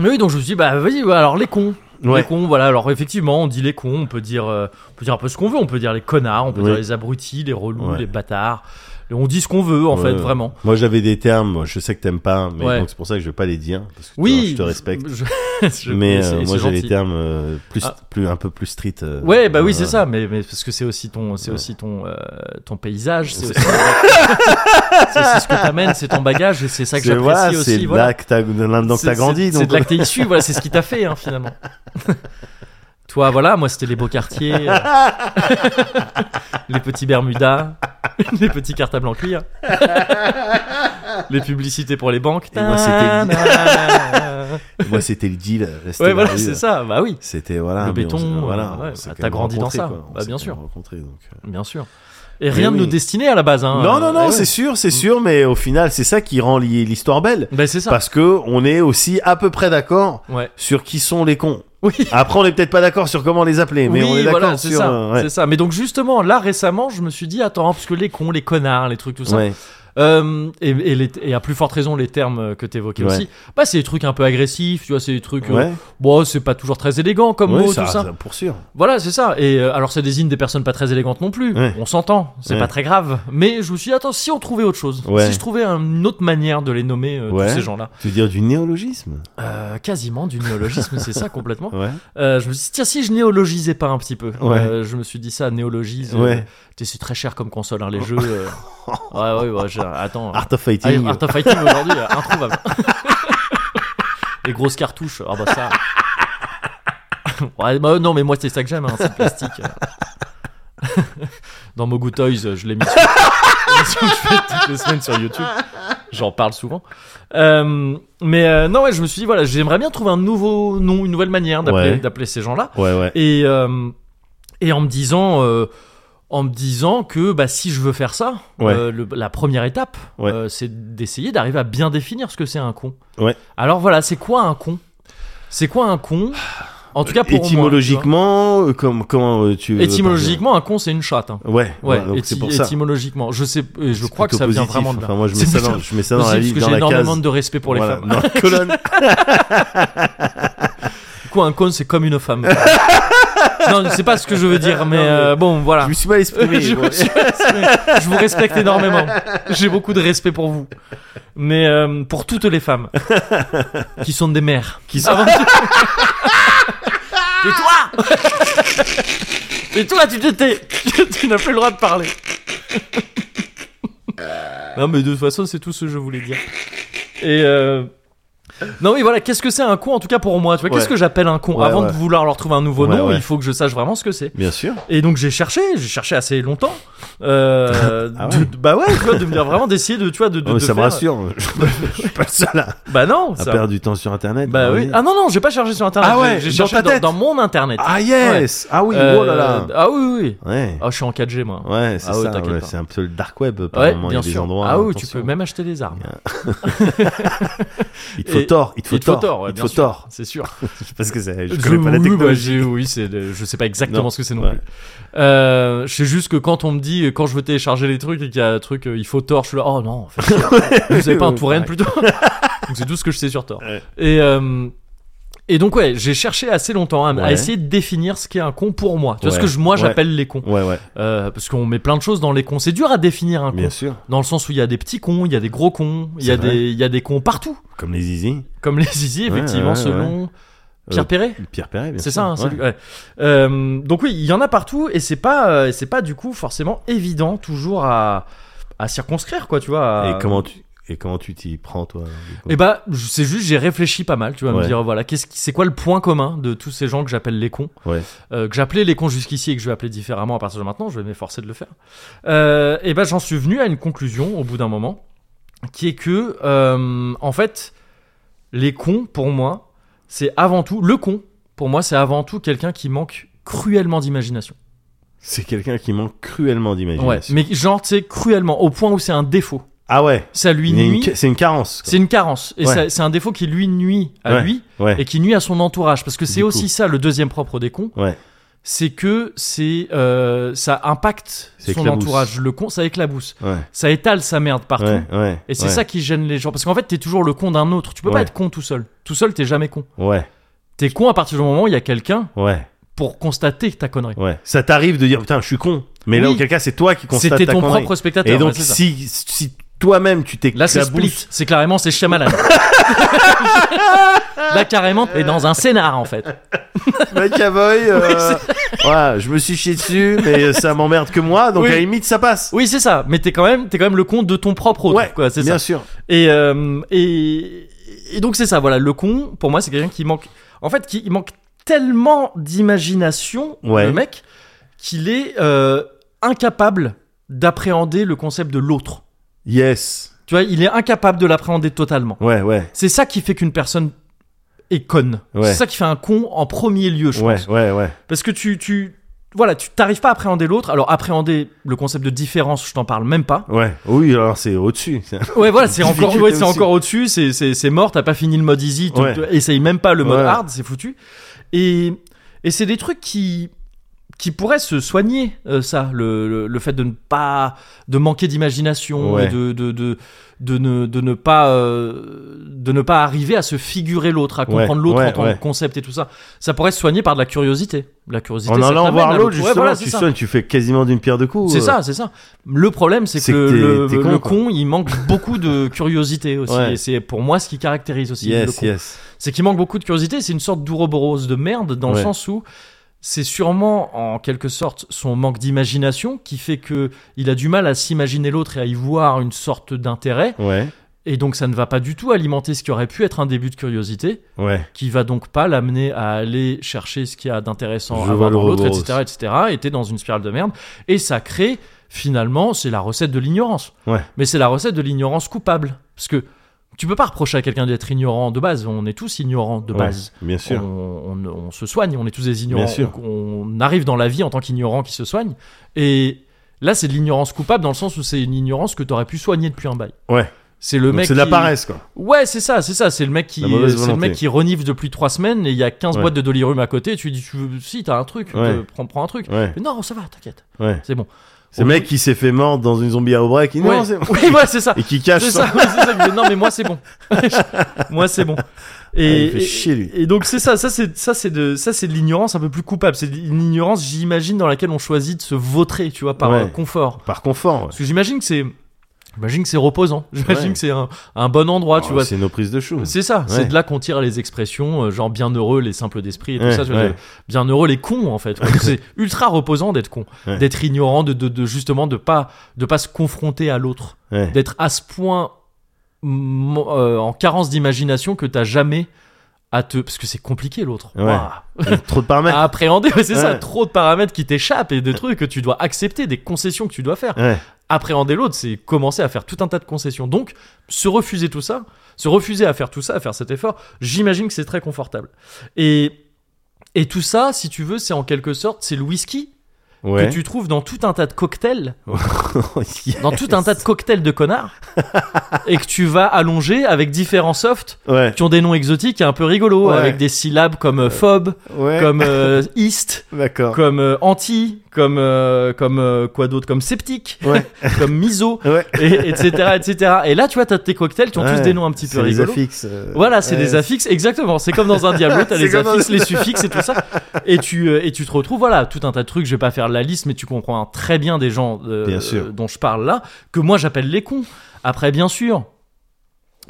mais oui, donc je me suis dit, bah vas-y, ouais, alors les cons. Ouais. Les cons, voilà, alors effectivement, on dit les cons, on peut dire, euh, on peut dire un peu ce qu'on veut, on peut dire les connards, on peut Oui. dire les abrutis, les relous, Ouais. les bâtards. Et on dit ce qu'on veut, en Ouais. fait, vraiment. Moi, j'avais des termes. moi, je sais que t'aimes pas, mais Ouais. donc c'est pour ça que je vais pas les dire. Parce que, tu vois, Oui, je te respecte. je- (laughs) je- mais c'est- euh, c'est moi, j'ai gentil. des termes euh, plus, Ah. plus, un peu plus street. euh, Ouais, bah oui, euh, c'est ça, mais, mais parce que c'est aussi ton, c'est aussi ton, euh, ton paysage, c'est aussi, C'est- (laughs) c'est aussi ce que t'amènes, c'est ton bagage, et c'est ça que C'est j'apprécie voilà, c'est aussi. de Voilà. là que t'as, de là dedans que C'est- t'as grandi. c'est- donc- C'est de là que t'es issu, voilà, c'est ce qui t'a fait, hein, finalement. (laughs) Toi, voilà, moi, c'était les beaux quartiers, euh, (laughs) les petits Bermudas, (laughs) les petits cartables en cuir, (laughs) les publicités pour les banques. Et moi, c'était le- Ta-na-na-na. (laughs) Moi, c'était le deal. (laughs) rester Ouais, dans la voilà, rue. c'est ça, bah oui, C'était Le voilà. mais on béton, s'est- euh, voilà. ouais, on s'est bah, quand t'as même grandi dans rencontrés, ça. quoi, on Bah, s'est bien quand sûr. même rencontrés, donc, euh. bien sûr. Et rien oui. de nous destinait à la base, hein. Non, non, non, Ouais, c'est ouais. sûr, c'est sûr, mais au final, c'est ça qui rend li- l'histoire belle. Ben, c'est ça. Parce que on est aussi à peu près d'accord Ouais. sur qui sont les cons. Oui. Après, on est peut-être pas d'accord sur comment les appeler, mais oui, on est d'accord voilà, c'est sur. ça, euh, ouais. c'est ça. Mais donc justement, là récemment, je me suis dit attends, parce que les cons, les connards, les trucs tout ça. Ouais. Euh, et, et les- et à plus forte raison, les termes euh, que tu évoquais Ouais. aussi. Bah, c'est des trucs un peu agressifs, tu vois, c'est des trucs. euh, Ouais. bon, c'est pas toujours très élégant comme Ouais, mot, ça, tout ça. ça, pour sûr. Voilà, c'est ça. Et euh, alors, ça désigne des personnes pas très élégantes non plus. Ouais. On s'entend, c'est Ouais. pas très grave. Mais je me suis dit, attends, si on trouvait autre chose, Ouais. si je trouvais une autre manière de les nommer, euh, Ouais. tous ces gens-là, Tu veux dire du néologisme Euh, quasiment du néologisme, (laughs) c'est ça complètement. Ouais. Euh, je me suis dit, tiens, si je néologisais pas un petit peu, Ouais. Euh, je me suis dit ça, néologise. euh, Ouais. Oh. t'es- c'est très cher comme console, hein, les jeux. (laughs) euh. Ouais, ouais, ouais, j'ai- attends. Art of Ah, Fighting. Art of Fighting aujourd'hui, euh, introuvable. (laughs) les grosses cartouches, ah bah ça. (laughs) Ouais, bah, non, mais moi c'est ça que j'aime, hein, c'est le plastique. euh. (laughs) Dans Mogu Toys, euh, je l'ai mis sur. (laughs) l'émission que je fais toutes les semaines sur YouTube. J'en parle souvent. Euh, mais euh, non, ouais, je me suis dit, voilà, j'aimerais bien trouver un nouveau nom, une nouvelle manière d'appeler Ouais. d'appeler ces gens-là. Ouais, ouais. Et, euh, et en me disant. euh, en me disant que bah, si je veux faire ça, Ouais. euh, le- la première étape, Ouais. euh, c'est d'essayer d'arriver à bien définir ce que c'est un con. Ouais. Alors voilà, c'est quoi un con C'est quoi un con En tout cas pour moi, tu vois. Étymologiquement, euh, comme, comment euh, tu. veux étymologiquement, un con c'est une chatte. hein. parler Ouais, Ouais, ouais, donc éti- c'est pour ça. étymologiquement. Je sais, et je C'est crois que plutôt ça vient positif. vraiment de là. Enfin, moi, je mets C'est ça dans, possible, je mets ça dans la parce liste, que dans j'ai la énormément case. de respect pour les Voilà, femmes. Dans la colonne. Du coup, un con c'est comme une (laughs) femme. non, c'est pas ce que je veux dire, mais Non, mais- euh, bon, voilà. Je me suis mal (laughs) exprimé. je, ouais. je- je vous respecte énormément. J'ai beaucoup de respect pour vous. Mais euh, pour toutes les femmes qui sont des mères. Qui sont... Et toi Et toi, tu t'étais. (laughs) Tu n'as plus le droit de parler. non, mais de toute façon, c'est tout ce que je voulais dire. Et. euh, Non oui voilà qu'est-ce que c'est un con en tout cas pour moi tu vois qu'est-ce Ouais. que j'appelle un con Ouais, avant ouais. de vouloir leur trouver un nouveau Ouais, nom ouais. il faut que je sache vraiment ce que c'est Bien sûr. et donc j'ai cherché, j'ai cherché assez longtemps. euh, (laughs) Ah de- ouais. de- bah ouais, tu vois, de me dire vraiment d'essayer de, tu vois, de, de- Non, mais de ça me faire- rassure. Je suis pas le seul à, Bah non, à ça. perdre du temps sur Internet. Bah oui. Ah non non, j'ai pas cherché sur internet. Ah ouais, j'ai dans cherché ta dans, tête. dans mon internet. Ah yes. Ah oui. Euh, Oh là là. Ah oui oui. oui. Ouais. Ah je suis en 4G moi. Ouais, c'est Ah ouais, ça. t'inquiète ouais, pas. C'est un peu le dark web par Ouais, moment. bien il y a sûr. des endroits. ah oui, tu attention. peux même acheter des armes. Il te faut Et- tort. Il te faut Il te faut tort. tort, ouais, il te bien faut sûr. tort. C'est sûr. Je sais pas ce que c'est. Je Je- connais pas la oui, bah, technologie. j'ai- oui, c'est le- je sais pas exactement Non. ce que c'est non Ouais. plus. Euh, je sais juste que quand on me dit, quand je veux télécharger les trucs et qu'il y a un truc, euh, il faut Tor, je suis là, oh non, en fait, (laughs) vous savez pas un Touraine plutôt Donc c'est tout ce que je sais sur Tor. Ouais. Et, euh, et donc ouais, j'ai cherché assez longtemps à, à Ouais. essayer de définir ce qu'est un con pour moi. Tu vois ce Ouais. que je- moi Ouais. j'appelle les cons. Ouais, ouais. Euh, parce qu'on met plein de choses dans les cons. C'est dur à définir un con. Bien sûr. Dans le sens où il y a des petits cons, il y a des gros cons, il y, a C'est vrai. des- il y a des cons partout. Comme les Zizi. Comme les zizi, Ouais, effectivement, ouais, selon Pierre Euh, Perret. Pierre Perret, bien C'est sûr. ça, hein, Ouais. celui- ouais. Euh, donc oui, il y en a partout et c'est pas, euh, c'est pas du coup forcément évident toujours à, à circonscrire quoi, tu vois. à- Et comment tu et comment tu t'y prends toi du coup Eh bah, je- c'est juste j'ai réfléchi pas mal, tu vas me Ouais. dire voilà, qu'est-ce qui, c'est quoi le point commun de tous ces gens que j'appelle les cons, Ouais. Euh, que j'appelais les cons jusqu'ici et que je vais appeler différemment à partir de maintenant, je vais m'efforcer de le faire. Euh, et bah, j'en suis venu à une conclusion au bout d'un moment, qui est que euh, en fait, les cons pour moi, c'est avant tout le con. Pour moi, c'est avant tout quelqu'un qui manque cruellement d'imagination. C'est quelqu'un qui manque cruellement Ouais, d'imagination. mais genre, tu sais, cruellement, au point où c'est un défaut. Ah ouais. Ça lui Il y a une nuit. ca- C'est une carence. quoi. C'est une carence. Et Ouais. ça- c'est un défaut qui lui nuit à Ouais. lui Ouais. et qui nuit à son entourage. Parce que c'est Du aussi coup. ça le deuxième propre des cons. Ouais. C'est que c'est euh, ça impacte C'est son éclabousse. entourage. Le con, ça éclabousse. Ouais. Ça étale sa merde partout. Ouais. Ouais. Et c'est ouais. ça qui gêne les gens. Parce qu'en fait, t'es toujours le con d'un autre. Tu peux pas Ouais. être con tout seul. Tout seul, t'es jamais con. Ouais. T'es con à partir du moment où il y a quelqu'un Ouais. pour constater ta connerie. Ouais. Ça t'arrive de dire putain, je suis con. Mais là, Oui. auquel cas, c'est toi qui constates C'était ta ton connerie. propre spectateur. Et donc, ouais, c'est ça. si, si toi-même tu Là, c'est t'éclabousses, (laughs) Split. C'est clairement, c'est Shyamalan. Là, carrément, t'es dans un scénar, en fait. (laughs) McAvoy, euh, voilà, je me suis chié dessus, mais ça m'emmerde que moi, donc Oui. à la limite, ça passe. Oui, c'est ça. Mais t'es quand même, t'es quand même le con de ton propre autre, ouais, quoi. C'est bien ça. sûr. Et, euh, et, et donc, c'est ça. Voilà, le con, pour moi, c'est quelqu'un qui manque, en fait, qui il manque tellement d'imagination, Ouais. le mec, qu'il est euh, incapable d'appréhender le concept de l'autre. Yes. Tu vois, il est incapable de l'appréhender totalement. Ouais, ouais. C'est ça qui fait qu'une personne est conne. Ouais. C'est ça qui fait un con en premier lieu, je pense. Ouais, ouais, ouais. Parce que tu, tu voilà, tu t'arrives pas à appréhender l'autre. Alors appréhender le concept de différence, je t'en parle même pas. Ouais. Oui, alors c'est au-dessus. C'est- (laughs) Ouais, voilà, c'est Difficulté encore, ouais, c'est aussi. encore au-dessus, c'est, c'est, c'est mort. T'as pas fini le mode easy, tu- Ouais. tu- essaye même pas le mode Ouais. hard, c'est foutu. Et et c'est des trucs qui qui pourrait se soigner euh, ça, le, le, le fait de ne pas de manquer d'imagination Ouais. et de de, de, de ne, de ne pas euh, de ne pas arriver à se figurer l'autre, à Ouais, comprendre l'autre ouais, en tant ouais. que concept et tout ça. Ça pourrait se soigner par de la curiosité. La curiosité. En ça allant t'amène à voir l'autre, Ouais, justement, voilà, c'est tu ça. sonnes, tu fais quasiment d'une pierre deux coups. C'est euh. ça, c'est ça. Le problème, c'est que, C'est que t'es- le, t'es con, le quoi. con, il manque beaucoup de (laughs) curiosité aussi. Ouais. Et c'est pour moi ce qui caractérise aussi le Yes, con. yes. C'est qu'il manque beaucoup de curiosité. C'est une sorte d'ouroboros de merde dans le Ouais. sens où c'est sûrement en quelque sorte son manque d'imagination qui fait que il a du mal à s'imaginer l'autre et à y voir une sorte d'intérêt. Ouais, Et donc ça ne va pas du tout alimenter ce qui aurait pu être un début de curiosité, ouais. qui va donc pas l'amener à aller chercher ce qu'il y a d'intéressant Je à vois voir dans le l'autre, rebours etc., etc. Et t'es dans une spirale de merde. Et ça crée, finalement, c'est la recette de l'ignorance. Ouais. Mais c'est la recette de l'ignorance coupable. Parce que tu peux pas reprocher à quelqu'un d'être ignorant de base. On est tous ignorants de Ouais, base. Bien On, sûr. on- on se soigne, on est tous des ignorants. Bien sûr. On, on arrive dans la vie en tant qu'ignorant qui se soigne. Et là, c'est de l'ignorance coupable dans le sens où c'est une ignorance que t'aurais pu soigner depuis un bail. Ouais. C'est le Donc mec C'est de la qui- paresse, quoi. Ouais, c'est ça, c'est ça. C'est le mec qui, La mauvaise c'est le volonté. mec qui renifle depuis trois semaines et il y a 15 Ouais. boîtes de Dolirum à côté. Et tu lui dis, tu veux- si t'as un truc, Ouais. te- prends, prends un truc. Ouais, Mais non, ça va, t'inquiète, ouais. c'est bon. Ce Au- mec qui s'est fait mordre dans une zombie à break, il dit, Ouais. non, c'est Oui, voilà, c'est ça. Et qui cache C'est son- ça, ouais, c'est ça que je dis, Non, mais moi c'est (laughs) bon. moi c'est bon. Et, Ah, il fait et- chier, lui. et donc c'est ça, ça c'est ça c'est de ça c'est de l'ignorance un peu plus coupable. C'est de l'ignorance, j'imagine, dans laquelle on choisit de se vautrer, tu vois, par Ouais. euh, confort. par confort. ouais. Parce que j'imagine que c'est, j'imagine que c'est reposant. J'imagine Ouais. que c'est un, un bon endroit, tu Oh, vois. C'est nos prises de chou. C'est ça, c'est Ouais. de là qu'on tire les expressions, euh, genre bien heureux, les simples d'esprit et tout Ouais, ça. tu vois, ouais. de- Bien heureux, les cons en fait. (laughs) c'est ultra reposant d'être con, Ouais. d'être ignorant, de, de, de- justement de pas de pas se confronter à l'autre, (laughs) Ouais. d'être à ce point mm, euh, en carence d'imagination que t'as jamais à te parce que c'est compliqué l'autre. Ouais. Ouah. Trop de paramètres. À appréhender, (laughs) ouais, c'est ça, Ouais. trop de paramètres qui t'échappent et de trucs que tu dois accepter, des concessions que tu dois faire Ouais. appréhender l'autre, c'est commencer à faire tout un tas de concessions. Donc, se refuser tout ça, se refuser à faire tout ça, à faire cet effort, j'imagine que c'est très confortable. Et, et tout ça, si tu veux, c'est en quelque sorte, c'est le whisky Ouais. que (laughs) tu trouves dans tout un tas de cocktails, Yeah. dans (laughs) tout un tas de cocktails de connards, et que tu vas allonger avec différents softs Ouais. qui ont des noms exotiques et un peu rigolos, Ouais. avec des syllabes comme euh, phobe, Ouais. comme euh, east, D'accord. comme euh, anti, comme, euh, comme euh, quoi d'autre, comme sceptique, Ouais. (laughs) comme miso Ouais. et, etc., etc. Et là, tu vois, t'as tes cocktails qui ont tous Ouais. des noms un petit peu C'est les rigolos. affixes. euh, Voilà, c'est ouais. des affixes, exactement. C'est comme dans un Diablo, t'as (laughs) C'est les comme dans- affixes, les suffixes et tout ça. Et tu, euh, et tu te retrouves, voilà, tout un tas de trucs. Je vais pas faire la liste, mais tu comprends très bien des gens euh, Bien sûr. euh, dont je parle là, que moi j'appelle les cons. Après, bien sûr,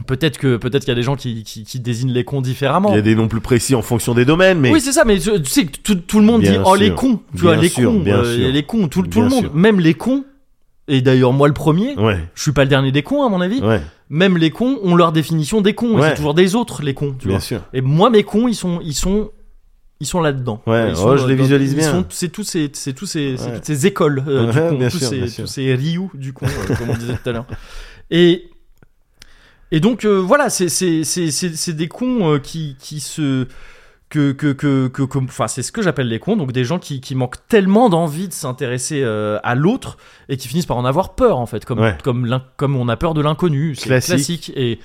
peut-être que peut-être qu'il y a des gens qui, qui, qui désignent les cons différemment. Il y a des noms plus précis en fonction des domaines, mais Oui, c'est ça, mais tu tu sais que tout, tout le monde Bien dit oh sûr. les cons, tu Bien vois, les sûr, cons, bien euh, sûr. les cons, tout, tout Bien le monde, sûr. même les cons. Et d'ailleurs, moi le premier, ouais, je suis pas le dernier des cons, à mon avis. ouais, Même les cons ont leur définition des cons. et Ouais. C'est toujours des autres, les cons. Tu bien vois. sûr. Et moi, mes cons, ils sont, ils sont, ils sont là-dedans. Ouais, Ils sont oh, je les dans- visualise ils bien. sont- C'est tous ces, c'est tous ces, c'est Ouais. toutes ces écoles euh, du Ouais, con, bien tous, sûr, ces, bien tous sûr. ces Ryu du con, euh, comme on disait tout à l'heure. Et et donc euh, voilà, c'est c'est c'est c'est c'est des cons euh, qui qui se que que que que comme enfin c'est ce que j'appelle les cons donc des gens qui qui manquent tellement d'envie de s'intéresser euh, à l'autre et qui finissent par en avoir peur en fait comme Ouais. comme l'in- comme on a peur de l'inconnu c'est classique. Classique. et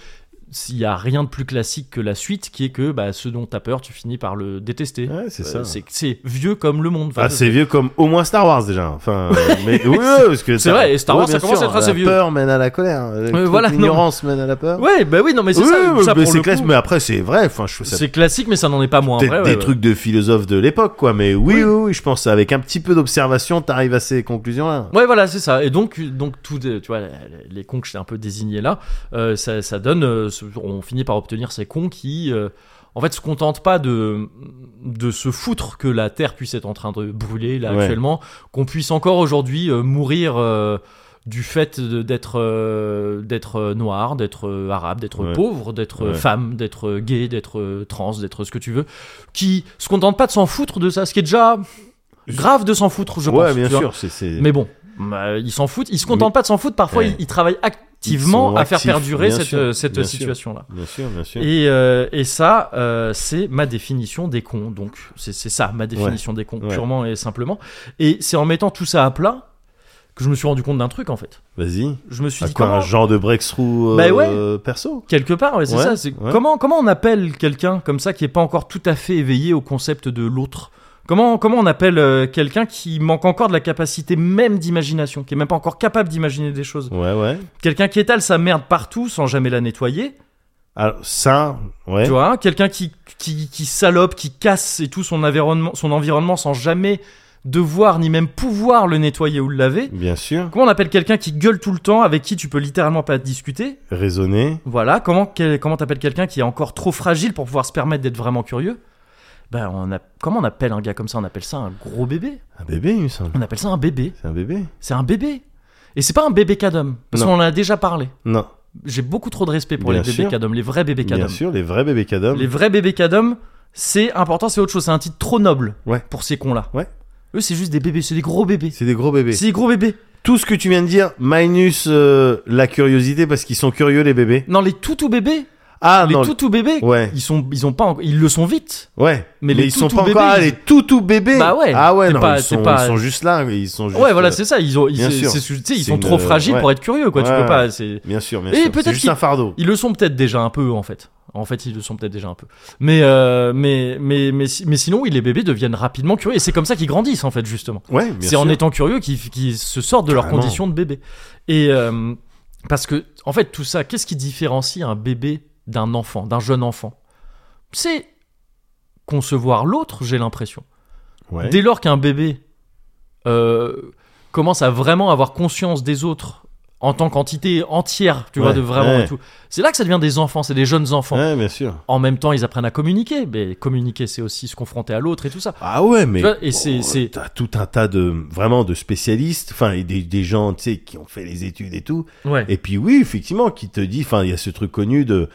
s'il y a rien de plus classique que la suite qui est que bah ce dont t'as peur tu finis par le détester Ouais, Ah, c'est Euh, ça. c'est c'est vieux comme le monde Enfin, Ah, c'est vieux comme au moins Star Wars déjà. (laughs) Enfin, euh, mais oui, ouais, parce que C'est ça- vrai, et Star Wars, ouais, ça bien commence à être sûr, assez vieux. La peur mène à la colère. Toute voilà, non. L'ignorance mène à la peur. ouais bah oui non mais c'est Oui, ça, oui, ça mais pour c'est le coup, classe, mais après c'est vrai. Enfin, je trouve ça c'est classique mais ça n'en est pas moins peut-être vrai des ouais, ouais. trucs de philosophes de l'époque, quoi. Mais oui, Oui. oui, oui, je pense avec un petit peu d'observation, t'arrives à ces conclusions-là. Ouais, voilà, c'est ça. Et donc, donc tout, euh, tu vois, les- les cons que j'ai un peu désignés là, euh, ça, ça donne, euh, ce- on finit par obtenir ces cons qui, euh, en fait, se contentent pas de de se foutre que la Terre puisse être en train de brûler là Ouais. actuellement, qu'on puisse encore aujourd'hui euh, mourir. euh, du fait de- d'être euh, d'être euh, noir, d'être euh, arabe, d'être Ouais. pauvre, d'être euh, Ouais. femme, d'être euh, gay, d'être euh, trans, d'être ce que tu veux, qui se contentent pas de s'en foutre de ça, ce qui est déjà grave de s'en foutre, je ouais, pense. bien tu vois. sûr. c'est- C'est Mais bon, bah, ils s'en foutent, ils se contentent Mais- pas de s'en foutre, parfois Ouais. ils, ils travaillent Ils activement sont à faire actifs, perdurer bien cette, sûr, euh, cette bien sûr. situation-là. Bien sûr, bien sûr. Et, euh, et ça, euh, c'est ma définition des cons, donc c'est c'est ça, ma définition des cons, Ouais. purement et simplement. Et c'est en mettant tout ça à plat que je me suis rendu compte d'un truc en fait. Vas-y. Je me suis À dit quoi comment, un genre de breakthrough euh, Bah ouais. euh, perso quelque part, ouais, c'est Ouais, ça, c'est ouais. comment, comment on appelle quelqu'un comme ça qui est pas encore tout à fait éveillé au concept de l'autre Comment, comment on appelle euh, quelqu'un qui manque encore de la capacité même d'imagination, qui est même pas encore capable d'imaginer des choses Ouais, ouais. Quelqu'un qui étale sa merde partout sans jamais la nettoyer, Alors, ça, ouais. tu vois, hein, quelqu'un qui, qui, qui salope, qui casse et tout son environnement, son environnement sans jamais devoir ni même pouvoir le nettoyer ou le laver. Bien sûr. Comment on appelle quelqu'un qui gueule tout le temps, avec qui tu peux littéralement pas discuter Raisonner. Voilà, comment quel- comment t'appelles quelqu'un qui est encore trop fragile pour pouvoir se permettre d'être vraiment curieux Ben on a comment on appelle un gars comme ça On appelle ça un gros bébé. Un bébé, il me semble. On appelle ça un bébé. C'est un bébé C'est un bébé. Et c'est pas un bébé cadom parce Non. qu'on en a déjà parlé. Non. J'ai beaucoup trop de respect pour Bien les bébés sûr. cadom, les vrais bébés Bien cadom. sûr, les vrais bébés cadom. Les vrais bébés cadom, c'est important, c'est autre chose, c'est un titre trop noble Ouais. pour ces cons là. Ouais. Eux c'est juste des bébés, c'est des gros bébés. C'est des gros bébés. C'est des gros bébés. Tout ce que tu viens de dire, minus euh, la curiosité, parce qu'ils sont curieux, les bébés. Non, les toutous bébés, Ah, les non. toutous bébés, Ouais. ils sont ils ont pas en- ils le sont vite. Ouais. Mais les ils sont toutous pas encore. bébés, Ah, ils- les tout tout bébés. Bah ouais, Ah ouais, t'es non, pas- ils, sont, t'es pas- ils sont juste là. Ils sont juste. Ouais, voilà, euh, c'est ça. Ils ont, ils, bien c'est- sûr. c'est- tu sais, ils C'est sont une, trop euh, fragiles ouais. pour être curieux, quoi. Tu Ouais, peux ouais. pas. c'est- Bien sûr, bien Et sûr. peut-être C'est juste qu'ils- un fardeau. Ils le sont peut-être déjà un peu, en fait. En fait, ils le sont peut-être déjà un peu. Mais, euh, mais, mais, mais, si- mais sinon, oui, les bébés deviennent rapidement curieux. Et c'est comme ça qu'ils grandissent, en fait, justement. Ouais, bien C'est sûr. en étant curieux qu'ils qu'ils se sortent de leur Carrément. condition de bébé. Et euh, parce que, en fait, tout ça, qu'est-ce qui différencie un bébé d'un enfant, d'un jeune enfant C'est concevoir l'autre, j'ai l'impression. Ouais. Dès lors qu'un bébé euh, commence à vraiment avoir conscience des autres en tant qu'entité entière, tu vois, Ouais, de vraiment ouais. et tout, c'est là que ça devient des enfants, c'est des jeunes enfants. Ouais, bien sûr. En même temps, ils apprennent à communiquer, mais communiquer, c'est aussi se confronter à l'autre et tout ça. Ah ouais, mais Tu vois, et c'est- oh, c'est- t'as tout un tas de vraiment de spécialistes, enfin et des, des gens tu sais qui ont fait les études et tout. Ouais. Et puis oui, effectivement, qui te dit, enfin il y a ce truc connu de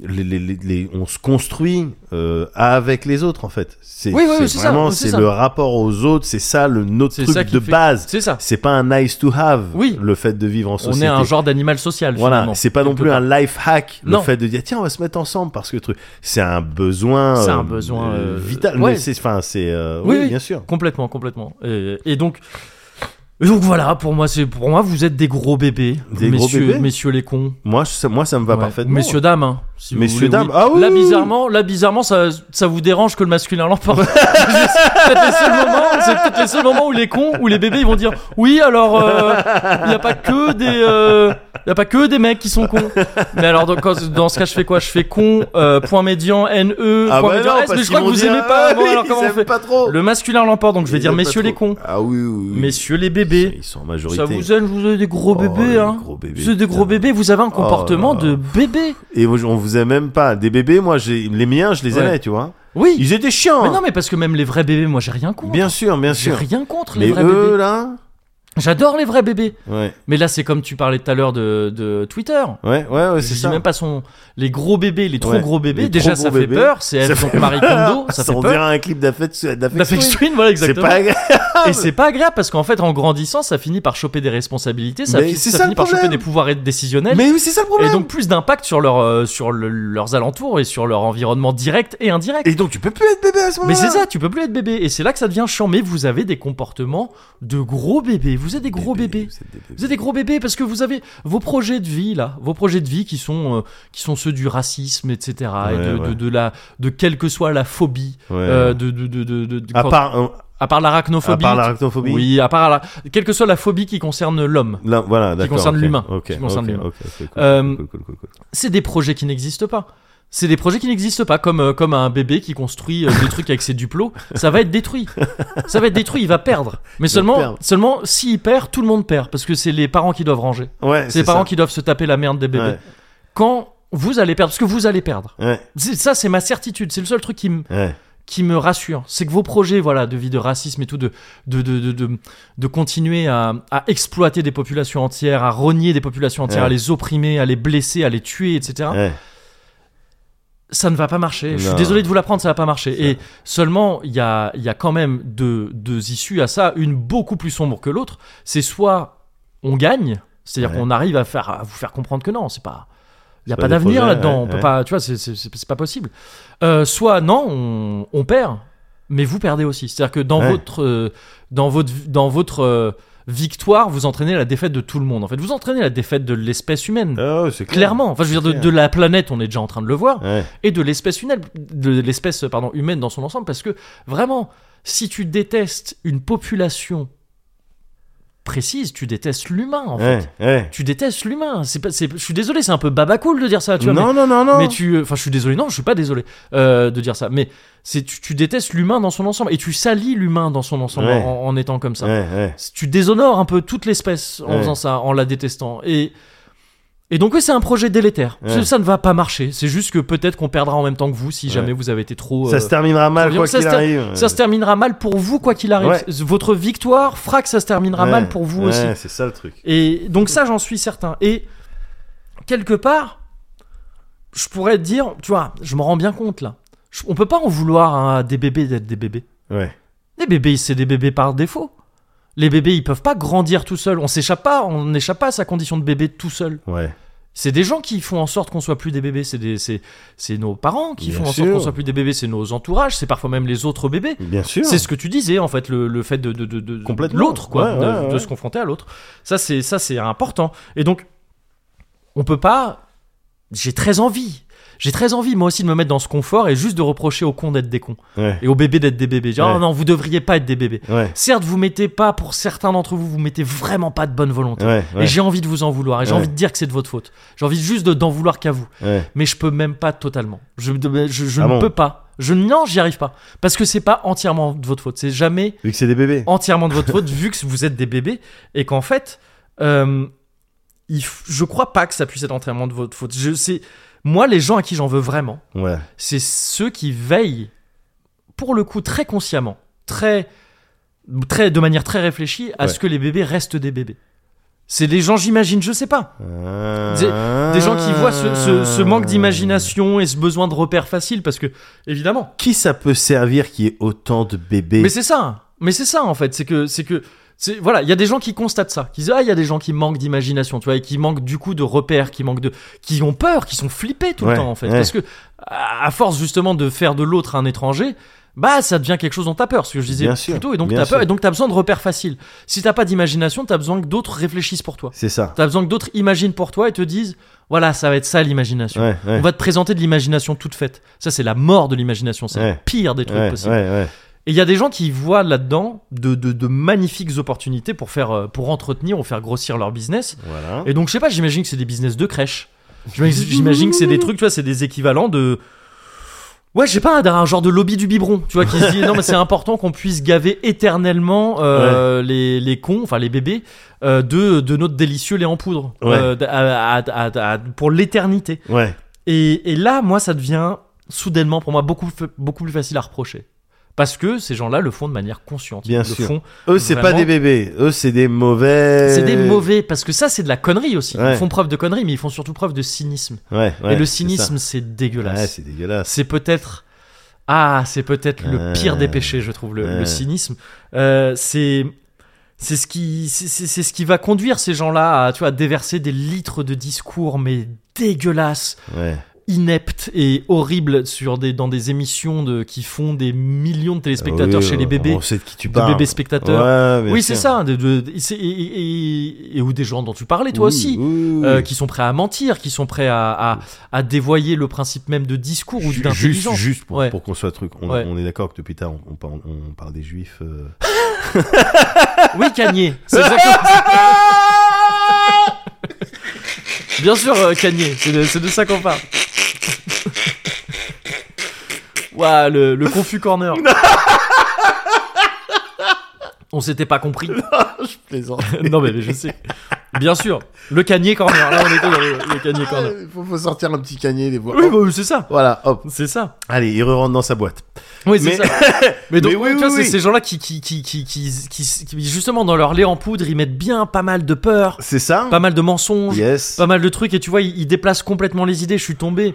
les, les- les- les- on se construit euh, avec les autres en fait. C'est Oui, oui, oui, c'est c'est ça, vraiment oui, c'est c'est ça. le rapport aux autres, c'est ça le notre C'est truc ça qui de fait- base. C'est ça. C'est pas un nice to have. Oui. Le fait de vivre en société. On est un genre d'animal social. Voilà, finalement, c'est pas non quelque plus part. un life hack, Non. le fait de dire tiens on va se mettre ensemble parce que truc, c'est un besoin, C'est un euh, besoin, euh, euh, vital, ouais. mais c'est enfin c'est euh, Oui, oui, oui. bien sûr. Complètement, complètement. Et, et donc. et donc voilà, pour moi, c'est pour moi, vous êtes des gros bébés, Des gros messieurs, bébés messieurs les cons. Moi ça, moi ça me va Ouais. parfaitement. Messieurs dames, hein, si vous Messieurs, voulez, dames. Ah oui, Là oui, oui. bizarrement, là bizarrement, ça, ça vous dérange que le masculin l'emporte. (laughs) c'est peut-être les seuls moments, c'est peut-être les seuls moments où les cons, où les bébés, ils vont dire oui. Alors, il n'y a pas que des, euh, y a pas que des mecs qui sont cons. Mais alors, dans, quand- dans ce cas, je fais quoi Je fais con euh, point médian N E Ah point bah médian non, S. parce Mais je crois que qu'ils vous vont aimez dire, pas. ah bon, oui, alors comment ils on aiment fait pas trop. Le masculin l'emporte, donc je vais Ils dire aiment pas messieurs les trop. cons, Ah oui, oui, oui. messieurs les Ils sont- bébés. ils sont en majorité. Ça vous aime, vous avez des gros Oh, bébés, les hein gros bébés, C'est des gros putain. bébés, vous avez un Oh là comportement là. de bébé. Et moi, je- on vous aime même pas des bébés, moi j'ai les miens, je les Ouais. aimais, tu vois. Oui. Ils étaient chiants. Mais non, mais parce que même les vrais bébés, moi j'ai rien contre. Bien sûr, bien J'ai sûr. rien contre les Mais vrais eux bébés. là, J'adore les vrais bébés. ouais. Mais là, c'est comme tu parlais tout à l'heure de, de Twitter. Ouais, ouais, ouais, Je c'est dis ça. même pas son. Les gros bébés, les trop Ouais. gros bébés, Les déjà trop ça gros fait bébés. peur. C'est elles, Ça donc fait- Marie Kondo, ça fait on peur. dirait un clip d'affect- D'Afex (laughs) d'affection. Twin, voilà C'est exactement. pas agréable. Et c'est pas agréable parce qu'en fait, en grandissant, ça finit par choper des responsabilités, ça, Mais fi- c'est ça ça finit le par choper problème. des pouvoirs décisionnels. Mais oui, c'est ça le Et problème. donc plus d'impact sur, leur, euh, sur le- leurs alentours et sur leur environnement direct et indirect. Et donc tu peux plus être bébé à ce moment-là. Mais c'est ça, tu peux plus être bébé. Et c'est là que ça devient chiant. Mais vous avez des comportements de gros bébés. Vous êtes des gros bébés. Vous êtes des gros bébés parce que vous avez vos projets de vie là, vos projets de vie qui sont euh, qui sont ceux du racisme, etc. et Ouais, de, ouais. de, de la de quelle que soit la phobie, Ouais. euh, de, de, de, de- de- de- à quand- part, euh, à part à l'arachnophobie. part l'arachnophobie. Oui, à part la, quelle que soit la phobie qui concerne l'homme. Là, voilà, d'accord. concerne ok. l'humain. Ok, Qui concerne ok, l'humain. ok, ok, cool, Euh, cool, cool, cool, cool. c'est des projets qui n'existent pas. C'est des projets qui n'existent pas, comme, euh, comme un bébé qui construit euh, des trucs avec ses duplos, ça va être détruit. Ça va être détruit, il va perdre. Mais seulement, perdre. seulement s'il perd, tout le monde perd, parce que c'est les parents qui doivent ranger. Ouais, C'est les parents ça. qui doivent se taper la merde des bébés. Ouais. Quand vous allez perdre, parce que vous allez perdre. Ouais, C'est- Ça, c'est ma certitude, c'est le seul truc qui me, ouais. qui me rassure, c'est que vos projets voilà, de vie de racisme et tout, de, de, de, de, de, de continuer à, à exploiter des populations entières, à rogner des populations entières, Ouais. à les opprimer, à les blesser, à les tuer, etc ouais. ça ne va pas marcher. Je suis Non. désolé de vous l'apprendre, ça va pas marcher. Et seulement, il y a, il y a quand même deux, deux issues à ça, une beaucoup plus sombre que l'autre. C'est soit on gagne, c'est-à-dire Ouais. qu'on arrive à, faire, à vous faire comprendre que non, c'est pas. Il n'y a pas pas des d'avenir projets, là-dedans, ouais, on peut ouais. pas, tu vois, c'est- c'est c'est- c'est pas possible. Euh, soit non, on, on perd, mais vous perdez aussi. C'est-à-dire que dans Ouais. votre, euh, dans votre, dans votre euh, victoire, vous entraînez la défaite de tout le monde. En fait, vous entraînez la défaite de l'espèce humaine. Ah ouais, c'est clair. Clairement, enfin je veux dire de, clair. de la planète, on est déjà en train de le voir, Ouais. et de l'espèce humaine, de l'espèce pardon humaine dans son ensemble, parce que vraiment, si tu détestes une population précise, tu détestes l'humain en fait. Ouais, ouais. Tu détestes l'humain. C'est pas, c'est, je suis désolé, c'est un peu babacool de dire ça, tu vois. mais- non, non, non, non. mais tu, enfin, je suis désolé, non, je suis pas désolé euh, de dire ça, mais c'est tu, tu détestes l'humain dans son ensemble et tu salis l'humain dans son ensemble Ouais. en, en étant comme ça. Ouais, ouais. Tu déshonores un peu toute l'espèce en Ouais. faisant ça, en la détestant. Et et donc oui, c'est un projet délétère. Ouais. Ça- Ça ne va pas marcher. C'est juste que peut-être qu'on perdra en même temps que vous si jamais vous avez été trop. euh, Ça se terminera mal ça quoi se qu'il ter- arrive. ça se terminera mal pour vous quoi qu'il arrive. Ouais. Votre victoire fera que ça se terminera Ouais, mal pour vous ouais, aussi. c'est ça le truc. Et donc ça, j'en suis certain. Et quelque part, je pourrais te dire, tu vois, je me rends bien compte là. Je- on peut pas en vouloir hein, à des bébés d'être des bébés. Ouais. Les bébés, c'est des bébés par défaut. Les bébés, ils peuvent pas grandir tout seuls. On s'échappe pas, on n'échappe pas à sa condition de bébé tout seul. Ouais. C'est des gens qui font en sorte qu'on soit plus des bébés. C'est des- c'est c'est nos parents qui Bien font en sorte sûr. qu'on soit plus des bébés. C'est nos entourages. C'est parfois même les autres bébés. Bien sûr. C'est ce que tu disais en fait, le, le fait de, de, de- de- Complètement. l'autre quoi, Ouais, de, ouais, ouais. de se confronter à l'autre. Ça c'est ça c'est important. Et donc on peut pas. J'ai très envie. J'ai très envie moi aussi de me mettre dans ce confort et juste de reprocher aux cons d'être des cons Ouais. et aux bébés d'être des bébés. Genre Ouais. oh non vous devriez pas être des bébés. Ouais. Certes vous mettez pas pour certains d'entre vous vous mettez vraiment pas de bonne volonté. Ouais. Et Ouais. j'ai envie de vous en vouloir et j'ai Ouais. envie de dire que c'est de votre faute. J'ai envie juste de- d'en vouloir qu'à vous Ouais. mais je peux même pas totalement. Je, je, je Ah ne bon peux pas. Je non, j'y arrive pas parce que c'est pas entièrement de votre faute. C'est jamais Vu que c'est des bébés. entièrement de votre faute vu que vous êtes des bébés et qu'en fait, euh, il f- je crois pas que ça puisse être entièrement de votre faute. Je sais, moi, les gens à qui j'en veux vraiment, Ouais. c'est ceux qui veillent, pour le coup, très consciemment, très, très, de manière très réfléchie, à Ouais. ce que les bébés restent des bébés. C'est les gens, j'imagine, je sais pas. Des, Des gens qui voient ce, ce- ce manque d'imagination et ce besoin de repères faciles, parce que, évidemment. Qui ça peut servir qui est autant de bébés Mais c'est ça, hein. mais c'est ça en fait, c'est que, c'est que, c'est, voilà, il y a des gens qui constatent ça, qui disent, ah, il y a des gens qui manquent d'imagination, tu vois, et qui manquent du coup de repères, qui manquent de, qui ont peur, qui sont flippés tout Ouais, le temps en fait, ouais. parce que, à à force justement de faire de l'autre un étranger, bah, ça devient quelque chose dont t'as peur, ce que je disais Bien plus sûr, tôt, et donc bien t'as sûr. peur, et donc t'as besoin de repères faciles. Si t'as pas d'imagination, t'as besoin que d'autres réfléchissent pour toi. C'est ça. T'as besoin que d'autres imaginent pour toi et te disent, voilà, ça va être ça l'imagination. Ouais, ouais. On va te présenter de l'imagination toute faite. Ça, c'est la mort de l'imagination. C'est le Ouais. pire des trucs Ouais, possibles. ouais, Et il y a des gens qui voient là-dedans de, de- de magnifiques opportunités pour, faire, euh, pour entretenir ou faire grossir leur business. Voilà. Et donc, je sais pas, j'imagine que c'est des business de crèche. J'imagine j'imagine que c'est des trucs, tu vois, c'est des équivalents de. Ouais, je sais pas, d'un genre de lobby du biberon, tu vois, qui se dit (laughs) non, mais c'est important qu'on puisse gaver éternellement euh, les, les cons, enfin les bébés, euh, de, de notre délicieux lait en poudre, Ouais. euh, d- à- à- à- à- pour l'éternité. Ouais. Et, et là, moi, ça devient soudainement pour moi beaucoup, fa- beaucoup plus facile à reprocher. Parce que ces gens-là le font de manière consciente. Bien Ils le sûr. font. Eux, c'est pas Vraiment. des bébés. Eux, c'est des mauvais. C'est des mauvais, parce que ça, c'est de la connerie aussi. Ouais. Ils font preuve de connerie, mais ils font surtout preuve de cynisme. Ouais, ouais, et le c'est cynisme, c'est ça. Ouais, dégueulasse. c'est dégueulasse. c'est peut-être. Ah, c'est peut-être le Ouais. pire des péchés, je trouve, le, le Ouais. cynisme. Euh, c'est. C'est ce qui, c'est- c'est c'est ce qui va conduire ces gens-là à, tu vois, à déverser des litres de discours, mais dégueulasses, Ouais. inepte et horrible sur des, dans des émissions de, qui font des millions de téléspectateurs Ah Oui, chez les bébés, On sait de qui tu de parles. bébés spectateurs. Ouais, bien oui, c'est sûr. ça, de- de- de- c'est- et, et- et- et- ou des gens dont tu parlais toi Oui, aussi, oui, oui. euh, qui sont prêts à mentir, qui sont prêts à, à, à dévoyer le principe même de discours ou Ju- d'intelligence. Juste, juste pour, Ouais. pour qu'on soit truc. On, Ouais. on est d'accord que depuis tard, on, on parle, on parle des juifs. (laughs) euh. Oui, Kanye, c'est exactement Bien sûr, euh, Kanye, c'est de, c'est de ça qu'on parle. Ouah, le, le confus corner. On s'était pas compris. Je plaisante. non, mais je sais. Bien sûr, le Kanye corner. Là, on était dans le, le Kanye corner. Il faut, faut sortir un petit canier les voir. Oui, bah, c'est ça. Voilà, hop. C'est ça. Allez, il re-rentre dans sa boîte. Oui, c'est Mais- ça. (laughs) Mais donc, Mais oui, tu vois, oui, c'est oui. ces gens-là qui, qui, qui, qui, qui, qui- qui- justement, dans leur lait en poudre, ils mettent bien pas mal de peur, C'est ça pas mal de mensonges, Yes. pas mal de trucs et tu vois il, il déplace complètement les idées je suis tombé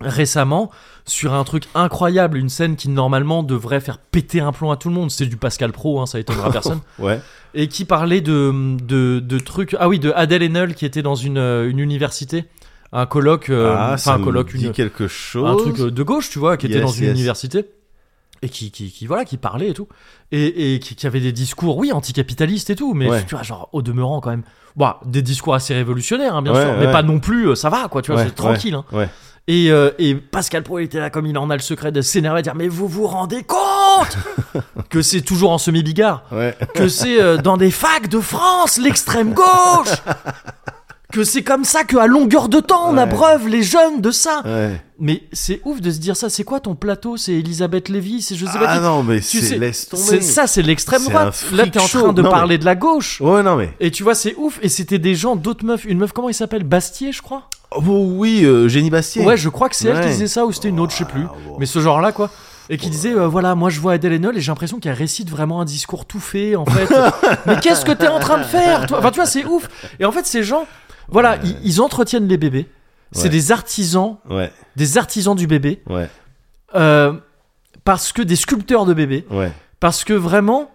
récemment sur un truc incroyable une scène qui normalement devrait faire péter un plomb à tout le monde c'est du Pascal Pro hein, ça étonnera personne Ouais. et qui parlait de, de, de trucs ah oui de Adèle Haenel qui était dans une, euh, une université un colloque euh, ah, enfin ça un colloque me dit une- quelque chose. un truc euh, de gauche tu vois qui était Yes, dans une yes. université et qui, qui, qui, voilà, qui parlait et tout, et, et qui, qui avait des discours, oui, anticapitalistes et tout, mais Ouais. tu vois, genre, au demeurant quand même, bah, des discours assez révolutionnaires, hein, bien Ouais, sûr, mais ouais. pas non plus, euh, ça va, quoi, tu vois, Ouais, c'est tranquille. hein. Ouais. Et, euh, et Pascal Pro il était là, comme il en a le secret de s'énerver, à dire, mais vous vous rendez (laughs) compte que c'est toujours en semi-bigard Ouais. que c'est euh, dans des facs de France, l'extrême gauche Que c'est comme ça qu'à longueur de temps, on Ouais. abreuve les jeunes de ça ouais. Mais c'est ouf de se dire ça, c'est quoi ton plateau C'est Elisabeth Lévy, c'est (laughs) je sais pas Ah qui. non, mais Tu c'est- sais, laisse tomber. c'est- ça c'est l'extrême C'est un droite. freak Là t'es en train show. de Non, parler de la gauche. Ouais, non, mais. Et tu vois, c'est ouf. Et c'était des gens, d'autres meufs. Une meuf, comment il s'appelle Bastier, je crois Oh, oui, euh, Génie Bastier. Ouais, je crois que c'est elle qui Ouais. Ah, disait ça ou c'était une autre, je sais plus. Waouh. Mais ce genre-là, quoi. Et qui disait, euh, voilà, moi je vois Adèle Haenel et j'ai l'impression qu'elle récite vraiment un discours tout fait, en (laughs) fait. Mais qu'est-ce que t'es en train de faire toi Enfin, tu vois, c'est ouf. Et en fait, ces gens, voilà, ils, ils entretiennent les bébés. C'est Ouais. des artisans, Ouais, des artisans du bébé. ouais, euh, parce que des sculpteurs de bébés. ouais, Parce que vraiment,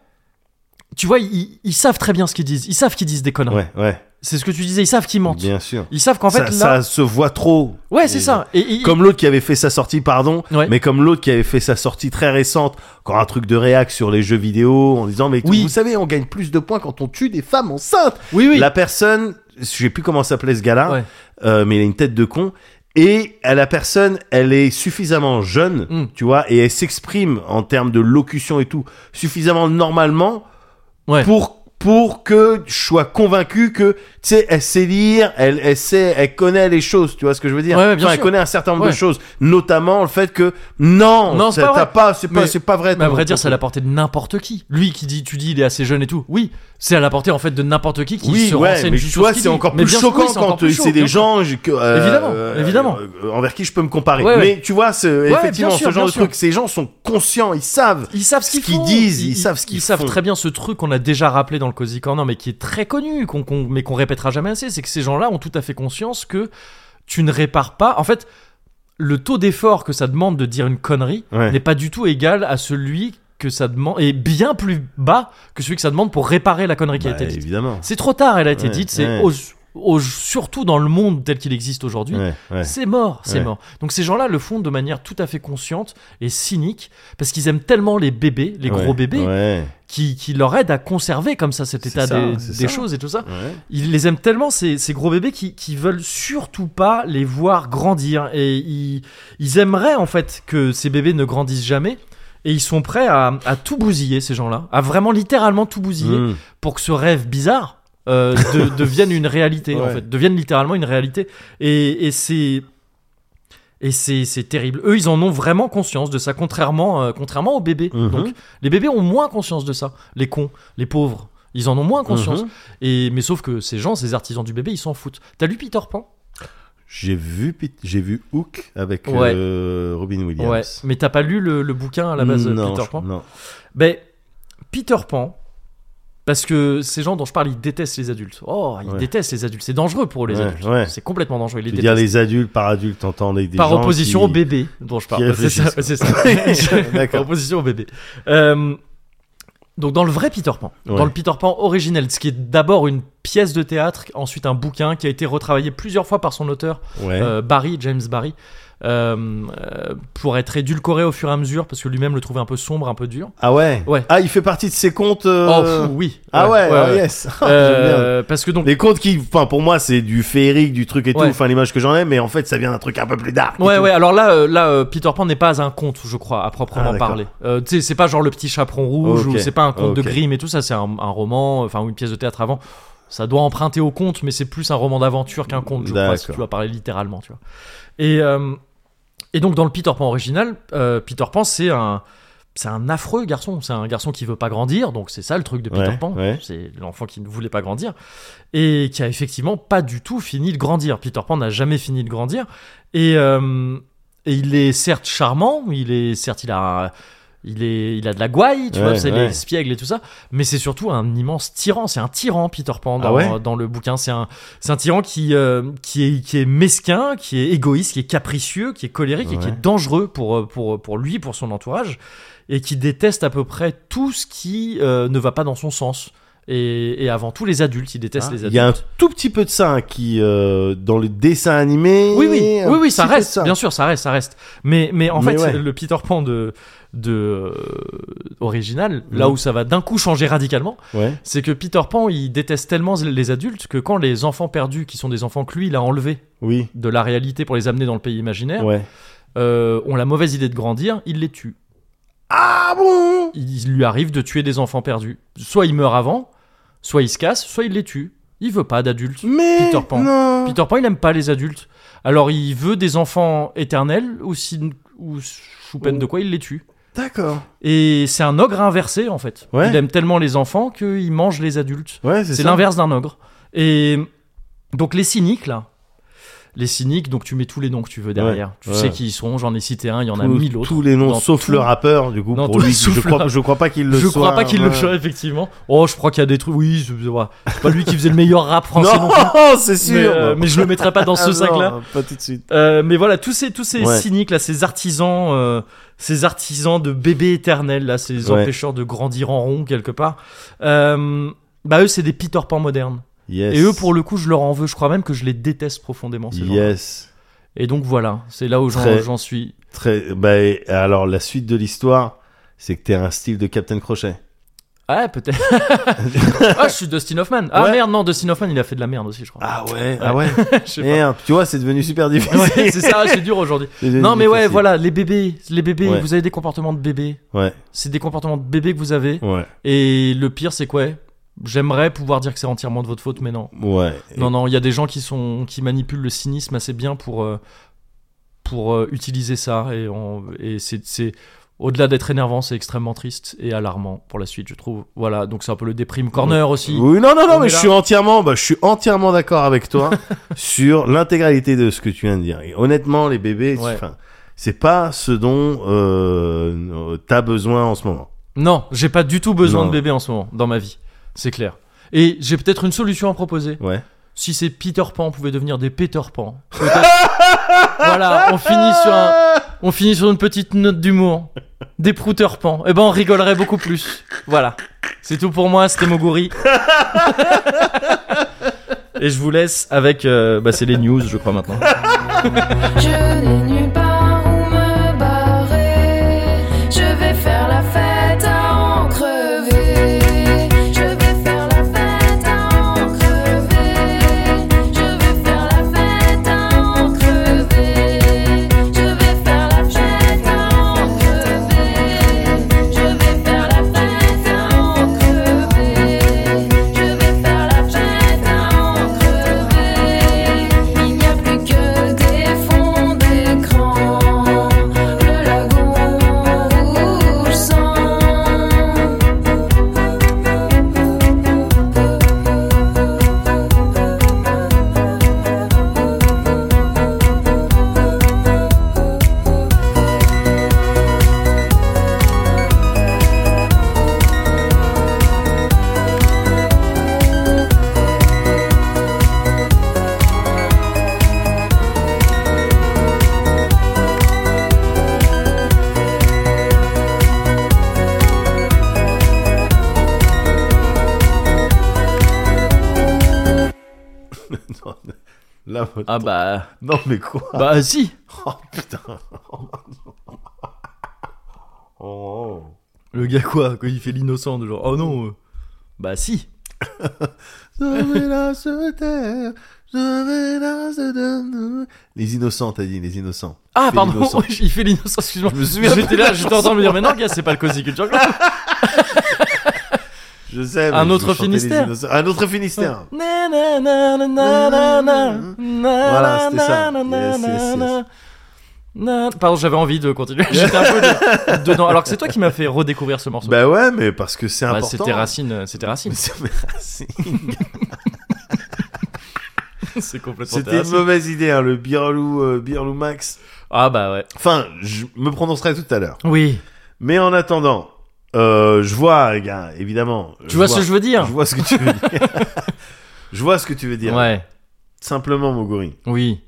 tu vois, ils, ils savent très bien ce qu'ils disent. Ils savent qu'ils disent des conneries. ouais, ouais. C'est ce que tu disais, ils savent qu'ils mentent. Bien sûr. Ils savent qu'en fait, ça, là. ça se voit trop. Ouais, c'est Et- ça. Et, et- Comme l'autre qui avait fait sa sortie, pardon, Ouais. mais comme l'autre qui avait fait sa sortie très récente, encore un truc de réac sur les jeux vidéo, en disant mais Oui. vous savez, on gagne plus de points quand on tue des femmes enceintes. Oui, oui. La personne, je sais plus comment s'appelait ce gars-là, Ouais. euh, mais il a une tête de con. Et à la personne, elle est suffisamment jeune, Mm. tu vois, et elle s'exprime en termes de locution et tout suffisamment normalement Ouais. pour pour que je sois convaincu que tu sais elle sait lire elle, elle sait elle connaît les choses tu vois ce que je veux dire Ouais, ouais, bien Enfin, elle sûr. connaît un certain nombre Ouais. de choses notamment le fait que non Non, c'est ça- pas t'as vrai. pas c'est pas Mais- c'est pas vrai Mais à ton- vrai dire, ton- c'est à la portée de n'importe qui. Lui qui dit, tu dis, il est assez jeune et tout. Oui, c'est à la portée en fait de n'importe qui qui oui, se ouais, renseigne mais juste tu sur vois, ce qu'il c'est dit. encore Mais plus bien sûr, choquant oui, c'est encore quand plus euh, chaud, c'est bien des sûr. gens je- que, euh, Évidemment, euh, évidemment. euh, envers qui je peux me comparer. Ouais, ouais. Mais tu vois, c'est- ouais, effectivement, bien sûr, ce genre bien de sûr. truc, ces gens sont conscients, ils savent. Ils savent ce ce qu'ils qu'ils font. disent, ils savent ce qu'ils Ils savent font. très bien ce truc qu'on a déjà rappelé dans le Cozy Corner, mais qui est très connu, qu'on- qu'on- mais qu'on répétera jamais assez. C'est que ces gens-là ont tout à fait conscience que tu ne répares pas. En fait, le taux d'effort que ça demande de dire une connerie Ouais. n'est pas du tout égal à celui que ça demande, et bien plus bas que celui que ça demande pour réparer la connerie qui a Bah, été dite. évidemment. C'est trop tard, elle a été Ouais, dite. C'est ouais. au- au- surtout dans le monde tel qu'il existe aujourd'hui. Ouais, ouais. C'est mort, c'est Ouais. mort. Donc ces gens-là le font de manière tout à fait consciente et cynique parce qu'ils aiment tellement les bébés, les gros Ouais, bébés, ouais, qui, qui leur aident à conserver comme ça cet C'est état ça, des, c'est des ça. choses et tout ça. ouais. Ils les aiment tellement ces, ces gros bébés qui, qui veulent surtout pas les voir grandir et ils, ils aimeraient en fait que ces bébés ne grandissent jamais. Et ils sont prêts à, à tout bousiller, ces gens-là, à vraiment littéralement tout bousiller Mm. pour que ce rêve bizarre euh, de- (laughs) devienne une réalité, en Ouais. fait, devienne littéralement une réalité. Et, et c'est. Et c'est c'est terrible. Eux, ils en ont vraiment conscience de ça, contrairement, euh, contrairement aux bébés. Mhm. Donc, les bébés ont moins conscience de ça. Les cons, les pauvres, ils en ont moins conscience. Mhm. Et mais sauf que ces gens, ces artisans du bébé, ils s'en foutent. T'as lu Peter Pan J'ai vu, Pit- j'ai vu Hook avec Ouais. euh, Robin Williams. Mais t'as pas lu le, le bouquin à la base euh, non, Peter je- Pan Non. Ben, Peter Pan, parce que ces gens dont je parle, ils détestent les adultes. Oh, ils Ouais. détestent les adultes. C'est dangereux pour les Ouais, adultes. ouais. C'est complètement dangereux. Ils les Tu veux dire détestent. les adultes par adultes, t'entends les des Par gens opposition qui- au bébé dont je parle. (laughs) C'est ça. réfléchissent, C'est (laughs) ça. Par D'accord. opposition au bébé. Euh, donc dans le vrai Peter Pan, dans Ouais. le Peter Pan originel, ce qui est d'abord une pièce de théâtre, ensuite un bouquin qui a été retravaillé plusieurs fois par son auteur Ouais. euh, Barry, James Barry, euh, euh, pour être édulcoré au fur et à mesure, parce que lui-même le trouvait un peu sombre, un peu dur. Ah ouais. ouais. Ah, il fait partie de ces contes. euh, Oh, pfou, oui. Ah ouais, ah ouais. yes. (laughs) J'aime bien. Euh, parce que donc, Les contes qui, enfin, pour moi, c'est du féerique, du truc et tout. Ouais. Enfin, l'image que j'en ai, mais en fait, ça vient d'un truc un peu plus dark. et ouais, tout. ouais. Alors là, euh, là, euh, Peter Pan n'est pas un conte, je crois, à proprement Ah, d'accord. parler. Euh, tu sais, c'est pas genre le petit chaperon rouge Ok, ou c'est pas un conte ok. de Grimm et tout ça. C'est un, un roman, enfin ou une pièce de théâtre avant. Ça doit emprunter au conte, mais c'est plus un roman d'aventure qu'un conte, je crois, si tu D'accord. dois parler littéralement, tu vois. Et euh, et donc dans le Peter Pan original, euh, Peter Pan c'est un c'est un affreux garçon, c'est un garçon qui veut pas grandir, donc c'est ça le truc de Peter Ouais, Pan, ouais. c'est l'enfant qui ne voulait pas grandir et qui a effectivement pas du tout fini de grandir. Peter Pan n'a jamais fini de grandir et, euh, et il est certes charmant, il est certes il a il est il a de la gouaille, tu Ouais, vois, c'est ouais. les espiègles et tout ça, mais c'est surtout un immense tyran, c'est un tyran Peter Pan dans, Ah ouais dans le bouquin, c'est un c'est un tyran qui euh, qui est qui est mesquin, qui est égoïste, qui est capricieux, qui est colérique et qui Ouais. est dangereux pour euh, pour pour lui, pour son entourage et qui déteste à peu près tout ce qui euh, ne va pas dans son sens et, et avant tout les adultes. Ils détestent Ah, les Il y a un adultes. tout petit peu de ça hein, qui, euh, dans les dessins animés. Oui, oui, un oui, oui, ça petit peu de reste, bien sûr, ça reste, ça reste. Mais, mais en Mais fait, ouais. le Peter Pan de, de euh, original, là Mhm. où ça va d'un coup changer radicalement, Ouais. c'est que Peter Pan, il déteste tellement les adultes que quand les enfants perdus, qui sont des enfants que lui, il a enlevés Oui. de la réalité pour les amener dans le pays imaginaire, Ouais. euh, ont la mauvaise idée de grandir, il les tue. Ah bon Il lui arrive de tuer des enfants perdus. Soit il meurt avant, soit il se casse, soit il les tue. Il veut pas d'adultes. Mais Peter Pan. non. Peter Pan, il aime pas les adultes. Alors il veut des enfants éternels ou, si- ou sous peine de quoi il les tue. D'accord. Et c'est un ogre inversé en fait. Ouais. Il aime tellement les enfants qu'il mange les adultes. Ouais, c'est C'est ça. l'inverse d'un ogre. Et donc les cyniques là. Les cyniques, donc tu mets tous les noms que tu veux derrière. Tu ouais. sais qui ils sont, j'en ai cité un, il y en a Tous- mille autres. Tous les noms, Dans sauf tout- le rappeur, du coup. Dans pour tous les lui, sauf je, le crois, rap- je crois pas qu'il le je soit. crois pas qu'il le ouais. soit effectivement. Oh, je crois qu'il y a des trucs. Oui, c'est c'est pas lui qui faisait le meilleur rap (laughs) français. non plus. Non, c'est sûr. mais, euh, mais je le mettrai pas dans Ah ce non, sac-là. Pas tout de suite. Euh, mais voilà, tous ces, tous ces Ouais. cyniques là, ces artisans, euh, ces artisans de bébés éternels là, ces Ouais. empêcheurs de grandir en rond quelque part. euh, bah eux, c'est des Peter Pan modernes. Yes. Et eux, pour le coup, je leur en veux. Je crois même que je les déteste profondément. Ces gens-là. Yes. Et donc voilà, c'est là où j'en Très. j'en suis. Très. Bah, et alors, la suite de l'histoire, c'est que t'es un style de Captain Crochet. Ah peut-être. (laughs) ah, je suis Dustin Hoffman. Ah Ouais. merde, non, Dustin Hoffman, il a fait de la merde aussi, je crois. Ah ouais, ah ouais. (laughs) Je sais pas. Merde, tu vois, c'est (laughs) devenu super difficile. Ouais, c'est ça, ah, c'est dur aujourd'hui. Ah. C'est devenu Non, mais ouais, difficile. voilà, les bébés, les bébés, Ouais. vous avez des comportements de bébés. Ouais, C'est des comportements de bébés que vous avez. ouais, Et le pire, c'est quoi J'aimerais pouvoir dire que c'est entièrement de votre faute, mais non. ouais. Non, non, il y a des gens qui sont qui manipulent le cynisme assez bien pour euh, pour euh, utiliser ça et, on- et c'est c'est- au-delà d'être énervant, c'est extrêmement triste et alarmant pour la suite, je trouve. Voilà, donc c'est un peu le déprime corner aussi. Oui, non, non, non, On est mais je là. suis entièrement, bah, je suis entièrement d'accord avec (laughs) toi sur l'intégralité de ce que tu viens de dire. Et honnêtement, les bébés, Ouais. enfin, c'est pas ce dont euh, t'as besoin en ce moment. Non, j'ai pas du tout besoin Non. de bébé en ce moment dans ma vie, c'est clair. Et j'ai peut-être une solution à proposer. Ouais. (laughs) Si ces Peter Pan pouvaient devenir des Peter Pan. peut-être- (laughs) voilà, on finit sur un, On finit sur une petite note d'humour. Des prouteurs pans. Eh ben, on rigolerait beaucoup plus. Voilà. C'est tout pour moi, c'était Moguri. Et je vous laisse avec. euh, bah, c'est les news, je crois, maintenant. Je n'ai nulle part où me barrer. Je vais faire la fête à en crever. Je vais faire la fête à en crever. Je vais faire la fête à en crever. Je vais faire la fête à en crever. Je vais faire la fête à en crever. Je vais faire la fête à en crever. Il n'y a plus que des fonds d'écran. Le lagon rouge sang. Non, Là, Ah, bah. non, (laughs) mais quoi Bah, si. Oh putain. Oh. Le gars, quoi Quand il fait l'innocent, de genre. Oh non. euh, Bah, si. Je vais la se taire, je vais la se donner. Les innocents, t'as dit, les innocents. Ah, fait pardon. l'innocent. (laughs) il fait l'innocent, excuse-moi. Je me souviens J'étais là, j'étais en train de me dire, mais non, gars, c'est pas le Cozy Culture (laughs) Club. Je sais. mais Un je autre vous chantais les Finistère. innocents. Un (laughs) autre Finistère. Na, na, na, na, na, na, na, na, Voilà, c'était na, ça. na, na, Yes, yes, na, yes. na. Pardon, j'avais envie de continuer. J'étais un peu de- dedans. Alors que c'est toi qui m'as fait redécouvrir ce morceau. Bah ouais, mais parce que c'est Bah, important. c'était Racine, euh, c'était Racine. (laughs) Mais (laughs) c'est- mais Racine. c'est complètement C'était une Racine. mauvaise idée, hein, le Birlou, euh, Birlou Max. Ah bah ouais. Enfin, je me prononcerai tout à l'heure. Oui. Mais en attendant, euh, je vois, les gars, évidemment. Tu vois, ce que je veux dire Je vois ce que tu veux dire. (laughs) je vois ce que tu veux dire. Ouais. Simplement, Moguri. Oui.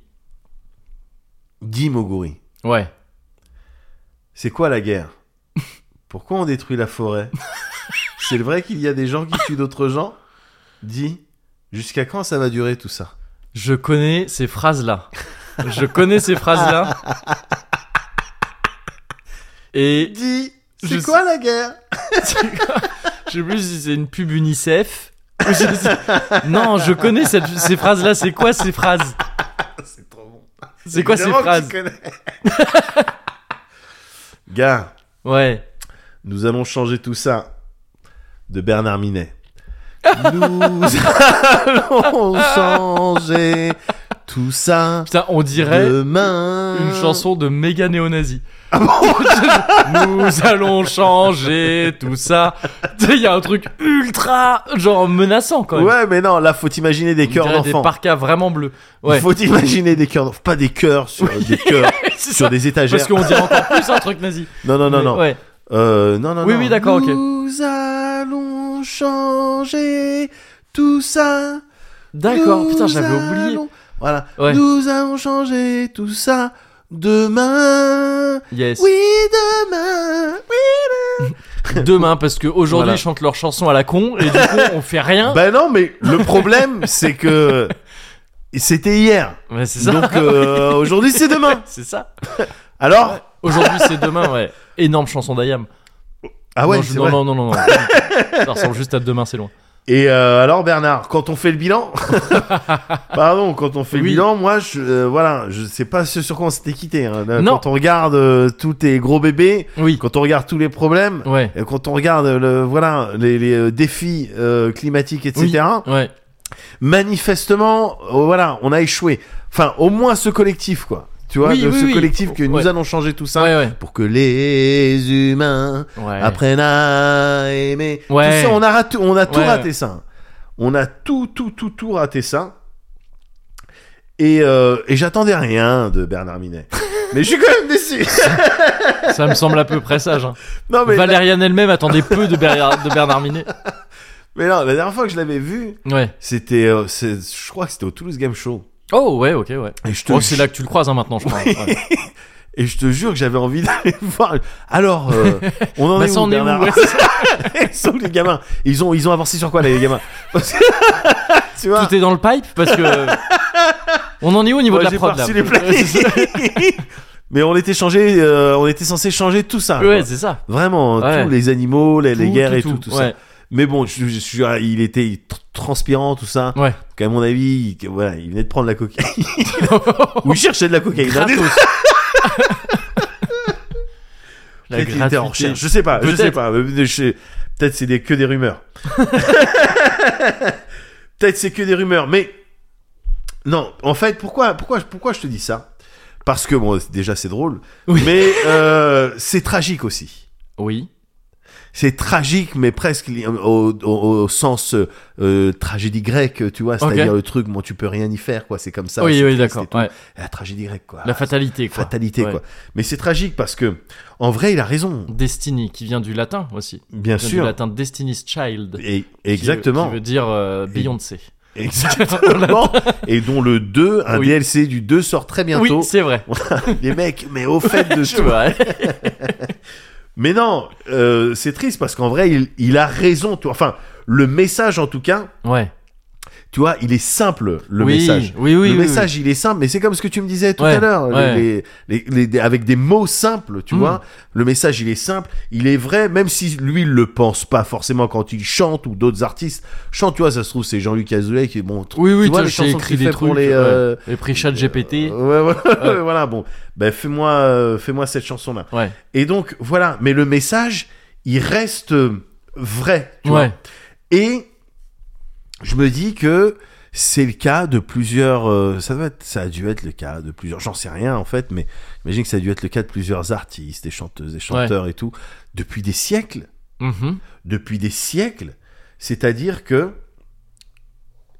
Dis, Moguri, Ouais. (laughs) c'est quoi la guerre Pourquoi on détruit la forêt C'est vrai qu'il y a des gens qui tuent d'autres gens Dis, jusqu'à quand ça va durer tout ça Je connais ces (laughs) phrases-là. Je connais ces phrases-là. Et Dis, Je c'est quoi la guerre je sais plus si c'est une pub UNICEF. ou je sais- Non, je connais cette- ces phrases-là. C'est quoi ces phrases C'est trop bon. C'est quoi ces Évidemment que tu phrases connais. (laughs) Gars, Ouais. nous allons changer tout ça de Bernard Minet. Nous allons changer tout ça Putain, on dirait demain. une chanson de méga néo-nazi. Ah (laughs) Nous allons changer tout ça. Tu sais, il y a un truc ultra, genre menaçant quand même. Ouais, mais non, là, faut imaginer des On cœurs dirait Des d'enfants. parkas vraiment (laughs) bleus. Ouais. Faut imaginer des cœurs, d'enfants. pas des cœurs sur (laughs) des cœurs C'est sur ça. des Parce étagères. qu'on dirait encore plus un truc nazi. Non, non, non, Mais non. Ouais. Euh, non, non, Oui, non. oui, d'accord, ok. Nous allons changer tout ça. D'accord, Nous putain, j'avais oublié. allons- Voilà. Ouais. Nous allons changer tout ça demain. Yes. Oui, demain. Oui. Demain, parce qu'aujourd'hui, Voilà. ils chantent leurs chansons à la con et du coup, on fait rien. Ben non, mais le problème, (laughs) c'est que c'était hier. Ouais, c'est ça. Donc (laughs) euh, aujourd'hui, c'est demain. C'est ça. Alors. Aujourd'hui, c'est demain, ouais. Énorme chanson d'Ayam. Ah ouais, non, je- c'est non, vrai. non, non, non, non. Ça ressemble juste à demain, c'est loin. Et euh, alors Bernard, quand on fait le (laughs) bilan, pardon, quand on fait le Oui. bilan, moi, je, euh, voilà, je sais pas ce sur quoi on s'était quitté. hein. Là, Non. Quand on regarde euh, tous tes gros bébés, Oui. quand on regarde tous les problèmes, Ouais. et Euh, quand on regarde le, voilà, les, les, euh, défis euh, climatiques, etc. Ouais. Manifestement, euh, voilà, on a échoué. Enfin, au moins ce collectif, quoi. Tu vois, Oui, de oui, ce oui. collectif que Ouais. nous allons changer tout ça Ouais, ouais. pour que les humains Ouais. apprennent à aimer. Ouais. Tout ça, on a, raté- on a tout Ouais, raté ça. On a tout, tout, tout, tout raté ça. Et, euh, et j'attendais rien de (laughs) Bernard Minet. mais je suis quand même déçu. Ça me semble à peu près sage. Hein. non, mais, Valériane elle-même attendait peu de Bernard, de Bernard Minet. mais non, la dernière fois que je l'avais vu, Ouais. c'était, euh, c'est- je crois que c'était au Toulouse Game Show. Oh, ouais, ok, ouais. Et je te, Oh, ju- c'est là que tu le croises hein, maintenant, je crois. Ouais. et je te jure que j'avais envie (laughs) d'aller le voir. Alors, (laughs) euh, on en Bah, est ça où, en est où Bernard ouais, c'est ça. (laughs) Ils sont où, les gamins Ils ont, ils ont avancé sur quoi les gamins (laughs) Parce que- Tu vois Tout est dans le pipe parce que. (laughs) On en est où au niveau Ouais, de la j'ai prod pas là reçu les Ouais, c'est ça. plannings. (laughs) Mais on était changé, euh, on était censé changer tout ça. Ouais, quoi. c'est ça. Vraiment, hein, Ouais. tous les animaux, les, les Tout, guerres et tout, tout ouais. ça. Mais bon, je, je suis, il était tr- transpirant, tout ça. Ouais. Qu'à mon avis, il, voilà, il venait de prendre la cocaïne. (laughs) Ou il cherchait de la cocaïne. hein. Gratos. (laughs) La Peut-être il était en gratuité. recherche. Je sais pas, je sais Peut-être. pas. Euh, je sais- Peut-être c'est des, que des rumeurs. (laughs) Peut-être c'est que des rumeurs. Mais non, en fait, pourquoi, pourquoi, pourquoi je te dis ça Parce que bon, déjà c'est drôle, Oui. mais euh, c'est tragique aussi. Oui. C'est tragique, mais presque li- au, au- au sens euh, euh, tragédie grecque, tu vois, c'est-à-dire Ok. le truc, bon, tu peux rien y faire, quoi. C'est comme ça. oui, c'est oui, triste d'accord. et tout. ouais. La tragédie grecque, quoi. La fatalité, quoi. fatalité, Ouais. quoi. Mais c'est tragique parce que, en vrai, il a raison, Destiny, qui vient du latin aussi. bien Qui vient Du sûr. latin Destiny's Child. qui- Et, exactement. Qui veut (laughs) dire euh, (laughs) Beyoncé. Exactement. et dont le 2, un Oui. DLC du 2 sort très bientôt. Oui, c'est vrai. Les mecs, mais (laughs) au fait de Je tout. vois. Mais non, euh, c'est triste parce qu'en vrai, il, il a raison. tu vois. Enfin, le message en tout cas, Ouais. tu vois, il est simple, le oui, message. Oui, oui, le oui, message, il est simple, mais c'est comme ce que tu me disais tout Ouais, à l'heure, les- ouais. les- les- les- des- avec des mots simples, tu Mm. vois. Le message, il est simple, il est vrai, même si lui, il le pense pas forcément quand il chante ou d'autres artistes chantent. Tu vois, ça se trouve, c'est Jean-Luc Azoulay qui bon. tu- Oui, oui, tu vois t'as- les j'ai chansons écrit qu'il des fait pour trucs. les, ouais. euh, Les prix chat GPT. Ouais, voilà, Ouais. (laughs) voilà, bon. Ben fais-moi, euh, fais-moi cette chanson là. Ouais. Et donc voilà, mais le message, il reste euh, vrai. tu vois. Ouais. Et je me dis que c'est le cas de plusieurs. euh, ça doit être, ça a dû être le cas de plusieurs. J'en sais rien en fait, mais imagine que ça a dû être le cas de plusieurs artistes, des chanteuses, des chanteurs et tout, depuis des siècles, Mhm. depuis des siècles. C'est-à-dire que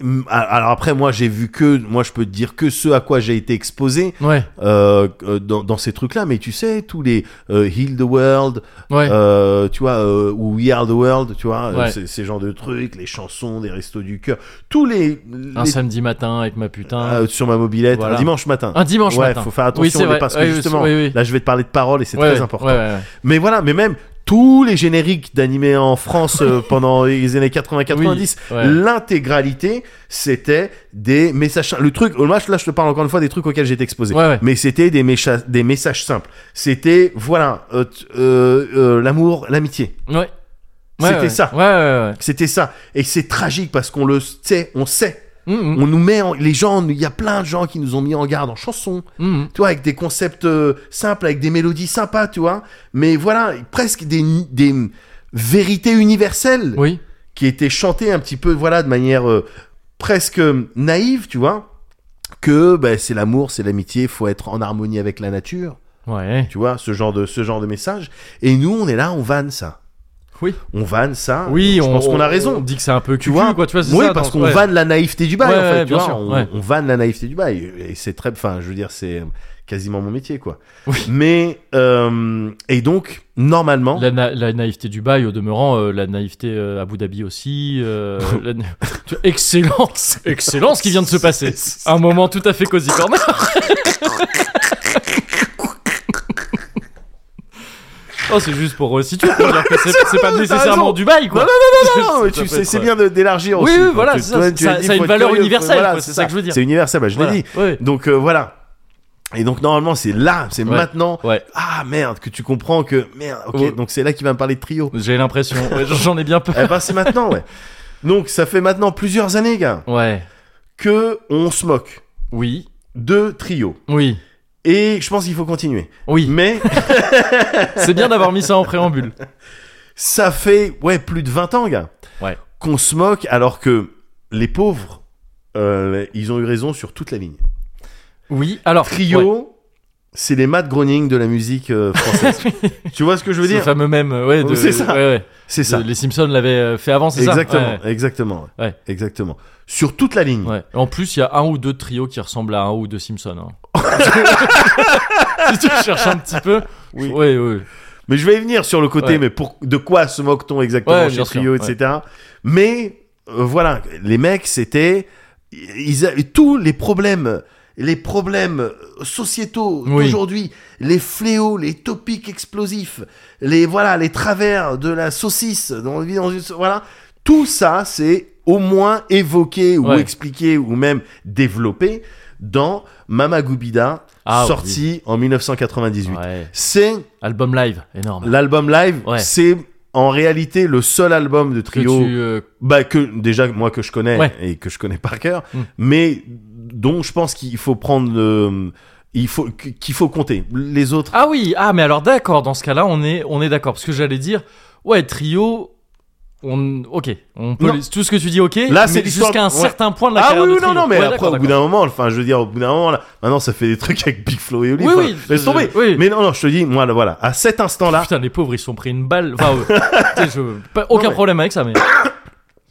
Mm, alors après moi j'ai vu que moi je peux te dire que ce à quoi j'ai été exposé Ouais. euh, euh, dans, dans ces trucs-là, mais tu sais, tous les euh, Heal the World, Ouais. euh, tu vois, euh, ou We Are the World, tu vois, euh, Ouais. ces, ces genres de trucs, les chansons, des restos du cœur, tous les, Un les- samedi matin avec ma putain. euh, sur ma mobilette, Voilà. un dimanche matin. Un dimanche ouais, matin. faut faire Oui, c'est attention vrai. parce que Ouais, justement, oui, oui. là, je vais te parler de paroles et c'est Ouais, très ouais, important. ouais, ouais. Mais voilà, mais même tous les génériques d'animés en (laughs) France euh, pendant les années 80-90. Oui, ouais. L'intégralité, c'était des messages. Le truc, au match, là, je te parle encore une fois des trucs auxquels j'étais exposé. Ouais, ouais. Mais c'était des, mécha- des messages simples. C'était, voilà, euh, t- euh, euh, l'amour, l'amitié. Ouais. Ouais, C'était ouais. ça. Ouais, ouais, C'était ça. Et c'est tragique parce qu'on le sait, on sait. ouais. Mm, mm, On nous met en- les gens, il y a plein de gens qui nous ont mis en garde en chanson, mm, mm. tu vois, avec des concepts euh, simples, avec des mélodies sympas, tu vois. Mais voilà, presque des, ni- des vérités universelles Oui. qui étaient chantées un petit peu, voilà, de manière euh, presque naïve, tu vois. Que bah, c'est l'amour, c'est l'amitié, faut être en harmonie avec la nature, Ouais. tu vois, ce genre de, ce genre de message. Et nous, on est là, on vanne ça. Oui. On vanne ça. Oui, je on, pense qu'on a raison. On dit que c'est un peu Tu vois, quoi, tu vois, c'est oui, ça, parce dans- qu'on ouais. vanne la naïveté du bail, Ouais, en fait, ouais, tu bien vois, sûr, on, ouais. on vanne la naïveté du bail, et c'est très, enfin, je veux dire, c'est quasiment mon métier, quoi. Oui. Mais, euh, et donc, normalement, La, na- la naïveté du bail, au demeurant, euh, la naïveté euh, Abu Dhabi aussi. (laughs) euh, la na- Tu- Excellence Excellence qui vient de se (laughs) passer Un moment tout à fait cosy corner Oh, c'est juste pour resituer, pour dire que (laughs) c'est c'est pas T'as nécessairement raison. du bail, quoi (laughs) Non, non, non, Ah, mais tu sais, c'est bien de- d'élargir Oui, aussi. oui, Quand voilà, tu- c'est ça, toi, c'est tu as ça- dit, ça a faut une être valeur curieux, universelle, voilà, quoi, c'est ça que je veux dire. C'est universel, bah, je Voilà, l'ai dit. ouais. Donc, euh, voilà. Et donc, normalement, c'est là, c'est Ouais. maintenant. Ouais. Ah, merde, que tu comprends que, merde, ok, Ouais. donc c'est là qu'il va me parler de trio. J'ai l'impression, ouais, j'en ai bien peur. eh ben, c'est maintenant, ouais. Donc, ça fait maintenant plusieurs années, gars, Ouais, que on se moque. oui, deux trios. oui, Et je pense qu'il faut continuer. oui. Mais C'est bien d'avoir mis ça en préambule. ça fait ouais plus de 20 ans, gars, Ouais. qu'on se moque alors que les pauvres, euh, ils ont eu raison sur toute la ligne. Oui, alors... ouais. Trio, c'est les Matt Groening de la musique euh, (laughs) française. tu vois ce que je veux Ce dire Oh, fameux même, euh, ouais, de- C'est ça. ouais, ouais. C'est ça. De- Les Simpsons l'avaient euh, fait avant, c'est ça Exactement, Ouais. exactement, Ouais. exactement. Sur toute la ligne. Ouais. En plus, il y a un ou deux trios qui ressemblent à un ou deux Simpsons. hein. (laughs) si tu cherches un petit peu. Oui. Ouais, ouais. Mais je vais y venir sur le côté. Ouais. Mais pour de quoi se moque-t-on exactement Ouais, chez bien sûr, Trio, ouais. etc. Mais euh, voilà, les mecs, c'était ils avaient tous les problèmes, les problèmes sociétaux Oui. d'aujourd'hui, les fléaux, les topics explosifs, les voilà, les travers de la saucisse dans, le- dans une- voilà, tout ça, c'est au moins évoqué ou Ouais. expliqué ou même développé dans Mama Goubida, Ah, sorti en 1998. Ouais. C'est Album live, énorme. L'album live, Ouais. c'est en réalité le seul album de Que trio, tu, euh, bah que déjà moi que je connais Ouais. et que je connais par cœur, Mm. mais dont je pense qu'il faut prendre, euh, il faut qu'il faut compter les autres. Ah oui, ah mais alors d'accord, dans ce cas-là, on est, on est d'accord. Parce que j'allais dire, ouais, trio. On... Ok, on peut Non. les- tout ce que tu dis, ok. Là, c'est mais l'histoire- jusqu'à un ouais. certain point de la Ah carrière oui, de oui, trio. non, non, mais Ouais, après, d'accord, au bout d'un moment, enfin, je veux dire, au bout d'un moment, là, maintenant, ça fait des trucs avec Big Flo et Oli. Oui, enfin, oui, laisse je- tomber. oui. Mais non, non, je te dis, moi, là, voilà, à cet instant-là, Putain, les pauvres, ils se sont pris une balle. Enfin, euh, (laughs) tu sais, je- pas- aucun Non, mais- problème avec ça, (coughs) mais.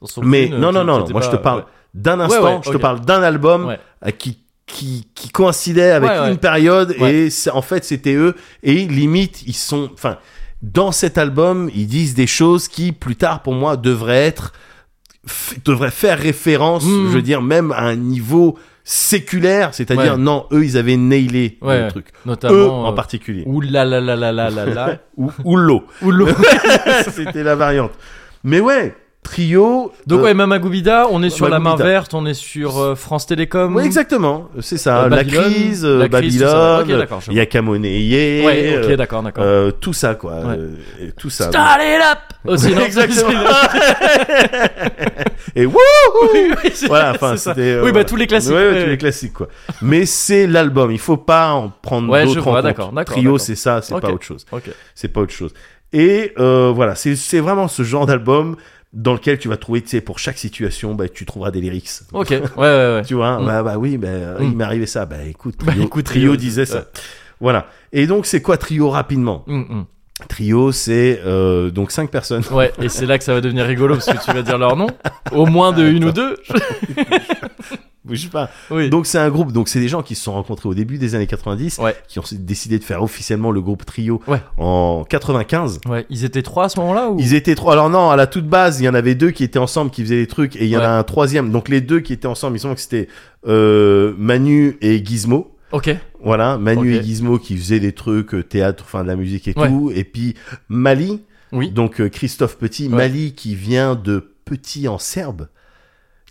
Ils se sont pris mais une, non, euh, non, qui- non, qui non, était moi, je pas- te parle ouais. d'un Ouais, instant, ouais, je ok. te parle d'un album Ouais. euh, qui qui, qui coïncidait avec Ouais, ouais. une période Ouais. et c'est- en fait c'était eux et limite ils sont enfin dans cet album ils disent des choses qui plus tard pour moi devraient être f- devraient faire référence Mhm. je veux dire même à un niveau séculaire c'est-à-dire Ouais. non eux ils avaient nailé Ouais. le truc Notamment. eux euh, en particulier Ouh là là là là là là là. (laughs) ou, (laughs) ou l'eau Ouh (laughs) là. c'était la variante mais ouais trio Donc euh, ouais, Mama Goubida, on est sur la main Goubida. verte, on est sur euh, France Télécom. Oui, exactement, c'est ça. Euh, la Babylone, crise, euh, la crise, tout ça. Babylone, Ok, d'accord, je vois. Yakamone, Yé, Ouais, ok, euh, d'accord, d'accord. euh, tout ça, quoi. Ouais. euh, et tout ça. Start it up (laughs) Aussi, non Exactement. c'est- et wouh (laughs) oui, oui, c'est- Voilà, enfin, c'est ça. c'était. euh, Oui, bah voilà. tous les classiques. Ouais, ouais, ouais. tous les classiques, quoi. Mais c'est l'album, il faut pas en prendre Ouais, je d'autres vois, en compte. d'accord, d'accord, Trio, d'accord. c'est ça, c'est Ok. pas autre chose. Ok. C'est pas autre chose. Et euh, voilà, c'est c'est vraiment ce genre d'album dans lequel tu vas trouver, tu sais, pour chaque situation, bah, tu trouveras des lyrics. Ok, ouais, ouais, ouais. Tu vois, Mm. bah, bah oui, bah, euh, Mm. il m'est arrivé ça. Bah écoute, Bah, Trio, écoute, Trio Trio, disait ça. ouais. Voilà. Et donc, c'est quoi Trio rapidement Mm, Trio, c'est euh, donc cinq personnes. (laughs) mm. Ouais, et c'est là que ça va devenir rigolo parce que tu vas dire leur nom, au moins de une ou deux. Bouge pas. Oui. Donc, c'est un groupe. Donc, c'est des gens qui se sont rencontrés au début des années 90, Ouais. qui ont décidé de faire officiellement le groupe Trio Ouais. en 95. Ouais, ils étaient trois à ce moment-là ou Ils étaient trois. Alors non, à la toute base, il y en avait deux qui étaient ensemble, qui faisaient des trucs, et il y en Ouais. a un troisième. Donc les deux qui étaient ensemble, ils sont que c'était euh, Manu et Gizmo. Ok. Voilà, Manu Ok. et Gizmo qui faisaient des trucs euh, théâtre, enfin de la musique et Ouais. tout, et puis Mali Oui. Donc euh, Christophe Petit, Ouais. Mali qui vient de Petit en serbe.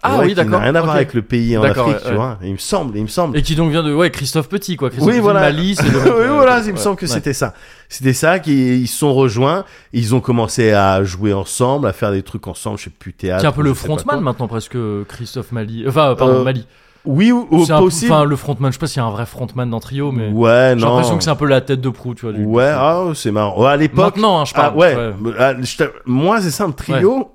Ah Ouais, oui, qui n'a d'accord, Rien à voir ok. avec le pays en Afrique, D'accord, ouais, tu ouais. vois. Il me semble, il me semble. Et qui donc vient de ouais Christophe Petit quoi. Christophe oui, Petit, voilà. Mali, (laughs) c'est le- euh, oui, voilà, ouais, il me semble que ouais. c'était ça. C'était ça qui ils se sont rejoints, ils ont commencé à jouer ensemble, à faire des trucs ensemble, je sais plus théâtre. C'est un peu le je sais pas frontman quoi. maintenant presque Christophe Mali. Enfin pardon Euh, Mali. Oui, ou, ou C'est un peu- possible. Enfin le frontman, je sais pas s'il y a un vrai frontman dans Trio mais ouais, j'ai non. l'impression que c'est un peu la tête de proue tu vois. du- Ouais, ah, c'est marrant. Ouais, à l'époque, Maintenant hein, je Ah parle. ouais, Ah, je t'a- moi c'est simple, trio,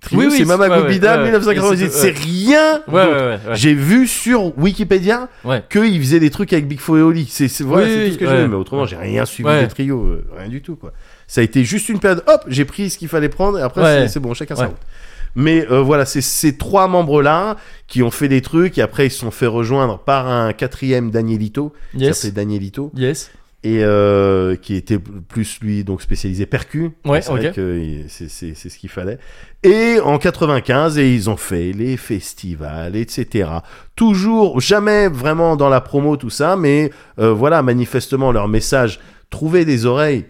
trio Oui, oui, c'est même c'est- ouais, ouais, Bidal ouais. 1998, Et c'est- euh, c'est rien. Ouais ouais d'autre. ouais. ouais. J'ai vu sur Wikipédia Ouais. qu'ils faisaient des trucs avec Bigfoot et Oli. C'est c'est- voilà, Oui, c'est oui, tout ce que ouais. j'ai vu, mais autrement j'ai rien suivi Ouais. des trios, euh, rien du tout quoi. Ça a été juste une période, hop, j'ai pris ce qu'il fallait prendre et après Ouais. c'est- c'est bon, chacun sa Ouais. route. Mais euh, voilà, c'est ces trois membres-là qui ont fait des trucs et après ils se sont fait rejoindre par un quatrième Danielito, qui Yes. s'appelait Danielito Yes. et euh, qui était plus lui donc spécialisé percu. Ouais, c'est vrai ok. que euh, il- c'est c'est- c'est ce qu'il fallait. Et en 95, et ils ont fait les festivals, etc. Toujours, jamais vraiment dans la promo tout ça, mais euh, voilà, manifestement leur message, trouver des oreilles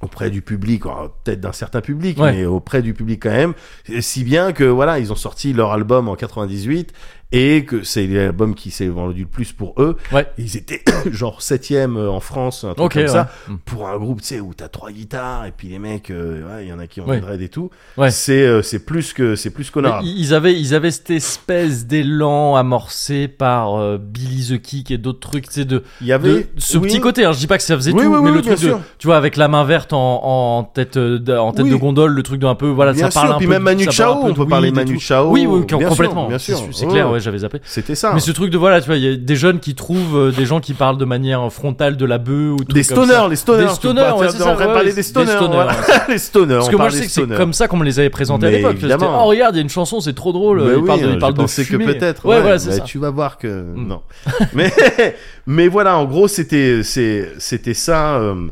auprès du public, alors, peut-être d'un certain public, Ouais. mais auprès du public quand même, si bien que voilà, ils ont sorti leur album en 98 et que c'est l'album qui s'est vendu le plus pour eux. Ouais. Ils étaient (coughs) genre septième euh, en France, un truc Ok. comme ouais. ça, Mm. pour un groupe, tu sais, où t'as trois guitares et puis les mecs, euh, ouais, il y en a qui ont Ouais. des dreads et tout. Ouais. C'est euh, c'est plus que c'est plus qu'on Mais Ils avaient, ils avaient cette espèce d'élan amorcé par euh, Billy the Kick et d'autres trucs, tu sais, de, Il y avait de- ce oui, petit côté. hein, je dis pas que ça faisait Oui, tout, oui, mais oui, le bien truc de, sûr. tu vois, avec la main verte en, en tête, euh, d- en tête Oui. de gondole, le truc d'un peu, voilà, Bien ça parle sûr, un puis peu. même de- Manu ça parle Chao, un peu on de peut parler weed et Manu tout. Chao, Oui, oui, bien sûr, complètement. bien c'est- sûr, c'est ouais, clair, ouais. ouais, j'avais zappé. c'était ça. Mais ce truc de voilà, tu vois, il y a des jeunes qui trouvent euh, des gens qui parlent de manière frontale de la bœuf ou Des trucs comme ça. stoners, les stoners. Des tu stoners, parles- ouais, c'est on ça, devrait ouais, parler ouais, des des stoners. stoners, voilà. les stoners. Parce on que moi parle je des sais que c'est stoners. comme ça qu'on me les avait présentés à Mais l'époque. C'était, évidemment. oh regarde, il y a une chanson, c'est trop drôle. Mais il oui, parle de, euh, il parle je de pensais que fumée. peut-être. Ouais, voilà, c'est bah, ça. Tu vas voir que non. (laughs) Mm. Mais mais voilà, en gros, c'était c'est- c'était ça euh,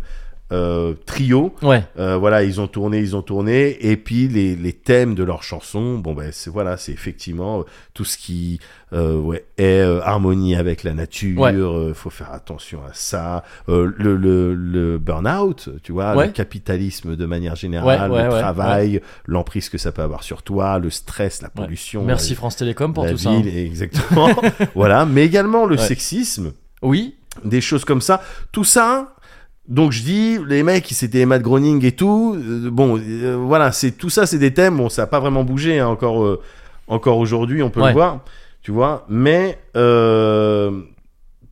euh, trio. Ouais. Euh, voilà, ils ont tourné, ils ont tourné, et puis les, les thèmes de leurs chansons, bon ben c'est voilà, c'est effectivement euh, tout ce qui euh, ouais, est euh, harmonie avec la nature. Ouais. euh, faut faire attention à ça. Euh, le le, le burn-out, tu vois, Ouais. le capitalisme de manière générale, Ouais, ouais, le ouais, travail, l'emprise que ça peut avoir sur toi, le stress, la pollution. Merci la- France Télécom pour la tout ça. ville, hein. exactement. (laughs) voilà, mais également le Ouais. sexisme, Oui, des choses comme ça. Tout ça, donc je dis, les mecs, c'était Matt Groening et tout. euh, bon, euh, voilà, c'est tout ça, c'est des thèmes. Bon, ça n'a pas vraiment bougé hein, encore, euh, encore aujourd'hui, on peut le Ouais. voir, tu vois. Mais euh,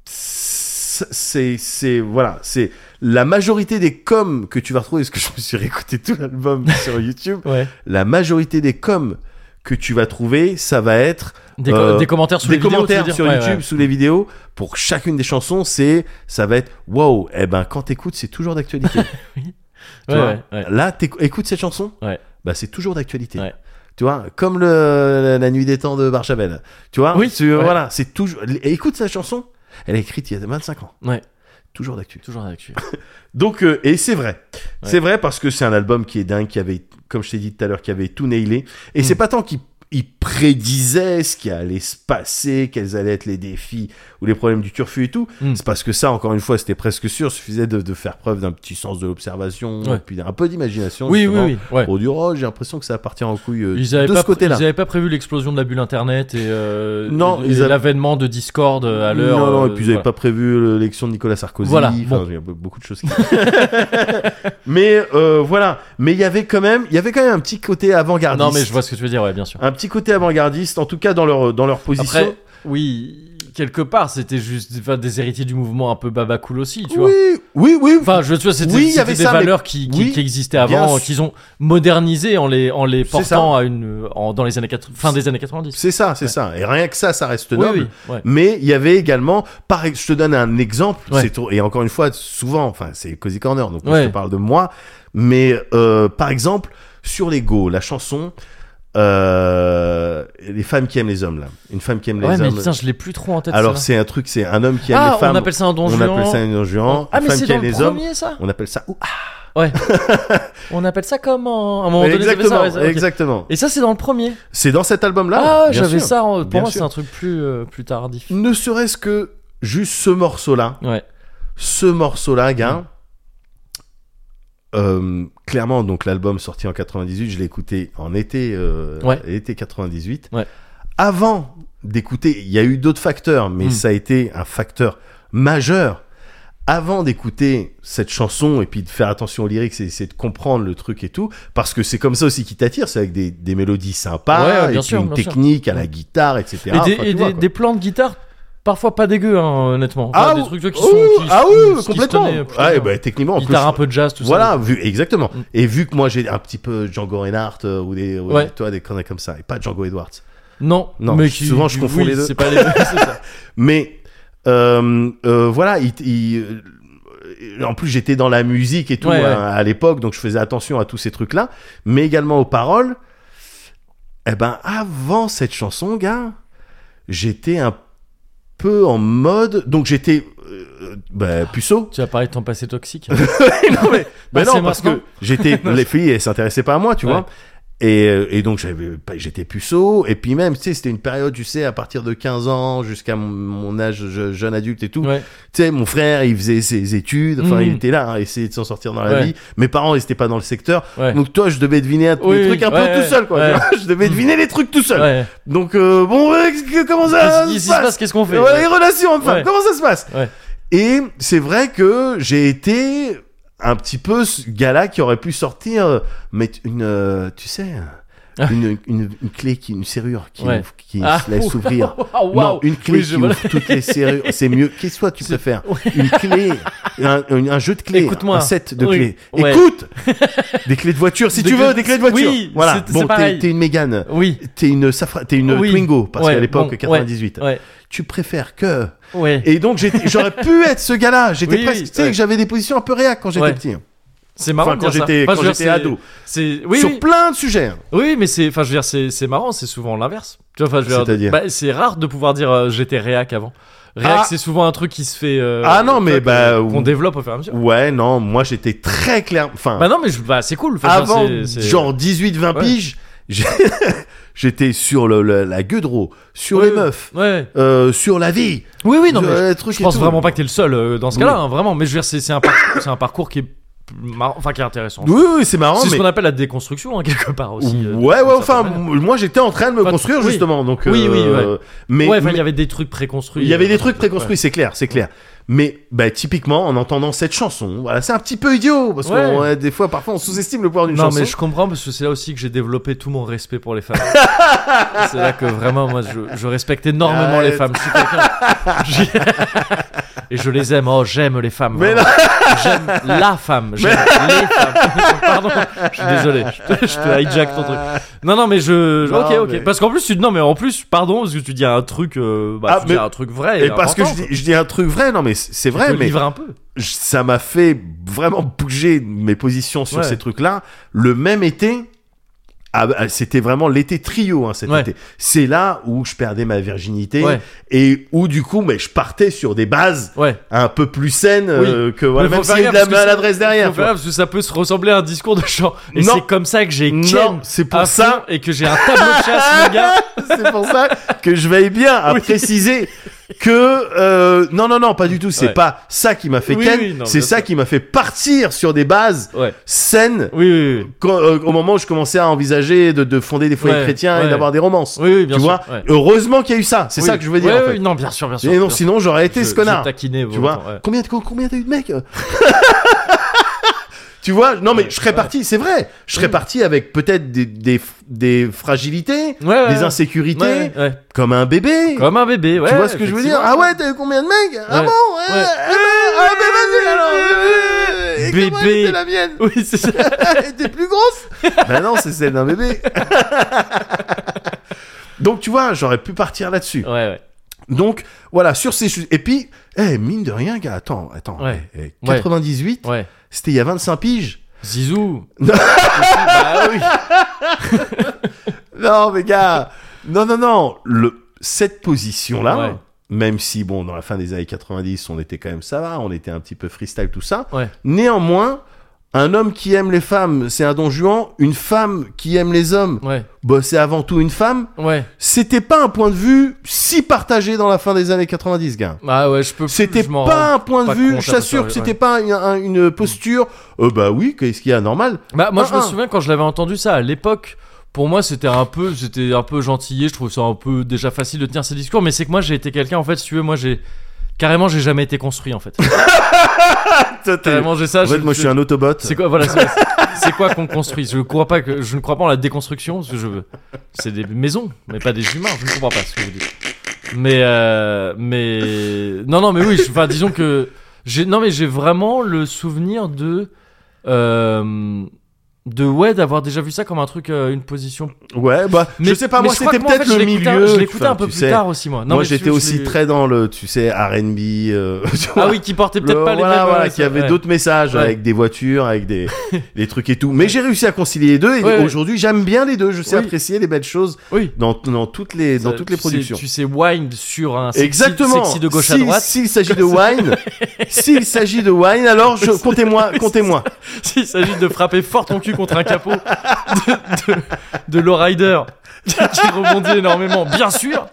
c'est, c'est- c'est, voilà, c'est la majorité des coms que tu vas retrouver. Parce que (laughs) je me suis réécouté tout l'album sur YouTube. ouais. La majorité des coms que tu vas trouver, ça va être Des, co- Euh, des commentaires sous des les vidéos, tu veux commentaires dire sur Ouais, YouTube ouais. sous les vidéos pour chacune des chansons c'est ça va être wow eh ben quand t'écoutes c'est toujours d'actualité Tu Ouais, vois, ouais, ouais. là t'éc- écoute cette chanson Ouais. bah c'est toujours d'actualité Ouais. tu vois comme le la nuit des temps de Barchabel tu vois Oui, c'est- ouais. voilà c'est toujours et écoute cette chanson elle est écrite il y a 25 ans Ouais. toujours d'actu Toujours avec lui. donc euh, et c'est vrai c'est vrai parce que c'est un album qui est dingue qui avait comme je t'ai dit tout à l'heure qui avait tout nailé et c'est Mm. pas tant qu'il il prédisait ce qui allait se passer, quels allaient être les défis ou les problèmes du turfu et tout. Mm. C'est parce que ça, encore une fois, c'était presque sûr. Suffisait de, de faire preuve d'un petit sens de l'observation, Ouais. et puis d'un peu d'imagination. Oui, oui, justement, oui. ouais. Pour dire, oh, j'ai l'impression que ça appartient en couille euh, Ils avaient, de pas, ce côté-là. ils avaient pas prévu l'explosion de la bulle internet et, euh, Non, et ils avaient- l'avènement de Discord euh, à l'heure. Non, non, et euh, puis ils n'avaient voilà. pas prévu l'élection de Nicolas Sarkozy. Voilà, Enfin, bon. il y a be- beaucoup de choses. Qui... (laughs) mais euh, voilà. Mais il y avait quand même, il y avait quand même un petit côté avant-gardiste. Non, mais je vois ce que tu veux dire, ouais, bien sûr. Un petit côté avant-gardiste, en tout cas dans leur dans leur position. Après, oui, quelque part, c'était juste enfin, des héritiers du mouvement un peu babacool aussi, tu vois. oui, oui, oui. Enfin, je, tu vois, c'était Oui, il y c'était avait des ça, mais- valeurs qui, qui, oui, qui existaient bien avant, sûr. qu'ils ont modernisées en les, en les C'est portant à une, en- dans les années 80, fin des années 90. C'est ça, c'est ça. Et rien que ça, ça reste Oui, noble. oui, ouais. Mais il y avait également, par, je te donne un exemple, Ouais. c'est trop- et encore une fois, souvent, enfin, c'est Cozy Corner, donc Ouais. je te parle de moi, mais euh, par exemple, sur les Go, la chanson, euh, les femmes qui aiment les hommes, là. Une femme qui aime Ouais, les mais hommes. putain, je l'ai plus trop en tête. Alors, celle-là. c'est un truc, c'est un homme qui aime ah, les femmes. on appelle ça un on donjon. appelle ça une injurant, Ah, une mais femme c'est qui dans aime le les hommes. premier, ça On appelle ça. Ouh, ah. Ouais. on appelle ça comment À un moment donné, ils avaient exactement, ça, ouais, ça, ok. exactement. Et ça, c'est dans le premier. C'est dans cet album-là. ah, bien j'avais sûr. ça. en- Pour bien moi, sûr. c'est un truc plus, euh, plus tardif. Ne serait-ce que Mm. juste ce morceau-là, Ouais. ce morceau-là, gars, Mm. euh, clairement, donc l'album sorti en 98, je l'ai écouté en été, euh, Ouais. été 98. Ouais. Avant d'écouter, il y a eu d'autres facteurs, mais Mm. ça a été un facteur majeur. Avant d'écouter cette chanson et puis de faire attention aux lyrics et essayer de comprendre le truc et tout, parce que c'est comme ça aussi qui t'attire, c'est avec des, des mélodies sympas, Ouais, ouais, et bien puis sûr, une bien sûr. technique à la guitare, etc. Et des, Enfin, et tu vois, des- quoi. des plans de guitare parfois pas dégueux, hein, honnêtement. Enfin, Ah des ou- trucs tu vois, qui ouh, sont. qui- ah qui- oui, qui se complètement. tenaient, putain, Ouais, bah, techniquement, en plus, guitare un peu de jazz, tout voilà, ça. vu exactement. Mm. Et vu que moi j'ai un petit peu Django Reinhardt euh, ou des, ou Ouais. des- toi des conneries comme ça, et pas Django Edwards. Non, Non, mais je- qui- souvent, je oui, confonds les deux. C'est pas les (laughs) deux, c'est ça. Mais euh, euh, voilà, il, il- euh, en plus j'étais dans la musique et tout Ouais, hein, à l'époque, donc je faisais attention à tous ces trucs-là, mais également aux paroles. Eh ben, avant cette chanson, gars, j'étais un peu en mode, donc j'étais euh, bah, puceau. Tu as parlé de ton passé toxique. hein. (laughs) non, mais, mais Ah, Bah non, c'est parce que maintenant (laughs) j'étais les filles elles s'intéressaient pas à moi tu Ouais. vois et, euh, et donc j'avais pas- j'étais puceau et puis même tu sais c'était une période tu sais à partir de 15 ans jusqu'à mon, mon âge je- jeune adulte et tout Ouais. tu sais mon frère il faisait ses études enfin Mhm. il était là hein, essayer de s'en sortir dans la Ouais. vie mes parents ils étaient pas dans le secteur Ouais. donc toi je devais deviner un, Oui, les trucs un ouais, peu ouais, tout seul quoi ouais. Mhm. tu vois. (laughs) je devais deviner les trucs tout seul ouais. donc euh, bon ouais, qu'est-ce que- comment ça Qu'est-ce qui se se passe passe Qu'est-ce qu'on fait Ouais, Les relations hommes-femmes, Ouais. comment ça se passe Ouais. Et c'est vrai que j'ai été un petit peu ce gars-là qui aurait pu sortir, euh, mais t- une, euh, tu sais, Ah. une, une, une clé, qui, une serrure qui, Ouais. ouvre- qui Ah, se laisse ouh. ouvrir. Ah, (laughs) waouh. Non, une clé Oui, je- qui voilà. ouvre toutes les (laughs) serrures, c'est mieux. Qu'est-ce que toi tu préfères Ouais. Une clé, un, un- un jeu de clés, Écoute-moi. un set de Oui. clés. Ouais. (laughs) Écoute Des clés de voiture, si Des tu veux, clés- des clés de voiture. Oui, voilà. c'est- c'est Bon, t'es pareil. t'es une Mégane, Oui. t'es une, Safra, t'es une Oui. Twingo, parce Ouais, qu'à l'époque, bon, ouais. 98 Ouais. tu préfères que. Ouais. Et donc j'étais- (laughs) j'aurais pu être ce gars-là. J'étais Oui, presque, oui, tu sais, ouais. que j'avais des positions un peu réac quand j'étais Ouais. petit. hein. C'est marrant. Enfin, de quand dire ça. j'étais- Enfin, quand je veux dire, j'étais c'est- ado. C'est oui, Sur oui. plein de sujets. hein. Oui, mais c'est, enfin, je veux dire, c'est, c'est marrant, c'est souvent l'inverse. Tu vois, enfin, je veux dire, C'est-à-dire bah, c'est rare de pouvoir dire euh, j'étais réac avant. Réac, Ah. c'est souvent un truc qui se fait. euh, Ah non, tu mais vois, bah, qu'on- qu'on ou- développe au fur et à mesure. Ouais, non, moi j'étais très clair. Enfin, Bah non, mais je- bah, c'est cool. Enfin, je veux dire, avant, c'est- c'est- genre 18-20 Ouais. piges, j'ai- (laughs) j'étais sur le, le- la gueule de roue, sur Oui, les meufs, Ouais. euh, sur la vie. Oui, oui, non, sur mais je- les je, trucs et pense tout. vraiment pas que t'es le seul euh, dans ce cas-là, Oui. hein, vraiment. Mais je veux dire, c'est, c'est un parcours, (coughs) c'est un parcours qui est marrant, enfin, qui est intéressant. Oui, oui, c'est marrant, c'est ce mais. qu'on appelle la déconstruction, hein, quelque part aussi. euh, ouais, d'une ouais, certaine enfin, manière. m- moi j'étais en train de me Enfin, construire oui. justement, donc. Oui, oui, euh, Mais, ouais, enfin, il mais- y avait des trucs préconstruits. Il y avait euh, des trucs préconstruits, c'est clair, c'est clair. Mais bah, typiquement, en entendant cette chanson, voilà, c'est un petit peu idiot parce Ouais. qu'on euh, des fois, parfois, on sous-estime le pouvoir d'une Non, chanson. mais je comprends parce que c'est là aussi que j'ai développé tout mon respect pour les femmes. (laughs) c'est là que vraiment, moi, je, je respecte énormément Arrête. les femmes. Je suis quelqu'un. j'ai- Et (laughs) je les aime. Oh, j'aime les femmes. Mais vraiment. J'aime la femme. J'aime les femmes. (laughs) Pardon, je suis désolé. Je te, je te hijack ton truc. Non, non, mais je. je- Non, ok, ok. mais- Parce qu'en plus, tu. Non, mais en plus, pardon, parce que tu dis un truc. euh, bah, Ah, tu mais- dis un truc vrai. Et parce que je important, dis, je dis un truc vrai, non mais c'est c'est quoi. vrai, Tu peux mais Vivre un peu. je- ça m'a fait vraiment bouger mes positions sur Ouais. ces trucs-là. Le même été, ah, bah, c'était vraiment l'été trio, hein, cet Ouais. été. C'est là où je perdais ma virginité Ouais. et où du coup, mais je partais sur des bases Ouais. un peu plus saines euh, que voilà, Mais même faut faire s'il y a de la gaffe, parce que maladresse derrière. Faut faire tu vois. gaffe, parce que ça peut se ressembler à un discours de chant. Et Non. c'est comme ça que j'ai Non, Ken c'est pour à fond ça. et que j'ai un tableau de chasse, mon (laughs) gars. C'est pour ça que je veille bien à Oui. préciser que euh, non non non pas du tout c'est Ouais. pas ça qui m'a fait Oui, Ken oui, non, c'est bien ça sûr. qui m'a fait partir sur des bases Ouais. saines Oui, oui, oui. quand, euh, au moment où je commençais à envisager de, de fonder des foyers Ouais, chrétiens et ouais. d'avoir des romances Oui, oui, bien tu sûr. vois heureusement qu'il y a eu ça c'est ça que je veux dire Oui, en fait. oui, non, bien sûr, bien sûr. et non bien sûr. sinon j'aurais été Je- ce connard je taquinais tu vois volontairement, ouais. combien de combien t'as eu de mecs euh? (laughs) tu vois non mais je serais parti c'est vrai je serais Oui. parti avec peut-être des, des des fragilités Ouais, ouais, des ouais. insécurités Ouais, ouais. comme un bébé. Comme un bébé, ouais. tu vois ce que je veux dire Ah ouais, t'as eu combien de mecs Ah Ouais. bon ouais. Ouais. Ah ben, ah ben, vas-y alors. Et Bébé. comment était la mienne effectivement. (laughs) Oui, c'est ça. (laughs) Elle était plus grosse (laughs) Bah non, c'est celle d'un bébé. (laughs) Donc tu vois, j'aurais pu partir là-dessus. Ouais, ouais. Donc voilà, sur ces choses. Et puis, eh, mine de rien, gars, attends, attends. Ouais. eh, eh, Ouais. 98, Ouais. c'était il y a 25 piges. Zizou. Non. bah oui. Ah Non, mais gars, non, non, non. Le, cette position-là, Ouais. même si, bon, dans la fin des années 90, on était quand même ça va, on était un petit peu freestyle, tout ça. Ouais. Néanmoins, Un homme qui aime les femmes, c'est un don Juan. Une femme qui aime les hommes, Ouais, bah, c'est avant tout une femme. ouais. C'était pas un point de vue si partagé dans la fin des années 90, gars. Ah ouais, je peux. C'était je m'en pas rends- un point de pas vue, compte, je à peu t'assure près, que ouais. c'était pas un- un- une posture. Euh, bah oui, qu'est-ce qu'il y a normal Bah, moi, je me Un, un. souviens quand je l'avais entendu ça à l'époque. Pour moi, c'était un peu, c'était un peu gentillé. Je trouve ça un peu déjà facile de tenir ces discours, mais c'est que moi, j'ai été quelqu'un en fait. Si tu veux, moi, j'ai carrément, j'ai jamais été construit en (laughs) fait. Carrément, j'ai ça. En fait, moi je suis un Autobot. C'est quoi, voilà, c'est- c'est quoi qu'on construit Je crois pas que, je ne crois pas en la déconstruction. Parce que je veux, c'est des maisons, mais pas des humains. Je ne comprends pas ce que vous dites. Mais, euh, mais, non, non, mais oui. je- Enfin, disons que j'ai, non, mais j'ai vraiment le souvenir de, euh, de ouais, d'avoir déjà vu ça comme un truc, euh, une position. Ouais, bah je sais pas, mais moi crois c'était que moi, en peut-être fait, le je l'écoutais un- milieu. Je l'écoutais enfin, un peu tu plus sais. tard aussi, moi. Non, moi mais tu- j'étais je aussi l'ai- très dans le, tu sais, RB. euh, (laughs) tu vois. Ah oui, qui portait peut-être Le- pas les voilà, mêmes, voilà, ouais, qui ça- avait ouais. d'autres messages Ouais. avec des voitures, (laughs) avec des, des trucs et tout. Mais j'ai réussi à concilier les deux et Ouais, ouais. aujourd'hui j'aime bien les deux. Je sais Oui. apprécier les belles choses Oui. dans, dans toutes les dans Ça, toutes les tu sais- productions. Tu sais, wind sur un sexy, Exactement. sexy de gauche à Si- droite. S'il s'agit (laughs) de wine, s'il s'agit de wine, alors je, comptez-moi, comptez-moi. (laughs) S'il s'agit de frapper fort ton cul contre un capot de, de, de lowrider (laughs) qui rebondit énormément, bien sûr.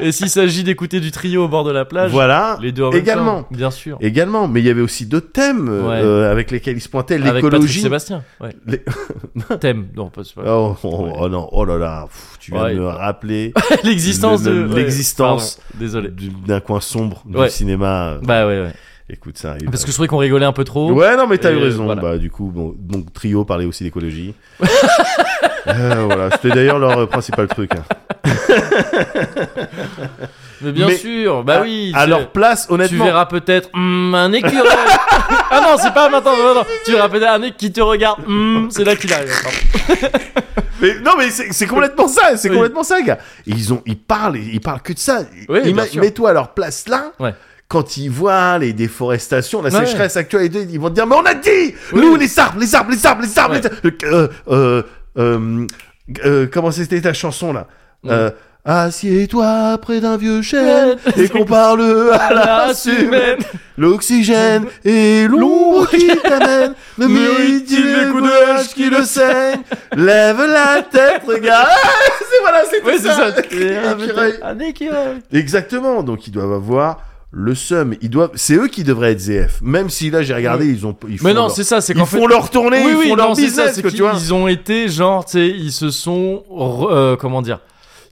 Et s'il s'agit d'écouter du trio au bord de la plage, Voilà. les deux en même Également. temps, bien sûr. Également, mais il y avait aussi d'autres thèmes euh, avec lesquels il se pointait Avec Patrick l'écologie. Sébastien. Ouais. Les- (laughs) Thème. Non, pas, c'est pas- Oh, oh, oh non, oh là là, pff, tu viens Ouais. de (laughs) me rappeler L'existence Le- le- de. ouais, l'existence. pardon, Désolé. du- d'un coin sombre du Ouais. cinéma. Bah ouais, ouais. Écoute, ça arrive. Parce que je trouvais qu'on rigolait un peu trop. Ouais, non, mais t'as Et eu raison. voilà. Bah, du coup, bon, donc Trio parlait (laughs) aussi d'écologie. Euh, voilà, c'était d'ailleurs leur euh, principal truc. hein. Mais bien Mais- sûr, bah oui. À c'est- leur place, Tu honnêtement. verras peut-être hmm, un écureuil. (laughs) ah non, c'est pas maintenant. Non, non. Tu verras peut-être un mec qui te regarde. hmm, c'est là qu'il arrive. Mais- non, mais c'est c'est complètement ça, c'est Oui. complètement ça, gars. Ils ont, ils parlent, ils parlent que de ça. Oui, Ima- bien sûr. Mets-toi à leur place là. Ouais. Quand ils voient les déforestations, la Ouais. sécheresse actuelle, ils- ils vont te dire mais on a dit nous les arbres, les arbres, les arbres, les arbres. Ouais. les arbres. Euh, euh, euh, euh, comment c'était ta chanson là Euh, Assieds-toi près d'un vieux chêne et qu'on parle (laughs) à la semaine. L'oxygène (laughs) et l'ombre qui t'amène, le mérite-il le coup de hache qui le saigne, lève la tête, (laughs) regarde. Ah, c'est voilà, c'est Oui, c'est ça. Ah, Écureuil. Un écureuil. Exactement, donc ils doivent avoir le seum, ils doivent, c'est eux qui devraient être ZF, même si là j'ai regardé, ils ont, ils font Mais non, leur- c'est ça, c'est ils qu'en fait. font leur tournée, oui, ils oui, non, font leur c'est ça, business, c'est que tu vois. qu'ils ont été genre, tu sais, ils se sont, re- euh, comment dire,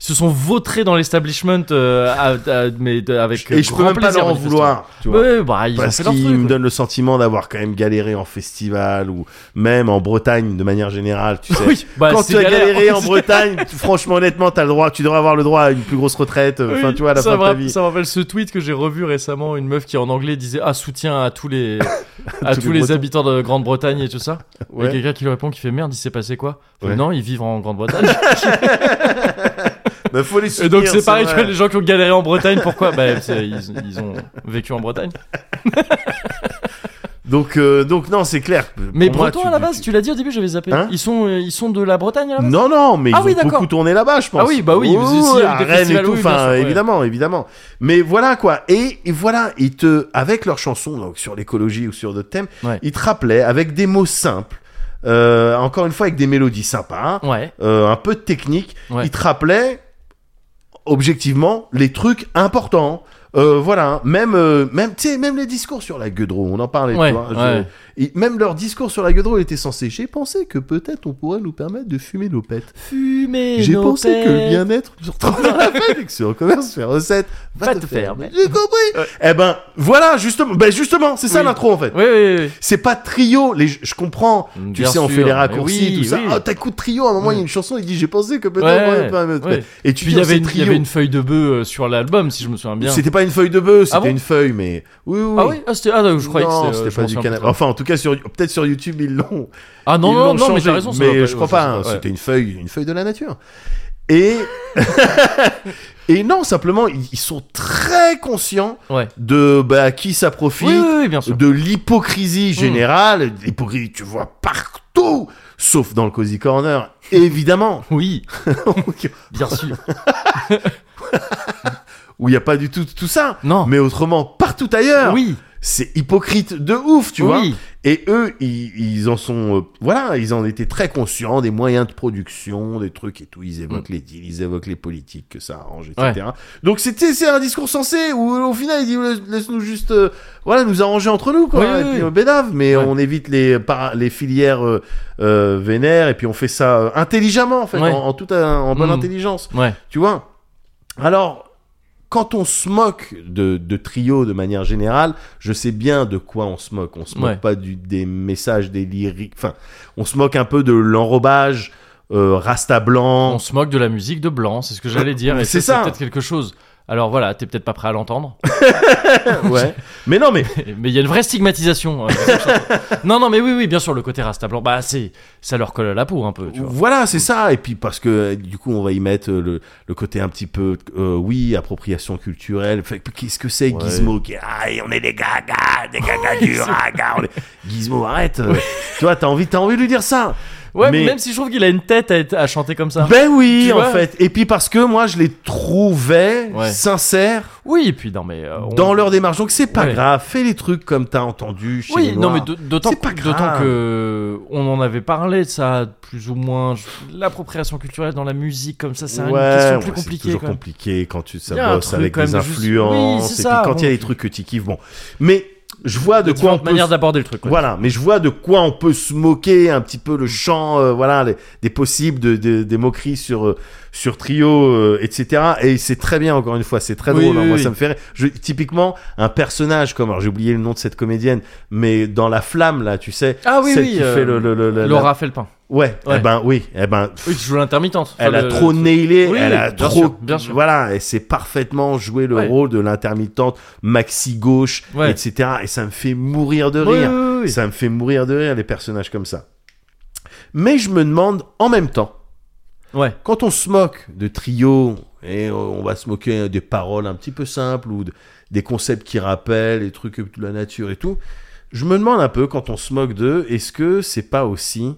ils se sont vautrés dans l'establishment, euh, à- à- mais de- avec euh, Et je peux grand même pas plaisir, leur en manifestement. vouloir, tu vois. Ouais, bah ils ont parce fait leur qu'ils truc. me donnent le sentiment d'avoir quand même galéré en festival ou même en Bretagne de manière générale, tu sais. Oui, bah, quand c'est tu as galère. galéré en Bretagne, tu- franchement, honnêtement, t'as le droit, tu devrais avoir le droit à une plus grosse retraite. euh, Oui, Enfin, tu vois, à la ça fin de me ta rapp- vie. Ça me rappelle ce tweet que j'ai revu récemment, une meuf qui en anglais disait ah soutien à tous (laughs) les à Tous tous, les les, Bretons. habitants de Grande-Bretagne et tout ça. Ouais. Et quelqu'un qui lui répond qui fait merde, il s'est passé quoi Fait, Ouais. Non, ils vivent en Grande-Bretagne. Bah, faut les soutenir, et donc (laughs) c'est pareil vrai. que les gens qui ont galéré en Bretagne, pourquoi (laughs) Bah c'est- ils, ils ont vécu en Bretagne. Donc, euh, donc non, c'est clair. Mais Pour moi, Breton tu- à la tu- base, tu- tu l'as dit au début, j'avais zappé. Hein ils sont euh, ils sont de la Bretagne à la base. Non, non, mais Ah ils oui, ont d'accord. beaucoup tourné là-bas, je pense. Ah oui, bah oui, parce que s'il y a eu à des Rennes et festivals, tout, oui, bien enfin, sûr, ouais. évidemment, évidemment. Mais voilà quoi. Et, et voilà, ils te, avec leurs chansons, donc sur l'écologie ou sur d'autres thèmes, Ouais. ils te rappelaient avec des mots simples, euh, encore une fois avec des mélodies sympas, Ouais. euh, un peu de technique, Ouais. ils te rappelaient objectivement les trucs importants. Euh, voilà, même euh, même tu sais même les discours sur la gueudreau, on en parlait, tu Ouais, vois, je- ouais. et même leur discours sur la gueudreau était censé. J'ai pensé que peut-être on pourrait nous permettre de fumer nos pètes. Fumer J'ai nos pensé que le pets. bien-être se retrouve dans la fête et que sur le commerce faire recette va, te, faire. mais J'ai compris. Eh ben voilà justement, ben justement, c'est ça Oui. l'intro en fait. Oui, oui, oui. C'est pas trio, les, je comprends. Mm, Tu bien sais, on sûr, fait les mais raccourcis, oui, tout ça. oui. Ah, t'écoutes trio, à un moment, il y a une chanson, il dit J'ai pensé que peut-être. Ouais, on aurait pas un autre. ouais. Et tu Puis il dis, y oh, avait c'est une- il y trio. avait une feuille de bœuf euh, sur l'album si je me souviens bien. C'était pas une feuille de bœuf, c'était Ah bon une feuille, mais. Oui, oui. Ah oui, ah, c'était- ah, non, je croyais non, que c'était je pas m'en du souviens canal. plus. Enfin, en tout cas, sur, peut-être sur YouTube, ils l'ont. Ah non, ils non, l'ont non, mais changé. t'as raison. ça Mais doit je crois ça pas, doit hein, ouais. c'était une feuille, une feuille de la nature. Et. (laughs) Et non, simplement, ils ils sont très conscients Ouais. de bah, qui ça profite, Oui, oui, oui, bien (laughs) sûr. de Hmm. l'hypocrisie générale, l'hypocrisie que tu vois partout, sauf dans le Cozy Corner, évidemment, Oui, où bien sûr. il n'y a pas du tout tout ça. Non. Mais autrement, partout ailleurs, Oh. oui, c'est hypocrite de ouf, tu vois. oui. Et eux, ils, ils en sont, euh, voilà, ils en étaient très conscients des moyens de production, des trucs et tout. Ils évoquent Mm. les deals, ils évoquent les politiques que ça arrange, etc. Donc c'était c'est un discours sensé où au final il dit laisse-nous juste, euh, voilà, nous arranger entre nous, quoi. Oui, et oui, puis, oui. euh, bédave, mais Ouais. on évite les par- les filières euh, euh, vénères et puis on fait ça euh, intelligemment en fait, Ouais. en, en toute euh, en bonne Mm. intelligence. Ouais. Tu vois Alors, quand on se moque de, de trio de manière générale, je sais bien de quoi on se moque. On se moque Ouais. pas du, des messages, des lyriques. Enfin, on se moque un peu de l'enrobage euh, rasta blanc. On se moque de la musique de Blanc, c'est ce que j'allais (laughs) dire. Et C'est ça. peut-être quelque chose. Alors voilà, t'es peut-être pas prêt à l'entendre, (laughs) Ouais. mais non, mais mais il y a une vraie stigmatisation. euh, de cette (laughs) chanson. non, non, mais oui, oui, bien sûr, le côté rasta blanc, bah c'est, ça leur colle à la peau un peu, (laughs) tu vois. voilà, c'est ça. Et puis parce que euh, du coup, on va y mettre euh, le, le côté un petit peu, euh, oui, appropriation culturelle. Fait que qu'est-ce que c'est Gizmo qui- Aïe, on est des gaga, (laughs) des gaga du raga. on est- Gizmo, arrête. euh, Tu vois, t'as envie, t'as envie de lui dire ça. Ouais, mais... Mais- même si je trouve qu'il a une tête à, être- à chanter comme ça. Ben oui, hein. Tu en vois fait. Et puis parce que moi, je les trouvais Ouais. sincères Oui, et puis non, mais euh, on- dans leur démarche. Donc c'est pas Ouais. grave, fais les trucs comme t'as entendu chez Oui, les non, mais Noirs. d'aut- d'autant C'est pas que- d'autant grave. que on en avait parlé, ça, plus ou moins, je- l'appropriation culturelle dans la musique comme ça, c'est Ouais, une question ouais, plus compliquée. C'est toujours quand même. compliqué quand tu ça Il y a un bosse truc avec quand des même de juste- influences Oui, c'est et ça, puis quand il y a bon. des trucs que tu kiffes. Bon, mais je vois de quoi on Différentes peut. manières se- d'aborder le truc. ouais. Voilà, mais je vois de quoi on peut se moquer un petit peu le chant, euh, voilà, les- des possibles, de, de- des moqueries sur euh, sur trio, euh, etc. Et c'est très bien encore une fois, c'est très Oui, drôle. hein, oui, moi, oui. ça me fait rire. Je, typiquement un personnage comme, alors j'ai oublié le nom de cette comédienne, mais dans La Flamme là, tu sais, Ah oui, celle oui. qui euh, fait le, le- le- le- Laura Felpin. la- ouais, eh Ouais. ben oui, eh ben. Oui, tu joues l'intermittente. Elle Enfin, a le- trop nailé, Oui, elle a bien trop, sûr, bien sûr. voilà, et c'est parfaitement joué le Ouais. rôle de l'intermittente maxi gauche, Ouais. etc. Et ça me fait mourir de Oui, rire. oui, oui, oui. Ça me fait mourir de rire, les personnages comme ça. Mais je me demande en même temps, Ouais. quand on se moque de trio, et euh, on va se moquer des paroles un petit peu simples, ou de- des concepts qui rappellent, les trucs de la nature et tout, je me demande un peu, quand on se moque d'eux, est-ce que c'est pas aussi,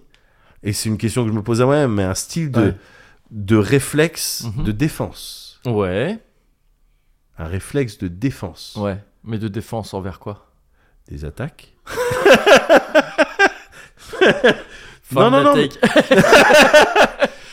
et c'est une question que je me pose à moi-même, mais un style de, Ouais. de réflexe Mhm. de défense Ouais. Un réflexe de défense. Ouais. Mais de défense envers quoi Des attaques (laughs) Fin de Non, non, la (laughs) non, take.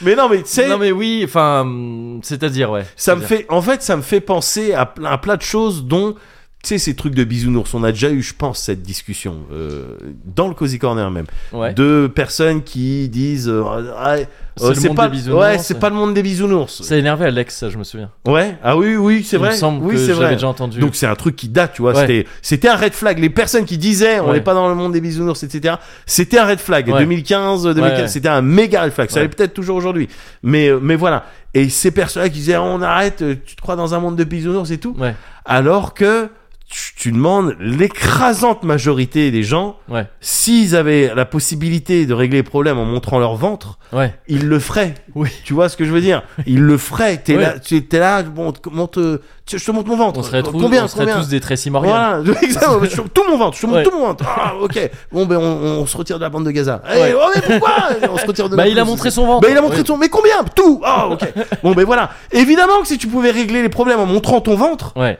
Mais non, mais tu sais, Non, mais oui, enfin, hum, c'est-à-dire, ouais. ça me C'est-à-dire- fait en fait ça me fait penser à plein, à plein de choses dont tu sais ces trucs de bisounours on a déjà eu je pense cette discussion euh, dans le cozy corner même Ouais. deux personnes qui disent euh, ah, euh, C'est le monde pas des bisounours, ouais c'est ça. pas le monde des bisounours Ça a énervé Alex, ça, je me souviens. ouais ah oui oui c'est Il vrai me semble oui que c'est j'avais vrai déjà entendu. donc c'est un truc qui date, tu vois. Ouais. C'était, c'était un red flag. Les personnes qui disaient on Ouais. n'est pas dans le monde des bisounours, etc. C'était un red flag. Ouais. 2015, 2015, Ouais, ouais. c'était un méga red flag. Ça Ouais. l'est peut-être toujours aujourd'hui. Mais, euh, mais voilà. Et ces personnes qui disaient on arrête, euh, tu te crois dans un monde de bisounours et tout. Ouais. Alors que tu, tu demandes l'écrasante majorité des gens, Ouais. s'ils avaient la possibilité de régler les problèmes en montrant leur ventre, Ouais. ils le feraient. Oui. Tu vois ce que je veux dire Ils le feraient. T'es Ouais. là, tu es là, bon, monte, euh, je te monte mon ventre. On serait, tous- combien, on serait combien tous des Tracy Morgan. voilà, (laughs) exactement. Je te- tout mon ventre, je te montre Ouais. tout mon ventre. Ah, ok. Bon, ben, on, on se retire de la bande de Gaza. Eh, Ouais. oh, mais (laughs) pourquoi On se retire de Bah, il a montré son ventre. Bah, il a montré Ouais. ton. Mais combien Tout Ah, ok. Bon, ben voilà. Évidemment que si tu pouvais régler les problèmes en montrant ton ventre, Ouais.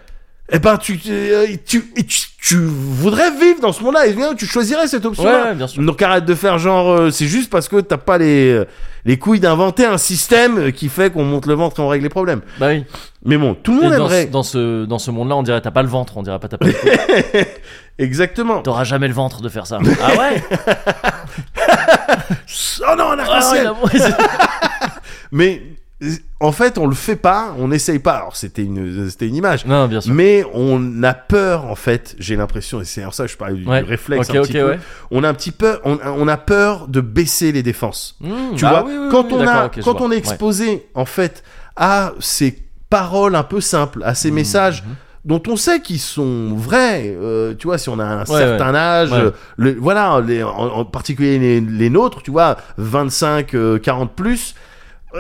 eh ben, tu, euh, tu, tu, tu voudrais vivre dans ce monde-là. Et bien, tu choisirais cette Ouais, option-là. ouais, bien sûr. Donc arrête de faire genre, euh, c'est juste parce que t'as pas les, euh, les couilles d'inventer un système qui fait qu'on monte le ventre et on règle les problèmes. Bah oui. Mais bon, tout le Et monde dans, aimerait. ce- dans ce, dans ce monde-là, on dirait t'as pas le ventre, on dirait pas t'as pas le cou. Exactement. T'auras jamais le ventre de faire ça. Ah ouais Oh non, (laughs) un Ah ouais, arc-en-ciel là, ouais, (laughs) c'est- Mais euh, en fait, on le fait pas, on n'essaye pas. Alors c'était une, c'était une image. Non, bien sûr. Mais on a peur en fait, j'ai l'impression, et c'est en ça que je parlais du, du Ouais. réflexe Ok, un ok, petit peu. ouais. On a un petit peu, on, a- on a peur de baisser les défenses. Mmh, Tu ah vois, oui, oui, quand oui, on d'accord, a, ok, je quand vois. on est Ouais. exposé en fait à ces paroles un peu simples, à ces Mhm, messages dont on sait qu'ils sont vrais, euh, tu vois, si on a un certain âge, Ouais. euh, le- voilà, les- en, en particulier les, les nôtres, tu vois, 25, euh, 40 plus.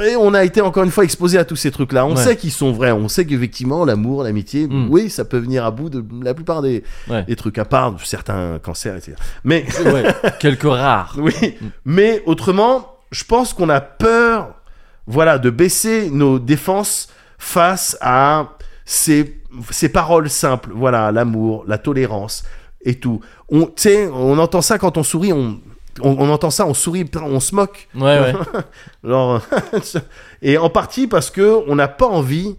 Et on a été encore une fois exposé à tous ces trucs-là. Ouais. On sait qu'ils sont vrais. On sait qu'effectivement, l'amour, l'amitié, Mm. oui, ça peut venir à bout de la plupart des, Ouais. des trucs, à part certains cancers, etc. Mais Ouais, quelques rares. oui, mais autrement, je pense qu'on a peur, voilà, de baisser nos défenses face à ces, ces paroles simples, voilà, l'amour, la tolérance. et tout. On, tu sais, on entend ça quand on sourit, on, on, on entend ça, on sourit, putain, on se moque. Ouais, ouais. Genre, (laughs) et en partie parce que on n'a pas envie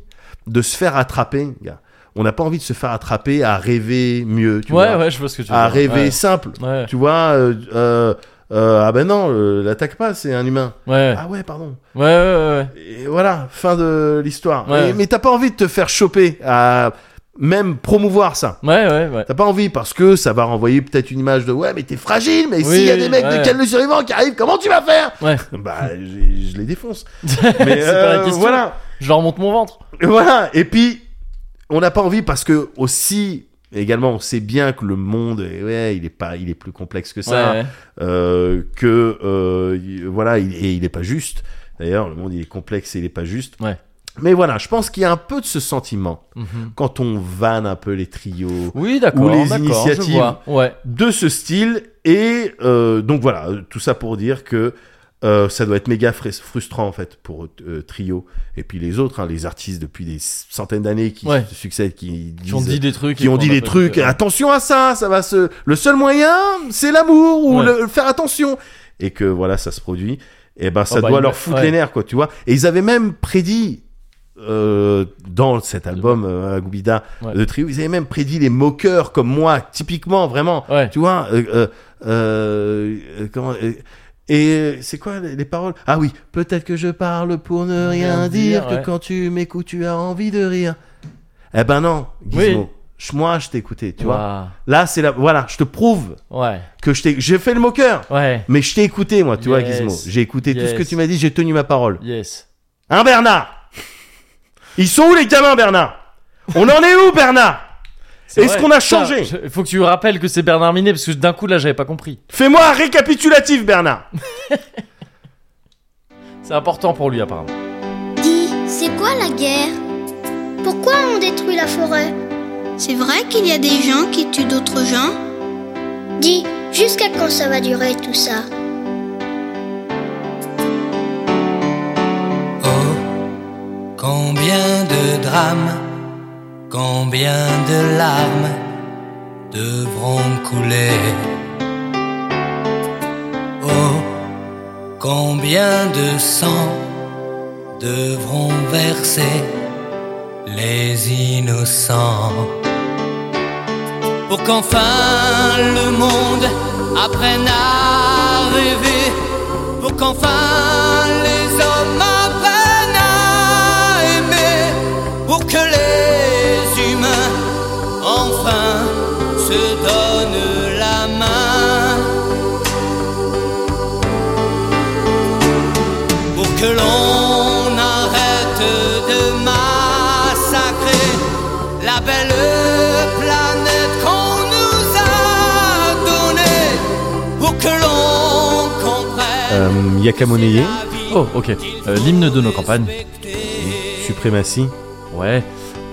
de se faire attraper, gars. On n'a pas envie de se faire attraper à rêver mieux, (laughs) tu ouais, vois. ouais, je vois ce que tu veux à dire. rêver Ouais. simple. Ouais. Tu vois, euh, euh, euh, ah ben non, euh, l'attaque pas, c'est un humain. Ouais. Ah ouais, pardon. ouais, ouais, ouais, Et voilà, fin de l'histoire. Ouais. Et- Mais t'as pas envie de te faire choper à même promouvoir ça. ouais, ouais, ouais. T'as pas envie parce que ça va renvoyer peut-être une image de ouais mais t'es fragile mais Oui, s'il y a oui, des mecs ouais. de Cal le survivant qui arrivent comment tu vas faire Ouais. bah je je les défonce mais (laughs) C'est pas la euh, question. voilà Je leur monte mon ventre. et voilà. Et puis, on n'a pas envie parce que aussi. Également, on sait bien que le monde, eh ouais, il est pas, il est plus complexe que ça, Ouais, ouais. euh, que euh, y- voilà, il, et il est pas juste. D'ailleurs, le monde il est complexe et il est pas juste. Ouais. Mais voilà, je pense qu'il y a un peu de ce sentiment Mhm. quand on vanne un peu les trios Oui, d'accord. Ou les d'accord, initiatives. Je vois. Ouais. de ce style. Et euh, donc voilà, euh, tout ça pour dire que euh, ça doit être méga frais- frustrant en fait pour euh, Trio et puis les autres, hein, les artistes depuis des centaines d'années qui Ouais. se succèdent, qui, Qui ont disent- dit des trucs. qui et ont qu'on dit a des pas trucs. dit. euh, Attention à ça, ça va se. Le seul moyen, c'est l'amour ou Ouais. le, faire attention. Et que voilà, ça se produit. Et ben, ça bah, doit ils- leur foutre ouais. les nerfs, quoi, tu vois. Et ils avaient même prédit. euh, dans cet album euh, Agubida Ouais. de Trio, ils avaient même prédit les moqueurs comme moi, typiquement, vraiment. Ouais. Tu vois, euh, euh, euh, euh, comment, euh, et euh, c'est quoi les, les paroles Ah oui, peut-être que je parle pour ne rien, Rien dire, dire, que ouais. quand tu m'écoutes, tu as envie de rire. Eh ben non, Gizmo. Oui. Je- Moi, je t'ai écouté, tu vois. Ouah. Là, c'est la. Voilà, je te prouve Ouais. que je t'ai. J'ai fait le moqueur, Ouais. mais je t'ai écouté, moi, tu vois, Yes. Gizmo. J'ai écouté tout ce que Yes. tu m'as dit, j'ai tenu ma parole. Yes. Hein, Bernard Ils sont où les gamins, Bernard On en est où, Bernard C'est Est-ce vrai. qu'on Putain, a changé je- Faut que tu rappelles que c'est Bernard Minet parce que d'un coup là j'avais pas compris. Fais-moi un récapitulatif, Bernard C'est important pour lui apparemment. Dis, c'est quoi la guerre Pourquoi on détruit la forêt C'est vrai qu'il y a des gens qui tuent d'autres gens Dis, jusqu'à quand ça va durer tout ça Oh, combien de drames, combien de larmes devront couler. Oh, combien de sang devront verser les innocents. Pour qu'enfin le monde apprenne à rêver, pour qu'enfin les hommes apprennent à aimer, pour que les humains enfin se donnent la main. pour que l'on arrête de massacrer la belle planète qu'on nous a donnée, pour que l'on comprenne. euh, Yakamoneye, Oh, ok. Euh, L'hymne de nos campagnes. suprématie, Ouais.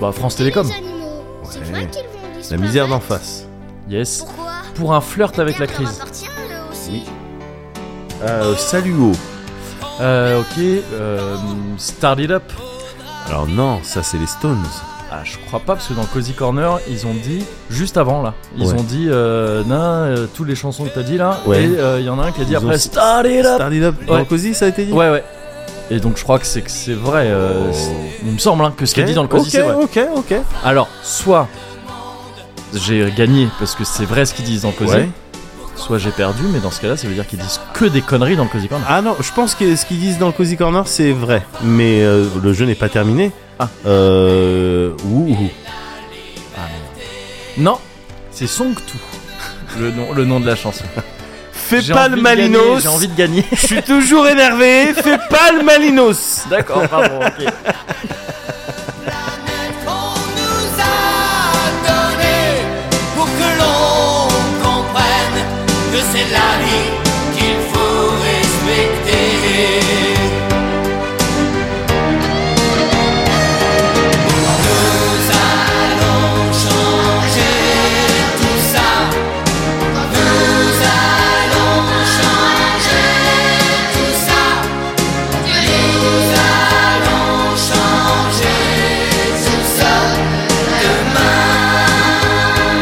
Bah France Télécom. Les animaux, c'est vrai qu'ils vont la misère d'en disparaître. face. Yes. Pourquoi Pour un flirt La avec la Terre leur crise. appartient, eux aussi. Oui. Euh, salut haut. Euh, ok. Euh, start it up. Alors non, ça c'est les Stones. Ah, je crois pas parce que dans Cozy Corner, ils ont dit juste avant là, ils Ouais. ont dit euh, non, euh, toutes les chansons que t'as dit là, Ouais. et il y en a un qui a dit Ils ont- après Start it up. Start It Up, Ouais. dans Cozy, ça a été dit Ouais, ouais. Et donc je crois que c'est que c'est vrai. euh, Oh. c'est- Il me semble hein, que ce qu'il a dit dans le Cozy, c'est vrai. Ok, ok, ok. Alors, soit j'ai gagné parce que c'est vrai ce qu'ils disent dans le Cozy, Ouais. soit j'ai perdu, mais dans ce cas-là, ça veut dire qu'ils disent que des conneries dans le Cozy Corner. Ah non, je pense que ce qu'ils disent dans le Cozy Corner, c'est vrai. Mais euh, le jeu n'est pas terminé. Ah. Euh. Ouh. Ah, Non, c'est Song Tu, Ah. le nom, le nom de la chanson. Fais J'ai pas envie le de gagner, malinos. J'ai envie de gagner. (laughs) Je suis toujours énervé. Fais pas le malinos. D'accord, pardon, ok. qu'on nous a donné pour que l'on comprenne que c'est la vie qu'il faut respecter. Nous allons changer tout ça. Nous allons changer tout ça. Nous allons changer tout ça. Demain.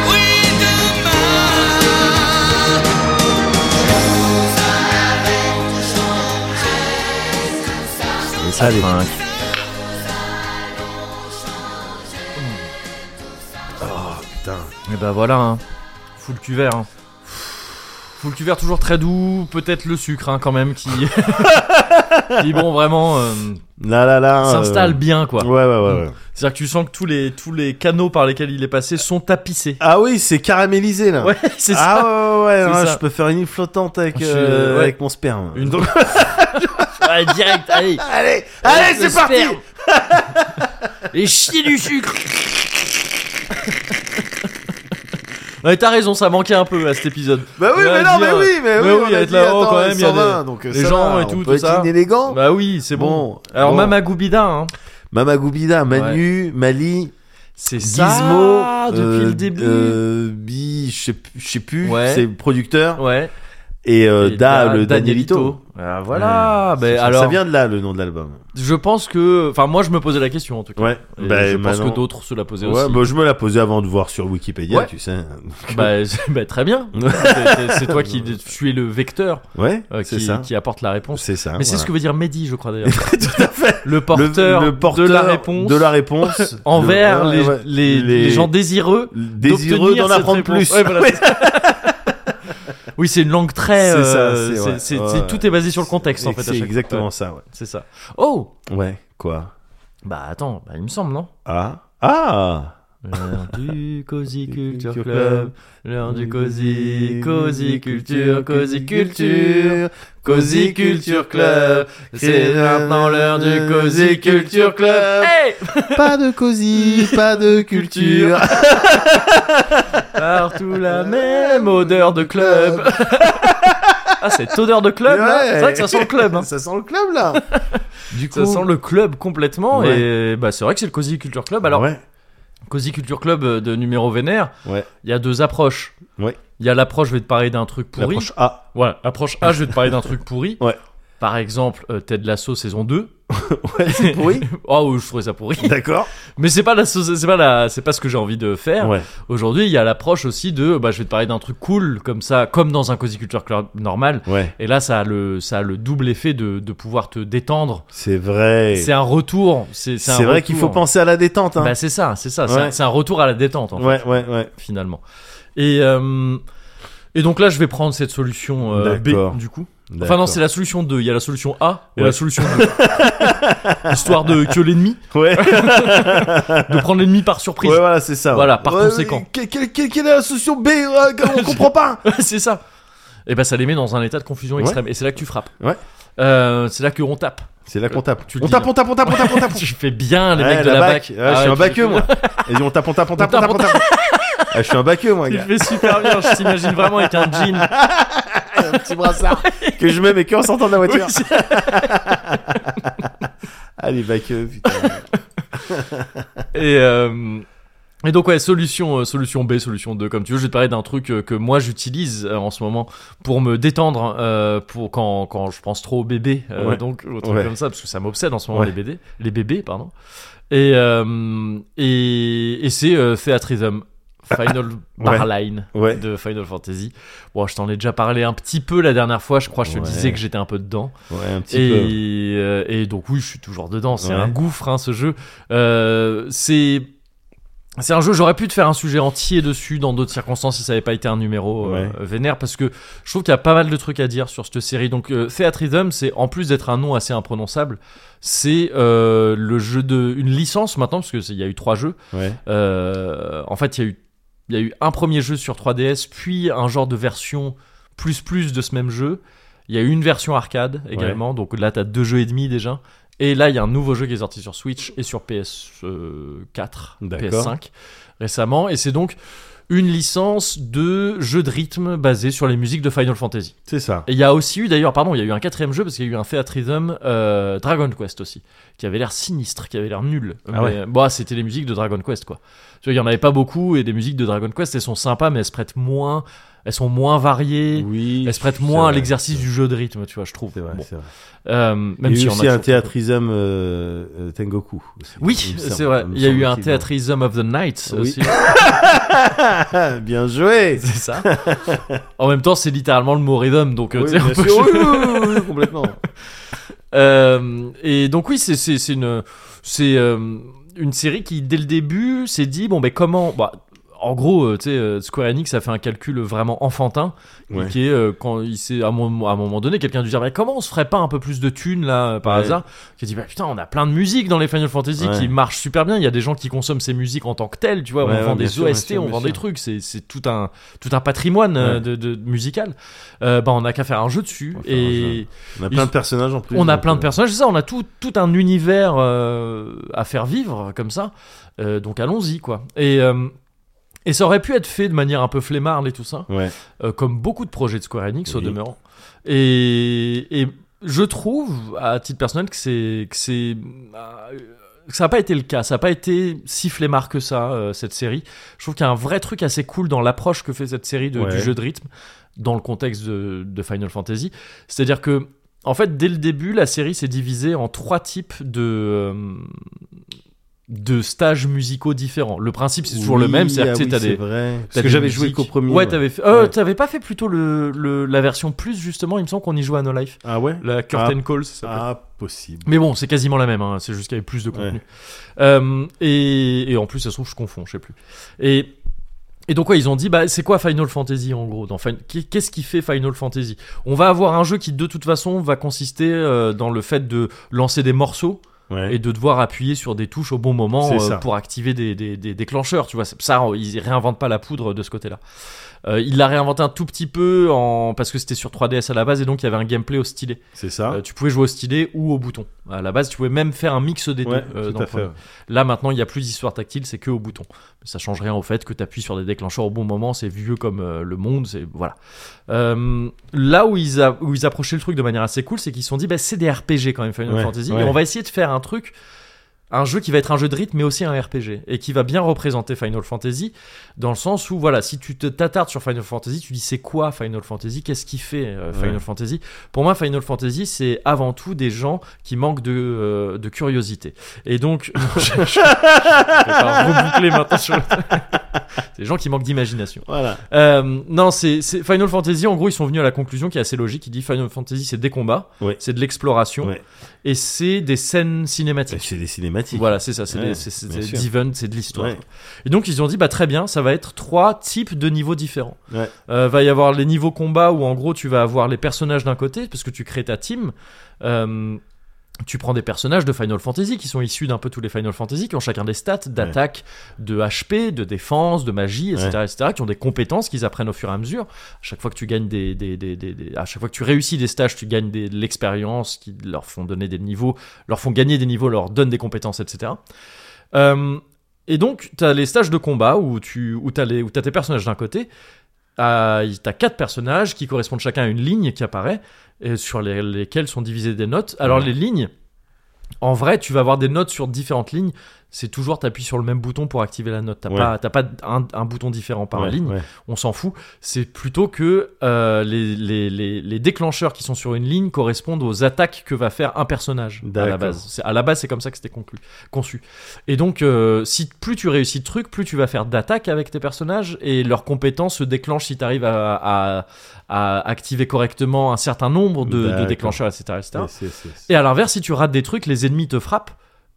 Oui, demain. ça Allez. trinque. Putain. Et bah voilà, hein. full cuvert. Hein. Full cuvert toujours très doux, peut-être le sucre hein, quand même qui. (laughs) qui bon, vraiment euh, Là, là, là. s'installe euh, bien quoi. Ouais, ouais, ouais, ouais. C'est-à-dire que tu sens que tous les, tous les canaux par lesquels il est passé sont tapissés. Ah oui, c'est caramélisé là. Ouais, (laughs) c'est ah ça. ouais, ouais, C'est ouais, ça. je peux faire une île flottante avec, Je- euh, ouais. avec mon sperme. Une- (laughs) Ouais, direct, allez. Allez, allez, c'est parti Euh, (laughs) Et chier du sucre Ouais, t'as raison, ça manquait un peu à cet épisode. Bah oui, Ouais, mais dire, non, mais oui, mais mais oui, oui, on il y a a de dit, là-haut, attends, quand même, il y a 120, des- donc euh, les ça va, gens et on tout, peut tout être ça. inélégant. Bah oui, c'est bon. Bon, Alors, bon. Mama Goubida, hein, Mamagoubida, Manu, Mali, c'est Gizmo, ça depuis euh, le début. euh, Bi, je sais plus- je sais plus, Ouais. c'est le producteur, Ouais. et, euh, Et Da, Da- le Danielito. Ah, voilà. Ouais. ben, ça, alors, ça vient de là le nom de l'album. je pense que. Enfin, moi, je me posais la question en tout cas. Ouais. Et bah, je pense maintenant- que d'autres se la posaient Ouais, aussi. bah, je me la posais avant de voir sur Wikipédia, Ouais. tu sais. Bah, c'est- bah, très (laughs) bien. C'est- c'est- c'est toi qui tu es le vecteur Ouais, euh, c'est qui, ça. qui apporte la réponse. C'est ça. Mais c'est voilà. ce que veut dire Mehdi, je crois (laughs) d'ailleurs. Tout à fait. Le porteur, Le- le porteur de la réponse de la réponse (laughs) envers Le- les, ouais, ouais. les- les gens désireux. désireux d'obtenir d'en cette apprendre réponse. plus. Ouais, voilà, c'est ça. (laughs) oui, c'est une langue très. C'est ça, euh, c'est- c'est- ouais, c'est- ouais, c'est- ouais. Tout est basé sur le contexte en Et fait. à C'est chaque fois. exactement Ouais, ça, ouais. C'est ça. Oh Ouais, quoi Bah attends, bah, il me semble, non Ah Ah L'heure du Cozy Culture Culture Club, Club. l'heure du Cozy, Cozy Culture, Cozy Culture, Cozy Culture Club, c'est maintenant l'heure du Cozy Culture Club. Hey Pas de cosy, (laughs) pas de (laughs) culture. Partout la même odeur de club. (laughs) ah, cette odeur de club, là, Ouais. c'est vrai que ça sent le club. hein. Ça sent le club là. Du Ça sent le club complètement Ouais. et bah c'est vrai que c'est le Cozy Culture Club. Alors ouais. Cozy Culture Club euh, de numéro vénère, Ouais. il y a deux approches. Ouais. Il y a l'approche, je vais te parler d'un truc pourri. L'approche (laughs) A. Voilà, approche A, je vais te parler d'un truc pourri. Ouais. Par exemple, euh, Ted Lasso saison 2. Ouais, c'est pourri. (laughs) Oh, je trouvais ça pourri. (laughs) D'accord. Mais c'est pas la so- c'est pas la c'est pas ce que j'ai envie de faire. Ouais. Aujourd'hui, il y a l'approche aussi de bah je vais te parler d'un truc cool comme ça, comme dans un Cozy Culture Club normal. Ouais. Et là, ça a le ça a le double effet de, de pouvoir te détendre. C'est vrai. C'est un retour. C'est c'est un C'est vrai retour. qu'il faut penser à la détente. Hein. Bah c'est ça, c'est ça, c'est Ouais. un- c'est un, retour à la détente en fait, ouais, ouais, ouais. finalement. Et euh, et donc là, je vais prendre cette solution euh, D'accord. B du coup. Enfin non, c'est la solution 2. Il y a la solution A et Ouais. la solution (laughs) 2. Histoire de que l'ennemi, Ouais. (laughs) de prendre l'ennemi par surprise. ouais, voilà, c'est ça. ouais. Voilà, par Ouais, conséquent. que- que- que- Quelle, est la solution B euh, (laughs) On comprend pas. c'est ça. Et ben ça les met dans un état de confusion Ouais. extrême. Et c'est là que tu frappes. Ouais. Euh, c'est là que on tape. C'est là qu'on tape. Tu le on, dis, tape là. on tape, on tape, on tape, on (laughs) tape. Tu fais bien les Ah Ouais, mecs de la bac. bac. Ouais, je suis Ah un ouais, tu- baqueux, (laughs) moi. Vas-y, on tape, on tape, on tape, On tape, on tape, on tape. (laughs) Ah, je suis un baqueux, moi, Tu gars. le fais super bien. Je t'imagine vraiment avec un (laughs) jean. Ah, un petit brassard que je mets mais que en sortant de la voiture. (laughs) Oui, c'est- Ah, les baqueux, putain. Et, euh, et donc ouais, solution, euh, solution B, solution 2, comme tu veux. Je vais te parler d'un truc euh, que moi j'utilise euh, en ce moment pour me détendre, euh, pour quand, quand je pense trop au bébé, euh, Ouais. donc au truc Ouais. comme ça, parce que ça m'obsède en ce moment Ouais. les BD, les bébés, pardon. Et euh, et, et c'est euh, Theatrism. Final Barline (laughs) Ouais. de Final Fantasy. Bon, je t'en ai déjà parlé un petit peu la dernière fois. Je crois que je te Ouais. disais que j'étais un peu dedans Ouais, un petit peu. et, euh, et donc oui, je suis toujours dedans. C'est Ouais. un gouffre, hein, ce jeu. Euh, c'est c'est un jeu. J'aurais pu te faire un sujet entier dessus dans d'autres circonstances si ça n'avait pas été un numéro euh, Ouais. vénère, parce que je trouve qu'il y a pas mal de trucs à dire sur cette série. Donc euh, Theatrism, c'est en plus d'être un nom assez imprononçable, c'est euh, le jeu de une licence maintenant, parce que c'est- il y a eu trois jeux. Ouais. Euh, en fait, il y a eu il y a eu un premier jeu sur 3DS, puis un genre de version plus plus de ce même jeu. Il y a eu une version arcade également, donc là t'as deux jeux et demi déjà. Et là il y a un nouveau jeu qui est sorti sur Switch et sur euh, PS4, D'accord. PS5 récemment. Et c'est donc une licence de jeu de rythme basé sur les musiques de Final Fantasy. C'est ça. Et il y a aussi eu d'ailleurs, pardon, il y a eu un quatrième jeu parce qu'il y a eu un Theatrism euh, Dragon Quest aussi, qui avait l'air sinistre, qui avait l'air nul. Ah ouais. Mais, bon, ah, c'était les musiques de Dragon Quest quoi. Tu vois, il y en avait pas beaucoup et des musiques de Dragon Quest elles sont sympas mais elles se prêtent moins, elles sont moins variées. Oui. Elles se prêtent c'est moins à vrai. l'exercice du jeu de rythme, tu vois, je trouve. C'est vrai, Bon. c'est vrai. Euh, même Il y a si eu on aussi a un théatrisme euh, euh, Tengoku. aussi, Oui, il me semble. c'est vrai. me Il y a eu un semble-t-il. théatrism of the night Oui. aussi. (laughs) Ah, bien joué. c'est ça. En même temps, c'est littéralement le mot rhythm, donc euh, Oui, tu sais, (laughs) bien on peut- sûr. Oui, oui, oui, oui, complètement. Euh, et donc oui, c'est c'est- c'est une c'est euh, une série qui dès le début s'est dit bon ben comment bah, en gros, euh, tu sais, euh, Square Enix a fait un calcul vraiment enfantin, Ouais. qui est euh, quand il s'est à un moment à un moment donné, quelqu'un a dû dire Mais comment on se ferait pas un peu plus de thunes là euh, par Ouais. hasard Qui a dit bah putain, on a plein de musiques dans les Final Fantasy Ouais. qui marchent super bien. Il y a des gens qui consomment ces musiques en tant que telles, tu vois. Ouais, on ouais, vend bien des sûr, bien OST, sûr, on bien vend des sûr. trucs. C'est c'est tout un tout un patrimoine euh, Ouais. de, de- musical. Euh, bah on a qu'à faire un jeu dessus On va faire un et jeu. On a Ils plein ont- de personnages en plus. on a donc, plein de euh, personnages, c'est ça, on a tout, tout un univers euh, à faire vivre comme ça. Euh, donc allons-y, quoi. Et, euh, et ça aurait pu être fait de manière un peu flemmarde et tout ça, Ouais. euh, comme beaucoup de projets de Square Enix au Oui. demeurant. Et, et je trouve, à titre personnel, que c'est. que c'est. euh, que ça n'a pas été le cas, ça n'a pas été si flemmard que ça, euh, cette série. Je trouve qu'il y a un vrai truc assez cool dans l'approche que fait cette série de- Ouais. du jeu de rythme, dans le contexte de, de Final Fantasy. C'est-à-dire que, en fait, dès le début, la série s'est divisée en trois types de, euh, de stages musicaux différents. Le principe, c'est toujours le Oui, même, c'est-à-dire ah que tu sais, t'as oui, c'est des... vrai. t'as Parce que des j'avais joué musiques. qu'au premier. Ouais, t'avais fait- euh, Ouais. t'avais pas fait plutôt le, le- la version plus, justement, il me semble qu'on y jouait à No Life. Ah ouais La Curtain Calls, ça s'appelle. Ah, possible. Mais bon, c'est quasiment la même, hein, c'est juste qu'il y avait plus de contenu. Ouais. Euh, et, et en plus, ça se trouve, je confonds, je sais plus. Et, et donc, ouais, ils ont dit, bah, c'est quoi Final Fantasy en gros dans Fin- qu'est- Qu'est-ce qui fait Final Fantasy On va avoir un jeu qui, de toute façon, va consister euh, dans le fait de lancer des morceaux Ouais. et de devoir appuyer sur des touches au bon moment C'est euh, ça. pour activer des, des- des déclencheurs. Tu vois, C'est- ça, on- ils réinventent pas la poudre de ce côté-là. Euh, il l'a réinventé un tout petit peu en... parce que c'était sur 3DS à la base et donc il y avait un gameplay au stylet. C'est ça. Euh, tu pouvais jouer au stylet ou au bouton. À la base, tu pouvais même faire un mix des ouais, deux. euh, tout dans à le premier. fait. Là, maintenant, il n'y a plus d'histoire tactile, c'est que au bouton. Mais ça change rien au fait que tu appuies sur des déclencheurs au bon moment, c'est vieux comme euh, le monde, c'est voilà. Euh, là où ils, a- où ils approchaient le truc de manière assez cool, c'est qu'ils se sont dit, bah, c'est des RPG quand même, Final Ouais, Fantasy, ouais. et on va essayer de faire un truc. Un jeu qui va être un jeu de rythme mais aussi un RPG et qui va bien représenter Final Fantasy dans le sens où voilà si tu te t'attardes sur Final Fantasy tu dis c'est quoi Final Fantasy qu'est-ce qui fait euh, Final Ouais. Fantasy pour moi Final Fantasy c'est avant tout des gens qui manquent de, euh, de curiosité et donc, (laughs) je, je- je vais pas reboucler maintenant sur le- (laughs) C'est les gens qui manquent d'imagination. Voilà. Euh, non, c'est c'est- Final Fantasy. En gros, ils sont venus à la conclusion qui est assez logique. Ils disent Final Fantasy, c'est des combats, Ouais. c'est de l'exploration Ouais. et c'est des scènes Et cinématiques. C'est des cinématiques. Voilà, c'est ça, c'est Ouais, des- c'est- c'est bien des sûr. events, c'est de l'histoire. Ouais. Et donc ils ont dit bah très bien, ça va être trois types de niveaux différents. Ouais. Euh, va y avoir les niveaux combat où en gros tu vas avoir les personnages d'un côté parce que tu crées ta team. Euh, tu prends des personnages de Final Fantasy qui sont issus d'un peu tous les Final Fantasy, qui ont chacun des stats d'attaque, de HP, de défense, de magie, etc., Ouais. etc., qui ont des compétences qu'ils apprennent au fur et à mesure. À chaque fois que tu gagnes des, des- des- des- des- à chaque fois que tu réussis des stages, tu gagnes des- de l'expérience, qui leur font donner des niveaux, leur font gagner des niveaux, leur donnent des compétences, etc. Euh, et donc, t'as les stages de combat où tu où t'as les- où t'as tes personnages d'un côté. Ah, y- T'as quatre personnages qui correspondent chacun à une ligne qui apparaît, et sur les- lesquelles sont divisées des notes. Alors, Ouais. les lignes, en vrai, tu vas avoir des notes sur différentes lignes. C'est toujours t'appuies sur le même bouton pour activer la note. T'as Ouais. pas, t'as pas un, un bouton différent par Ouais, ligne ouais. on s'en fout. C'est plutôt que euh, les, les, les, les déclencheurs qui sont sur une ligne correspondent aux attaques que va faire un personnage à la D'accord. base. C'est- À la base, c'est comme ça que c'était conclu, conçu. Et donc, euh, si plus tu réussis de trucs, plus tu vas faire d'attaques avec tes personnages et leurs compétences se déclenchent si tu arrives à, à, à activer correctement un certain nombre de, de D'accord. déclencheurs, etc. etc. Ouais, c'est- c'est- c'est- Et à l'inverse, si tu rates des trucs, les ennemis te frappent.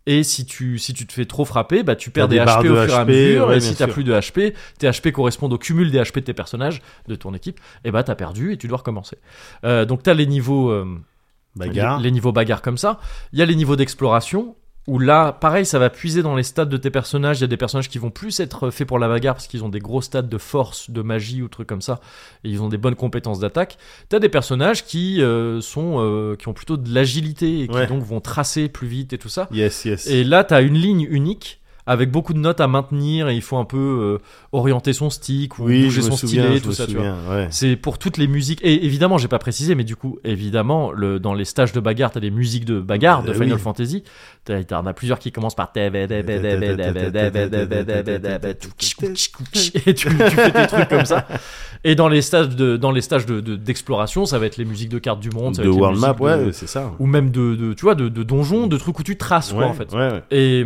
Et si tu, si tu te fais trop frapper, bah, tu perds des, des barres HP de au fur et à HP, mesure. ouais, et bien si t'as sûr. plus de HP, tes HP correspondent au cumul des HP de tes personnages, de ton équipe. Et bah t'as perdu et tu dois recommencer. Euh, donc t'as les niveaux. euh, Bagarre. les, les niveaux bagarre comme ça. Il y a les niveaux d'exploration où là, pareil, ça va puiser dans les stats de tes personnages. Il y a des personnages qui vont plus être faits pour la bagarre parce qu'ils ont des gros stats de force, de magie ou trucs comme ça. Et ils ont des bonnes compétences d'attaque. T'as des personnages qui euh, sont, euh, qui ont plutôt de l'agilité et qui Ouais. donc vont tracer plus vite et tout ça. Yes, yes. Et là, t'as une ligne unique avec beaucoup de notes à maintenir et il faut un peu euh, orienter son stick ou oui, bouger je me son souviens, stylet, je tout me ça, tu vois. souviens, ouais. C'est pour toutes les musiques. Et évidemment, j'ai pas précisé, mais du coup, évidemment, le, dans les stages de bagarre, t'as des musiques de bagarre de Euh, Final oui. Fantasy. T'as- T'en as plusieurs qui commencent par. Et tu, tu fais tes trucs comme ça. Et dans les stages de, dans les stages de, de- d'exploration, ça va être les musiques de cartes du monde, ça va de être les World Map, musiques de- ouais, c'est ça. ou même de, de- tu vois, de, de donjons, de trucs où tu traces, quoi, Ouais, en fait. Ouais, ouais. Et,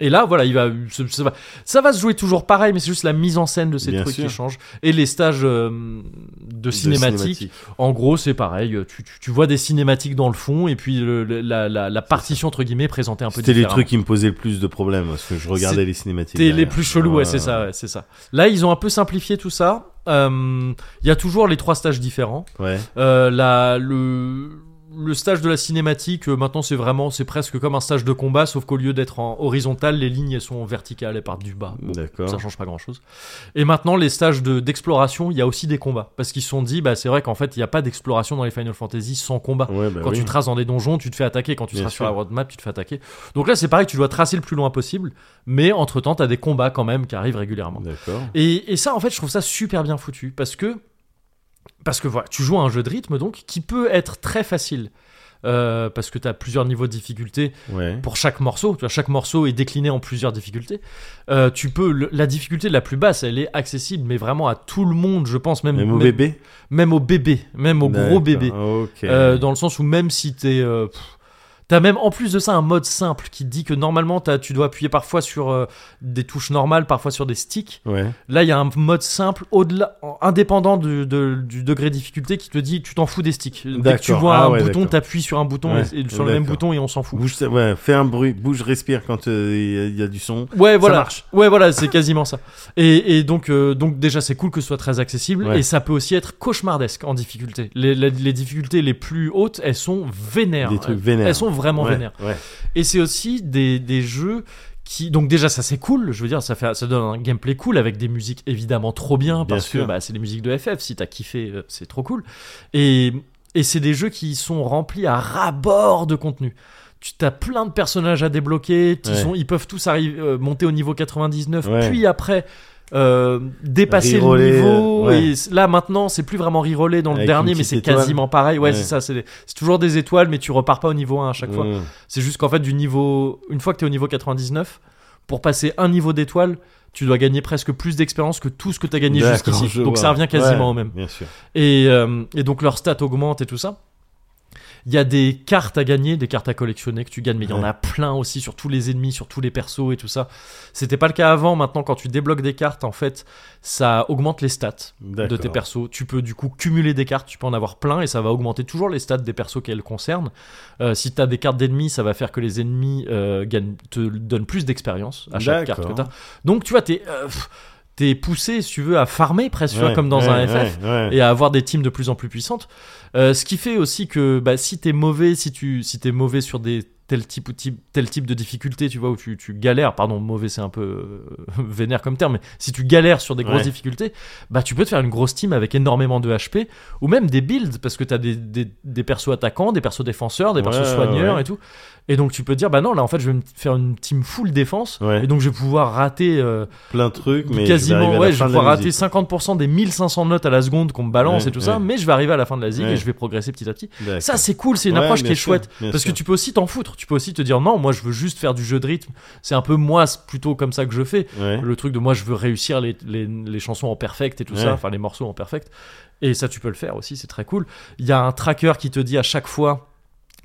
Et là, voilà, il va, ça, ça va, ça va se jouer toujours pareil, mais c'est juste la mise en scène de ces Bien trucs sûr. qui change. Et les stages euh, de cinématiques, en gros, c'est pareil. Tu, tu- tu vois des cinématiques dans le fond et puis le- le- la, la- la partition entre guillemets présentée un peu C'était les différemment. trucs qui me posaient le plus de problèmes parce que je regardais C'est- les cinématiques. C'était les derrière. plus chelous, ouais, c'est ça, ouais, c'est ça. Là, ils ont un peu simplifié tout ça. Euh, Il y a toujours les trois stages différents. Ouais. Euh, la, le, le stage de la cinématique, euh, maintenant, c'est vraiment, c'est presque comme un stage de combat, sauf qu'au lieu d'être en horizontal, les lignes elles sont verticales, elles partent du bas. Bon, D'accord. ça change pas grand chose. Et maintenant, les stages de- d'exploration, il y a aussi des combats. Parce qu'ils se sont dit, bah, c'est vrai qu'en fait, il n'y a pas d'exploration dans les Final Fantasy sans combat. Ouais, bah Quand oui. tu traces dans des donjons, tu te fais attaquer. Quand tu Bien traces sur la sûr. roadmap, tu te fais attaquer. Donc là, c'est pareil, tu dois tracer le plus loin possible. Mais entre temps, t'as des combats quand même qui arrivent régulièrement. D'accord. Et, et ça, en fait, je trouve ça super bien foutu. Parce que, parce que voilà, tu joues à un jeu de rythme donc qui peut être très facile. Euh, parce que t'as plusieurs niveaux de difficulté Ouais. pour chaque morceau. Tu vois, chaque morceau est décliné en plusieurs difficultés. Euh, tu peux le- la difficulté la plus basse, elle est accessible, mais vraiment à tout le monde, je pense, même Même au même, bébé. même au bébé, même au gros D'accord, bébé. Ok. Euh, dans le sens où même si t'es euh, pff, T'as même en plus de ça un mode simple qui te dit que normalement t'as- tu dois appuyer parfois sur euh, des touches normales, parfois sur des sticks. Ouais. Là il y a un mode simple au-delà, en- indépendant du, de- du degré de difficulté qui te dit tu t'en fous des sticks. Dès que tu D'accord. vois Ah un ouais, bouton, d'accord. t'appuies sur un bouton Ouais, et, et sur le même d'accord. bouton et on s'en fout. Bouge, ça- ouais, fais un bruit, bouge, respire quand euh, il y a- il y, a du son. Ouais, voilà. marche. Ouais, voilà, c'est quasiment ça. Et, et donc, euh, donc déjà, c'est cool que ce soit très accessible. Ouais. Et ça peut aussi être cauchemardesque en difficulté. Les, les- les difficultés les plus hautes, elles sont vénères. Des trucs vénères. Elles sont vraiment ouais, vénères. ouais. Et c'est aussi des, des jeux qui donc déjà ça c'est cool je veux dire ça fait ça donne un gameplay cool avec des musiques évidemment trop bien Bien parce que sûr. bah, c'est les musiques de FF si t'as kiffé euh, c'est trop cool et et c'est des jeux qui sont remplis à ras-bord de contenu tu as plein de personnages à débloquer ils, Ouais. sont, ils peuvent tous arriver euh, monter au niveau 99 Ouais. puis après euh, dépasser Reroller, le niveau euh, ouais. et c- là maintenant c'est plus vraiment reroller dans le Avec dernier une mais petite c'est étoile. quasiment pareil ouais, Ouais. c'est ça c'est des- c'est toujours des étoiles mais tu repars pas au niveau 1 à chaque fois Mmh. c'est juste qu'en fait, du niveau, une fois que tu es au niveau 99, pour passer un niveau d'étoile, tu dois gagner presque plus d'expérience que tout ce que tu as gagné D'accord, jusqu'ici. je Donc vois. ça revient quasiment Ouais, au même. Bien sûr. Et, euh, et donc leurs stats augmentent et tout ça. Il y a des cartes à gagner, des cartes à collectionner que tu gagnes, mais il y en Ouais. a plein aussi sur tous les ennemis, sur tous les persos et tout ça. C'était pas le cas avant. Maintenant, quand tu débloques des cartes, en fait, ça augmente les stats de D'accord. tes persos. Tu peux du coup cumuler des cartes, tu peux en avoir plein et ça va augmenter toujours les stats des persos qu'elles concernent. Euh, si tu as des cartes d'ennemis, ça va faire que les ennemis euh, gagnent- te donnent plus d'expérience à chaque carte D'accord. que tu as. Donc tu vois, t'es euh, pff, t'es poussé, si tu veux, à farmer presque, tu vois, Ouais, comme dans ouais, un FF ouais, ouais. et à avoir des teams de plus en plus puissantes. Euh, ce qui fait aussi que bah, si t'es mauvais, si tu si t'es mauvais sur des tel type ou type tel type de difficulté, tu vois où tu, tu galères, pardon, mauvais c'est un peu euh, (laughs) vénère comme terme, mais si tu galères sur des grosses Ouais. difficultés, bah tu peux te faire une grosse team avec énormément de HP ou même des builds parce que t'as des, des des persos attaquants, des persos défenseurs, des persos Ouais, soigneurs ouais. et tout. Et donc tu peux te dire bah non là en fait je vais me faire une team full défense Ouais. et donc je vais pouvoir rater euh, Plein de trucs, mais quasiment, je vais arriver à la ouais, je vais fin de la pouvoir rater 50% musique. des 1500 notes à la seconde qu'on me balance Ouais, et tout ça, ouais. mais je vais arriver à la fin de la zig et Ouais. je vais progresser petit à petit. D'accord. Ça, c'est cool, c'est une Ouais, approche qui bien est sûr, chouette. bien Parce que sûr. tu peux aussi t'en foutre, tu peux aussi te dire non, moi je veux juste faire du jeu de rythme, c'est un peu moi c'est plutôt comme ça que je fais. Ouais. Le truc de moi je veux réussir les, les, les chansons en perfect et tout Ouais. ça, enfin les morceaux en perfect. Et ça, tu peux le faire aussi, c'est très cool. Il y a un tracker qui te dit à chaque fois,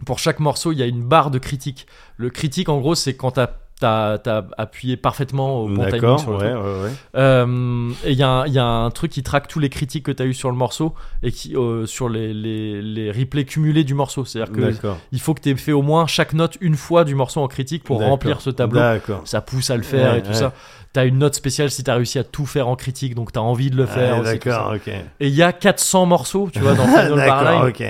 pour chaque morceau, il y a une barre de critique. Le critique, en gros, c'est quand t'as t'as- t'as appuyé parfaitement au bon timing D'accord, sur le ouais, ouais, ouais. euh, et il y, a un- il y a un truc qui traque tous les critiques que tu as eu sur le morceau et qui euh, sur les, les, les replays cumulés du morceau. C'est-à-dire que D'accord. il faut que tu aies fait au moins chaque note une fois du morceau en critique pour D'accord. remplir ce tableau. D'accord. Ça pousse à le faire Ouais, et tout ouais. ça. T'as une note spéciale si t'as réussi à tout faire en critique, donc t'as envie de le faire. Ouais, aussi, tout Ah, D'accord, ok. ça. Et il y a 400 morceaux, tu (laughs) vois, dans Final D'accord, Barline, ok.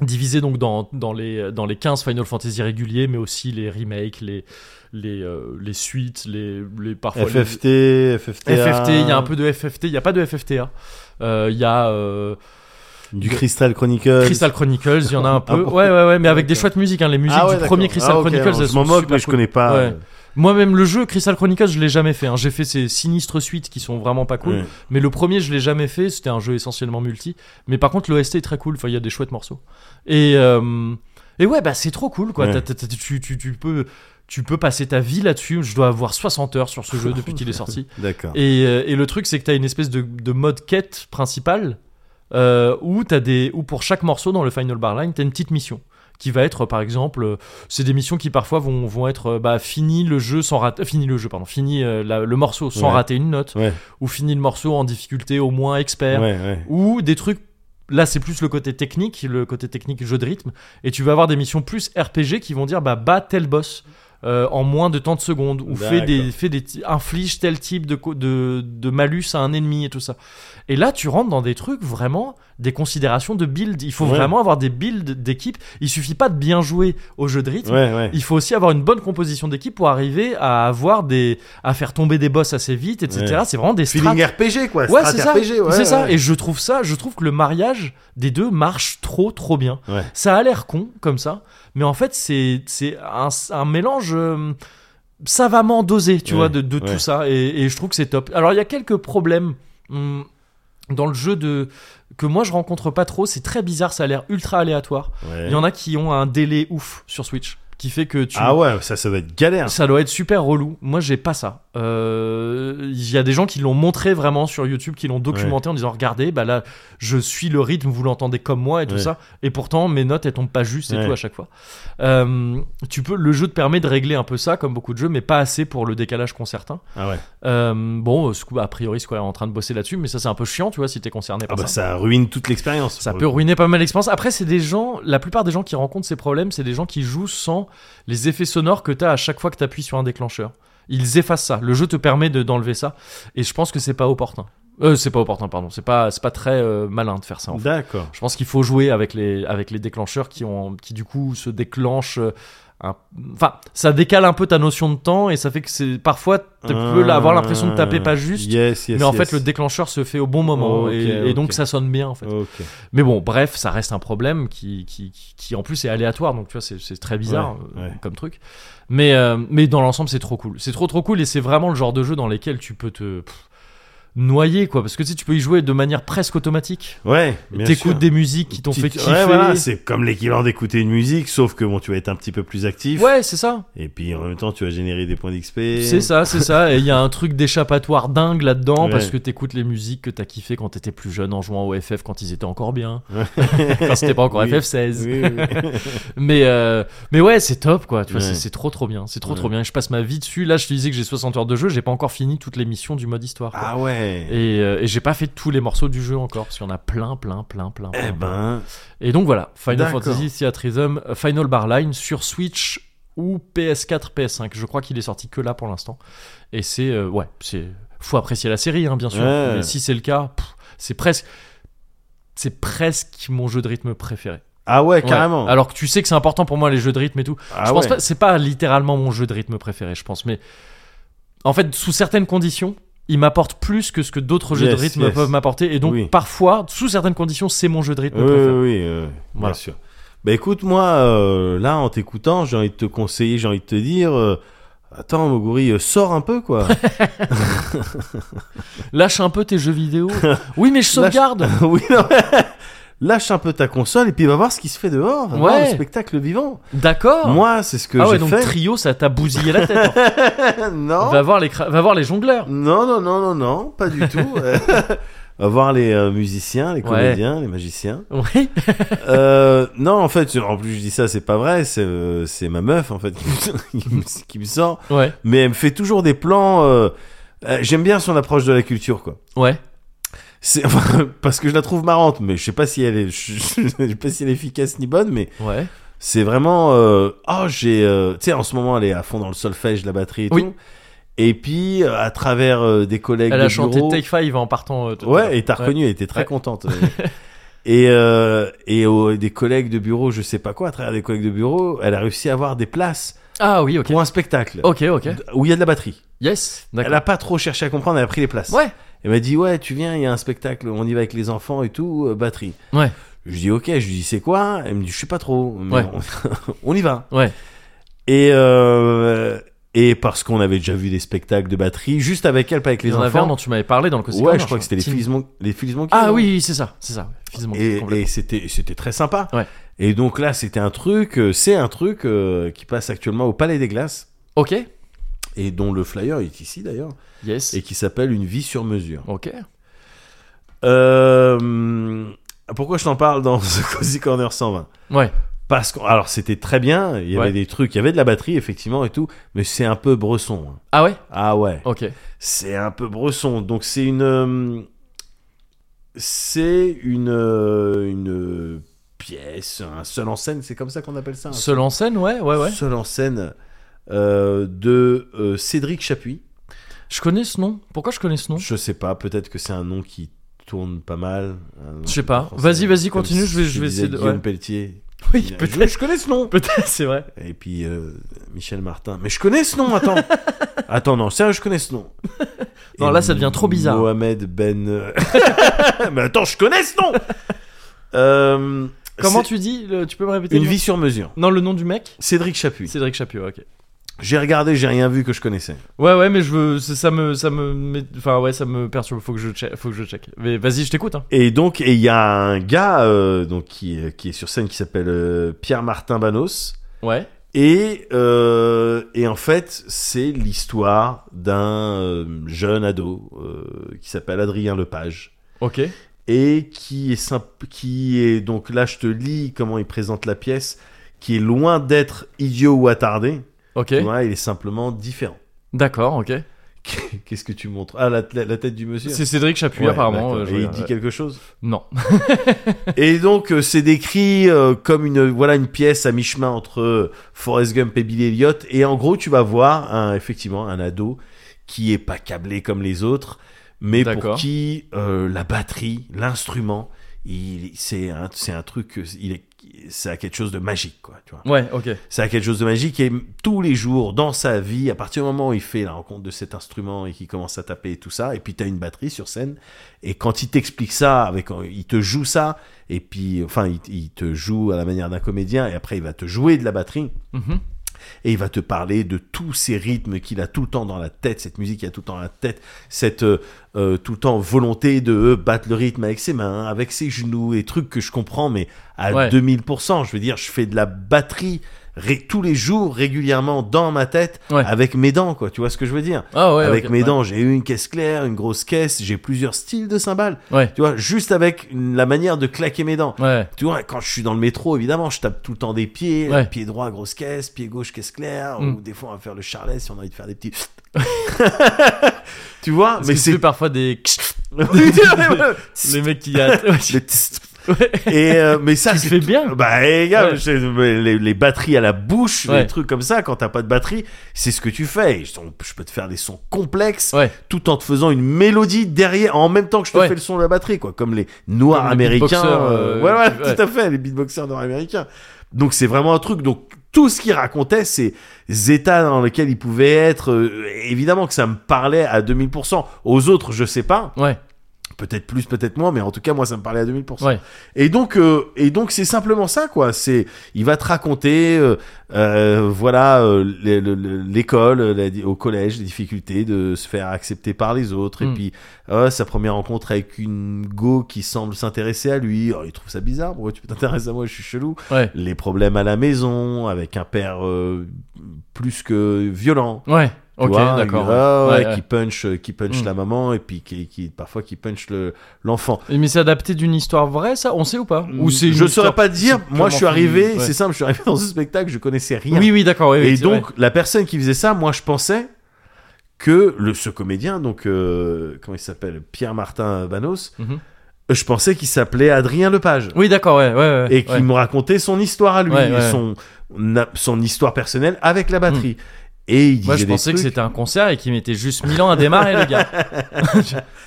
divisés donc dans, dans, les, dans les 15 Final Fantasy réguliers, mais aussi les remakes, les, les, euh, les suites, les, les parfois les- FFT, FFT. FFT, il y a euh, un peu de FFT, il n'y a pas de FFTA. Euh, Il y a euh, Du Crystal Chronicles. Crystal Chronicles, il y en a un peu. Ah bon ouais, ouais, ouais, mais avec des D'accord. chouettes musiques. hein. Les musiques Ah ouais, du d'accord. premier Crystal Ah, ok, Chronicles, alors, elles Je sont m'en moque, super mais je cool. connais pas. euh, Ouais. Moi-même, le jeu Crystal Chronicles, je l'ai jamais fait. hein. J'ai fait ces sinistres suites qui sont vraiment pas cool. Ouais. Mais le premier, je l'ai jamais fait. C'était un jeu essentiellement multi. Mais par contre, l'OST est très cool. Enfin, il y a des chouettes morceaux. Et, euh, et ouais, bah c'est trop cool, quoi. Ouais. T'as- t'as- t'as- tu, tu- tu peux, tu peux passer ta vie là-dessus. Je dois avoir 60 heures sur ce (laughs) jeu depuis qu'il est sorti. D'accord. Et, euh, et le truc, c'est que t'as une espèce de, de mode quête principale euh, où, t'as des, où pour chaque morceau dans le Final Bar Line, t'as une petite mission qui va être par exemple euh, c'est des missions qui parfois vont, vont être euh, bah, fini le jeu sans rater fini le jeu pardon fini euh, la- le morceau sans Ouais. rater une note Ouais, ou fini le morceau en difficulté au moins ouais, expert ouais. ou des trucs là c'est plus le côté technique le côté technique jeu de rythme et tu vas avoir des missions plus RPG qui vont dire bah bat tel boss euh, en moins de tant de secondes ou fait des D'accord. fait des ti- inflige tel type de, co- de de malus à un ennemi et tout ça et là tu rentres dans des trucs vraiment des considérations de build il faut Ouais. vraiment avoir des builds d'équipe il suffit pas de bien jouer au jeu de rythme Ouais, ouais. il faut aussi avoir une bonne composition d'équipe pour arriver à avoir des à faire tomber des boss assez vite etc Ouais. c'est vraiment des strats Feeling RPG, quoi. Ouais, strat c'est ça. RPG, ouais, c'est ça. ouais. Et je trouve ça, je trouve que le mariage des deux marche trop, trop bien. Ouais. Ça a l'air con comme ça, mais en fait, c'est c'est un, un mélange euh, savamment dosé, tu Ouais, vois, de, de ouais. tout ça. Et, et je trouve que c'est top. Alors, il y a quelques problèmes. hum, dans le jeu de que moi je rencontre pas trop, c'est très bizarre, ça a l'air ultra aléatoire. Ouais. Il y en a qui ont un délai ouf sur Switch, qui fait que tu Ah ouais, ça, ça doit être galère. ça doit être super relou. Moi, j'ai pas ça. Euh, Il y a des gens qui l'ont montré vraiment sur YouTube, qui l'ont documenté en disant Regardez, bah là, je suis le rythme, vous l'entendez comme moi et tout Ouais. ça. Et pourtant, mes notes, elles tombent pas juste et Ouais. tout à chaque fois. Euh, tu peux, le jeu te permet de régler un peu ça, comme beaucoup de jeux, mais pas assez pour le décalage concertin. Ah ouais. Euh, bon, Square- a priori, Square est en train de bosser là-dessus, mais ça, c'est un peu chiant, tu vois, si t'es concerné Ah par bah ça. ça ruine toute l'expérience. Ça pour peut le coup. ruiner pas mal l'expérience. Après, c'est des gens, la plupart des gens qui rencontrent ces problèmes, c'est des gens qui jouent sans les effets sonores que tu as à chaque fois que tu appuies sur un déclencheur. Ils effacent ça. Le jeu te permet de- d'enlever ça. Et je pense que c'est pas opportun. Euh, c'est pas opportun, pardon. C'est pas, c'est pas très euh, malin de faire ça. En fait. D'accord. Je pense qu'il faut jouer avec les, avec les déclencheurs qui, ont, qui, du coup, se déclenchent. euh, un- Enfin, ça décale un peu ta notion de temps et ça fait que c'est parfois tu peux Ah, avoir l'impression de taper pas juste, Yes, yes, mais en yes. fait le déclencheur se fait au bon moment Ok, et, et donc ok. ça sonne bien en fait. Ok. Mais bon, bref, ça reste un problème qui, qui, qui, qui, en plus est aléatoire, donc tu vois, c'est, c'est très bizarre Ouais, euh, ouais. comme truc. Mais, euh, mais dans l'ensemble, c'est trop cool. C'est trop trop cool et c'est vraiment le genre de jeu dans lesquels tu peux te pff, noyer, quoi. Parce que tu sais, tu peux y jouer de manière presque automatique. Ouais. bien sûr. T'écoutes des musiques qui t'ont fait Petite- kiffer. Ouais, voilà, c'est comme l'équivalent d'écouter une musique, sauf que bon, tu vas être un petit peu plus actif. Ouais, c'est ça. Et puis en même temps, tu vas générer des points d'XP. C'est ça, c'est ça. Et il y a un truc d'échappatoire dingue là-dedans Ouais. parce que t'écoutes les musiques que t'as kiffé quand t'étais plus jeune en jouant au FF quand ils étaient encore bien. Ouais. quand (laughs) c'était pas encore (laughs) (laughs) Oui. FF16. Oui, oui. Mais, euh, mais ouais, c'est top quoi. Tu vois, Ouais. c'est- c'est trop trop bien. C'est trop Ouais. trop bien. Je passe ma vie dessus. Là, je te disais que j'ai 60 heures de jeu. J'ai pas encore fini toutes les missions du mode histoire. quoi. Ah ouais. Et, euh, et j'ai pas fait tous les morceaux du jeu encore parce qu'il y en a plein, plein, plein, plein. Eh plein. ben, Et donc voilà, Final D'accord. Fantasy Theatrism, euh, Final Barline sur Switch ou PS4, PS5. Je crois qu'il est sorti que là pour l'instant. Et c'est euh, ouais, c'est faut apprécier la série hein, bien sûr. Ouais. Mais si c'est le cas, pff, c'est presque c'est presque mon jeu de rythme préféré. ah Ouais. ouais, carrément. Alors que tu sais que c'est important pour moi les jeux de rythme et tout. Ah je pense ouais. pas, c'est pas littéralement mon jeu de rythme préféré, je pense, mais en fait, sous certaines conditions, il m'apporte plus que ce que d'autres jeux Yes, de rythme yes. peuvent m'apporter, et donc Oui. parfois, sous certaines conditions, c'est mon jeu de rythme Oui, préféré. oui, oui, euh, bien Voilà. sûr. Bah écoute, moi, euh, là, en t'écoutant, j'ai envie de te conseiller, j'ai envie de te dire, euh, attends, Moguri, euh, sors un (laughs) peu, quoi. Lâche un peu tes jeux (laughs) vidéo. oui, mais je sauvegarde. oui, non, mais- (laughs) Lâche un peu ta console et puis va voir ce qui se fait dehors. Va voir Ouais. le spectacle vivant. D'accord. Moi, c'est ce que ah j'ai ouais, donc fait. trio, ça t'a bousillé la tête. (laughs) alors. non. va voir les, cra- va voir les jongleurs. Non, non, non, non, non, pas du (laughs) tout. (laughs) Euh, Voir les euh, musiciens, les Ouais. comédiens, les magiciens. Oui. Euh, non, en fait, en plus je dis ça, c'est pas vrai. C'est euh, c'est ma meuf en fait qui me, qui me- qui me sort, Ouais. mais elle me fait toujours des plans. euh, euh, J'aime bien son approche de la culture, quoi. Ouais. C'est (laughs) enfin, parce que je la trouve marrante, mais je sais pas si elle est, (laughs) je, sais pas si elle est efficace ni bonne, mais Ouais. c'est vraiment. euh, oh, j'ai. euh, tu sais, en ce moment, elle est à fond dans le solfège, la batterie et Oui. tout. Et puis, euh, à travers euh, des collègues Elle de a chanté bureau- Take Five en partant. euh, tout à l'heure. Ouais, et t'as reconnu, elle était très Ouais. contente. euh. (laughs) et euh, et au- des collègues de bureau, je sais pas quoi, à travers des collègues de bureau, elle a réussi à avoir des places Ah oui, ok. pour un spectacle Ok, ok. où il y a de la batterie. Yes. Elle D'accord. a pas trop cherché à comprendre, elle a pris les places. Ouais. Elle m'a dit ouais, tu viens, il y a un spectacle, on y va avec les enfants et tout, euh, batterie. Ouais. Je dis ok, je lui dis c'est quoi Elle me dit je sais pas trop, mais Ouais. on, (laughs) on y va. Ouais. Et euh, et parce qu'on avait déjà vu des spectacles de batterie, juste avec elle, pas avec les Il y en avait un enfants. dont tu m'avais parlé dans le Cosy ouais, Corner, je crois que c'était les Tim- filles les Fils Monkeys, Ah non oui, c'est ça, c'est ça. Physiquement, et, complètement. et c'était c'était très sympa. Ouais. Et donc là, c'était un truc, euh, c'est un truc euh, qui passe actuellement au Palais des Glaces Ok. et dont le flyer est ici d'ailleurs Yes. et qui s'appelle Une vie sur mesure. Ok. Euh, pourquoi je t'en parle dans ce Cozy Corner 120 Ouais. Parce que, alors c'était très bien, il y Ouais. avait des trucs, il y avait de la batterie effectivement et tout, mais c'est un peu bresson. hein. Ah ouais Ah ouais, Ok. c'est un peu bresson. Donc c'est une, euh, c'est une, euh, une pièce, un seul en scène, c'est comme ça qu'on appelle ça. un Seul en scène, ouais, ouais, ouais. Seul en scène euh, de euh, Cédric Chapuis. Je connais ce nom. Pourquoi je connais ce nom Je sais pas, peut-être que c'est un nom qui tourne pas mal. un nom Je sais pas. français. Vas-y, vas-y, Comme continue, si je vais- je vais disais essayer de- Guillaume ouais. Pelletier. Oui, Je- peut-être. Je connais ce nom. Peut-être, c'est vrai. Et puis euh, Michel Martin. Mais je connais ce (laughs) nom, attends. attends, non, sérieux, je connais ce nom. Non, là, ça devient trop bizarre. Mohamed (laughs) Ben. (laughs) Mais attends, je connais ce nom. Euh, Comment c'est tu dis le- Tu peux me répéter Une le nom vie sur mesure. Non, le nom du mec Cédric Chapuis. Cédric Chapuis, ouais, ok. J'ai regardé, j'ai rien vu que je connaissais. Ouais, ouais, mais je veux. c'est- Ça me. Ça me met- enfin, ouais, ça me perturbe. Faut que je check. Faut que je check. Mais vas-y, je t'écoute. Hein. Et donc, et il y a un gars euh, donc qui, est- qui est sur scène qui s'appelle euh, Pierre Martin Banos. Ouais. Et, euh, et en fait, c'est l'histoire d'un euh, jeune ado euh, qui s'appelle Adrien Lepage Ok. et qui est simple, qui est donc là, je te lis comment il présente la pièce, qui est loin d'être idiot ou attardé. Ok. Tu vois, il est simplement différent. D'accord, ok. Qu'est-ce que tu montres Ah, la, la- la tête du monsieur. C'est Cédric Chapuis, Ouais, apparemment. d'accord. euh, je et il regarde, dit ouais. quelque chose. Non. (laughs) Et donc euh, c'est décrit euh, comme une voilà une pièce à mi-chemin entre euh, Forrest Gump et Billy Elliot et en gros tu vas voir un, effectivement un ado qui est pas câblé comme les autres mais pour D'accord. qui euh, la batterie, l'instrument, il c'est un c'est un truc euh, il est ça a quelque chose de magique quoi, tu vois. Ouais, ok. Ça a quelque chose de magique et tous les jours dans sa vie, à partir du moment où il fait la rencontre de cet instrument et qu'il commence à taper et tout ça, et puis t'as une batterie sur scène, et quand il t'explique ça, avec, il te joue ça, et puis, enfin, il, il te joue à la manière d'un comédien, et après il va te jouer de la batterie, Mhm. et il va te parler de tous ces rythmes qu'il a tout le temps dans la tête, cette musique qu'il a tout le temps dans la tête, cette euh, euh, tout le temps volonté de euh, battre le rythme avec ses mains, avec ses genoux, et trucs que je comprends, mais à Ouais. 2000%. Je veux dire, je fais de la batterie ré- tous les jours, régulièrement, dans ma tête, Ouais. avec mes dents, quoi. Tu vois ce que je veux dire Ah ouais. Avec ok, mes ouais. dents, j'ai une caisse claire, une grosse caisse, j'ai plusieurs styles de cymbales. Ouais. Tu vois, juste avec la manière de claquer mes dents. Ouais. Tu vois, quand je suis dans le métro, évidemment, je tape tout le temps des pieds. Ouais. Pied droit, grosse caisse. Pied gauche, caisse claire. Mm. Ou des fois, on va faire le charlet si on a envie de faire (laughs) des petits. tu vois, Mais mais c'est c'est. parfois des. (laughs) (laughs) Oui, tu vois, les mecs qui. a- (laughs) le ouais. tss. Et euh, mais ça, Tu le fais bien. Bah, les gars, Ouais. c'est- mais les, les batteries à la bouche, Ouais. les trucs comme ça, quand t'as pas de batterie, c'est ce que tu fais. Et Je, je peux te faire des sons complexes, Ouais. tout en te faisant une mélodie derrière, en même temps que je te Ouais. fais le son de la batterie, quoi. Comme les noirs Comme les américains. beatboxers, euh, ouais, ouais, ouais. tout à fait, les beatboxers nord-américains. Donc c'est vraiment un truc. Donc tout ce qu'il racontait, ces états dans lesquels il pouvait être, euh, évidemment que ça me parlait à 2000%. Aux autres, je sais pas Ouais. peut-être plus, peut-être moins, mais en tout cas, moi, ça me parlait à 2000%. Ouais. Et donc, euh, et donc, c'est simplement ça, quoi. C'est, il va te raconter, euh, euh, voilà, euh, le- le- le- l'école, la di- au collège, les difficultés de se faire accepter par les autres, Mm. et puis euh, sa première rencontre avec une go qui semble s'intéresser à lui. Oh, il trouve ça bizarre. Pourquoi tu t'intéresses à moi Je suis chelou. Ouais. Les problèmes à la maison, avec un père euh, plus que violent. Ouais. Tu Ok, vois, d'accord. ah ouais, Ouais, ouais. qui punch euh, qui punch Mm. la maman et puis qui, qui- parfois qui punch le l'enfant Et Mais c'est adapté d'une histoire vraie, ça On sait ou pas Ou c'est Mm, je une ne saurais histoire- pas te dire c'est moi je suis purement arrivé filmé, ouais. c'est simple je suis arrivé (laughs) dans ce spectacle je connaissais rien Oui, oui, d'accord. ouais, et oui, c'est donc vrai. la personne qui faisait ça moi je pensais que le ce comédien donc euh, comment il s'appelle Pierre Martin Banos Mhm. je pensais qu'il s'appelait Adrien Lepage Oui, d'accord. Ouais, ouais, ouais. et qui ouais. me racontait son histoire à lui Ouais, et ouais. son na- son histoire personnelle avec la batterie et il disait Hmm. Moi, je des pensais que trucs. c'était un concert et qu'il mettait juste 1000 ans à démarrer, les (laughs) gars.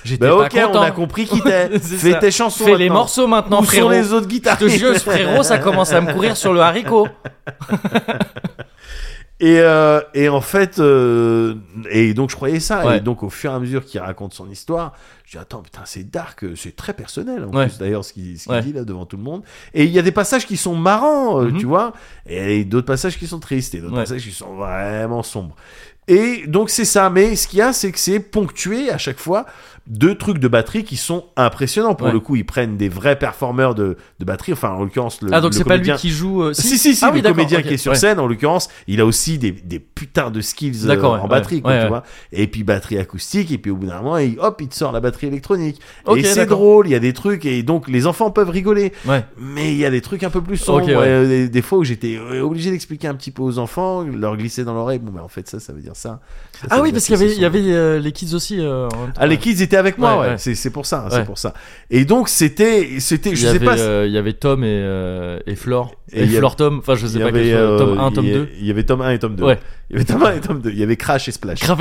J'étais bah pas ok content. on a compris qui t'es (laughs) C'est fais ça. tes chansons Fais les maintenant. morceaux maintenant, Où frérot. sont les autres Je te guitaristes jure, ce frérot, ça commence à me courir sur le haricot. et, euh, et en fait, euh, et donc je croyais ça. Ouais. Et donc au fur et à mesure qu'il raconte son histoire, je dis attends putain c'est dark, euh, c'est très personnel. En Ouais. plus d'ailleurs ce qu'il ce qu'il Ouais. dit là devant tout le monde. Et il y a des passages qui sont marrants, euh, Mhm. tu vois, et d'autres passages qui sont tristes et d'autres Ouais. passages qui sont vraiment sombres. Et donc c'est ça, mais ce qu'il y a, c'est que c'est ponctué à chaque fois de trucs de batterie qui sont impressionnants. Pour Ouais. le coup, ils prennent des vrais performeurs de, de batterie, enfin en l'occurrence le Ah, donc le c'est pas lui comédien- qui joue. euh, Si, si, si, Ah le oui, d'accord, comédien ok, qui est sur ouais. scène, en l'occurrence, il a aussi des, des putains de skills euh, D'accord, ouais, en ouais, batterie, quoi, ouais, tu ouais. vois. Et puis batterie acoustique, et puis au bout d'un moment, il, hop, il te sort la batterie électronique. Ok, et c'est d'accord. drôle, il y a des trucs, et donc les enfants peuvent rigoler. Ouais. Mais il y a des trucs un peu plus sombres. Ok, ouais. et, euh, des, des fois où j'étais euh, obligé d'expliquer un petit peu aux enfants, leur glisser dans l'oreille, bon, mais en fait, ça, ça veut dire ça. Ça, ça Ah veut oui, dire parce que qu'il y avait, ce il y avait euh, les kids aussi. euh, en même temps. ah, les kids étaient avec moi, Ouais, ouais. ouais. C'est, c'est pour ça, hein, Ouais. c'est pour ça. Et donc, c'était, c'était, Il je y sais avait, pas. euh, il y avait Tom et, euh, et Flore. Et Et, il y a- Flore Tom. Enfin, je sais il y pas quel avait, Flore, Tom euh, 1, Tom il y a- 2. Il y avait Tom 1 et Tom 2. Ouais. Il y avait Tom 1 et Tom 2. Il y avait Crash et Splash. Crash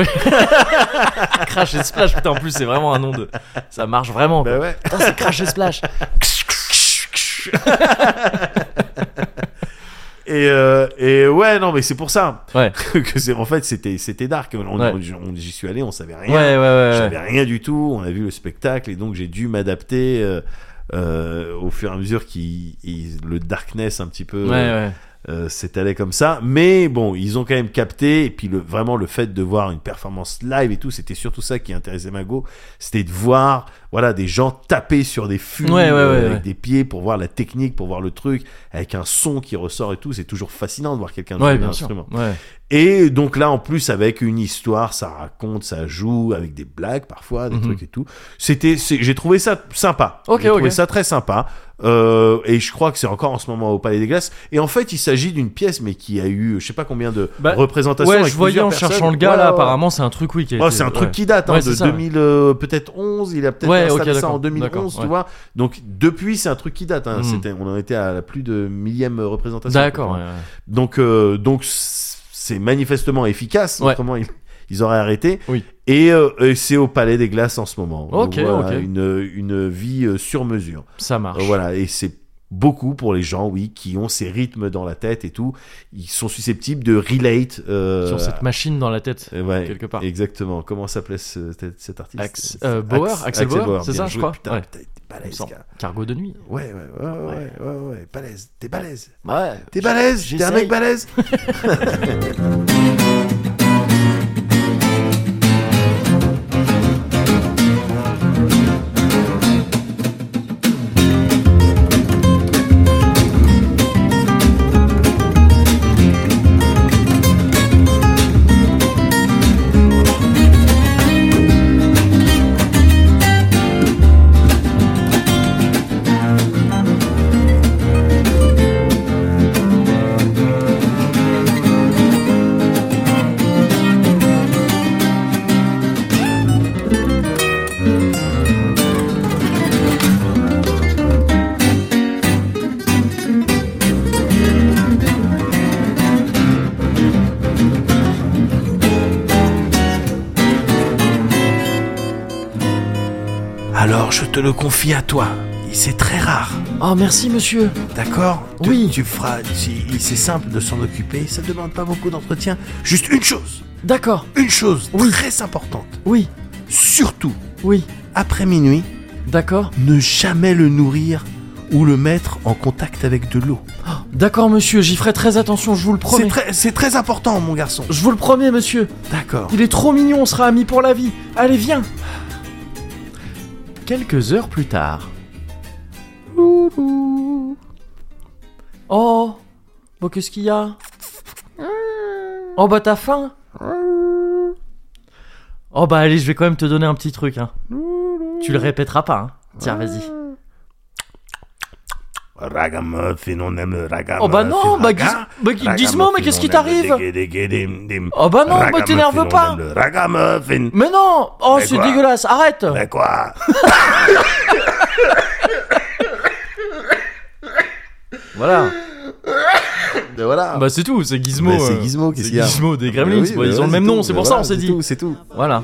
Crash et Splash, putain, en plus, c'est vraiment un nom de. Ça marche vraiment. quoi. Bah ouais. Putain, c'est Crash et Splash. Et, euh, et ouais, non, mais c'est pour ça Ouais. (laughs) que c'est, en fait, c'était, c'était dark. On, Ouais. on- j'y suis allé, on savait Ouais, rien. ouais, ouais. Je savais rien du tout. On a vu le spectacle et donc j'ai dû m'adapter euh, euh, au fur et à mesure qu'il, il- le darkness un petit peu Ouais, ouais. euh, s'étalait comme ça. Mais bon, ils ont quand même capté. Et puis le, vraiment le fait de voir une performance live et tout, c'était surtout ça qui intéressait Mago. C'était de voir, voilà, des gens taper sur des fûts Ouais, ouais, ouais, euh, avec ouais. des pieds pour voir la technique, pour voir le truc, avec un son qui ressort et tout. C'est toujours fascinant de voir quelqu'un jouer Ouais, d'un bien sûr. instrument. Ouais. Et donc là, en plus, avec une histoire, ça raconte, ça joue, avec des blagues parfois, des Mhm. trucs et tout. C'était, c'est- j'ai trouvé ça sympa. Ok, j'ai trouvé ok. ça très sympa. Euh, et je crois que c'est encore en ce moment au Palais des Glaces. Et en fait, il s'agit d'une pièce, mais qui a eu, je sais pas combien de Bah, représentations. Ouais, avec je voyais plusieurs en personnes. cherchant le gars Ouais, là, ouais, ouais. apparemment, c'est un truc, oui. qui a Ouais, été- c'est un truc ouais. qui date hein, Ouais, de c'est ça, 2000, euh, peut-être 11. Il a peut-être Ouais, installé ok, ça d'accord, en 2011, tu ouais. vois. Donc depuis, c'est un truc qui date. hein. Mhm. C'était, on en était à la plus de millième représentation. D'accord, ouais, ouais. Donc, euh, donc c- c'est manifestement efficace. Ouais. Autrement, ils, ils auraient arrêté. Oui. Et, euh, et c'est au Palais des Glaces en ce moment. Ok, Donc, voilà, ok. Une, une vie euh, sur mesure. ça marche. Euh, voilà, et c'est beaucoup pour les gens, oui, qui ont ces rythmes dans la tête et tout. Ils sont susceptibles de relate. euh, Sur cette machine dans la tête. euh, ouais, quelque part. Exactement. Comment s'appelait ce- cet cet artiste Ax- euh, Bauer, Axel Bauer, c'est bien ça, je joué, crois. Putain, Ouais. putain, t'es il me balèze, semble. gars. Cargo de nuit. Ouais, ouais, ouais, ouais, ouais, ouais, ouais, balèze. T'es balèze. Ouais. T'es balèze. T'es un J'essaye. mec balèze. Alors je te le confie à toi. C'est très rare, Oh, merci, monsieur. d'accord Tu- Oui. Tu feras. si- C'est simple de s'en occuper. Ça demande pas beaucoup d'entretien. Juste une chose. D'accord. Une chose très importante. Oui. Surtout, Oui. après minuit, D'accord. ne jamais le nourrir ou le mettre en contact avec de l'eau. D'accord, monsieur. J'y ferai très attention, je vous le C'est promets. très, c'est très important, mon garçon. Je vous le promets, monsieur. D'accord. Il est trop mignon, on sera amis pour la vie. Allez, viens. Quelques heures plus tard. Loulou. Oh, bon, qu'est-ce qu'il y a Oh, bah, t'as faim Oh, bah, allez, je vais quand même te donner un petit truc. Hein. Tu le répéteras pas. Hein. Tiens, vas-y. Ragamuffin, on aime Ah, le ragamuffin. Oh, bah, non, bah, guise- bah, gui- dis-moi, mais qu'est-ce qui t'arrive Oh, bah, non, bah, t'énerve pas. Ragamuffin. Mais non Oh, Mais c'est quoi dégueulasse, arrête (laughs) Mais quoi Voilà. Ben voilà. Bah, c'est tout, c'est Gizmo. Mais c'est euh, Gizmo, qu'est-ce c'est qu'il y a Gizmo des Gremlins, oui, bah, bah ils ouais, ont le même c'est nom, tout, c'est bah pour ça, voilà, on s'est c'est dit. tout, c'est tout. Voilà.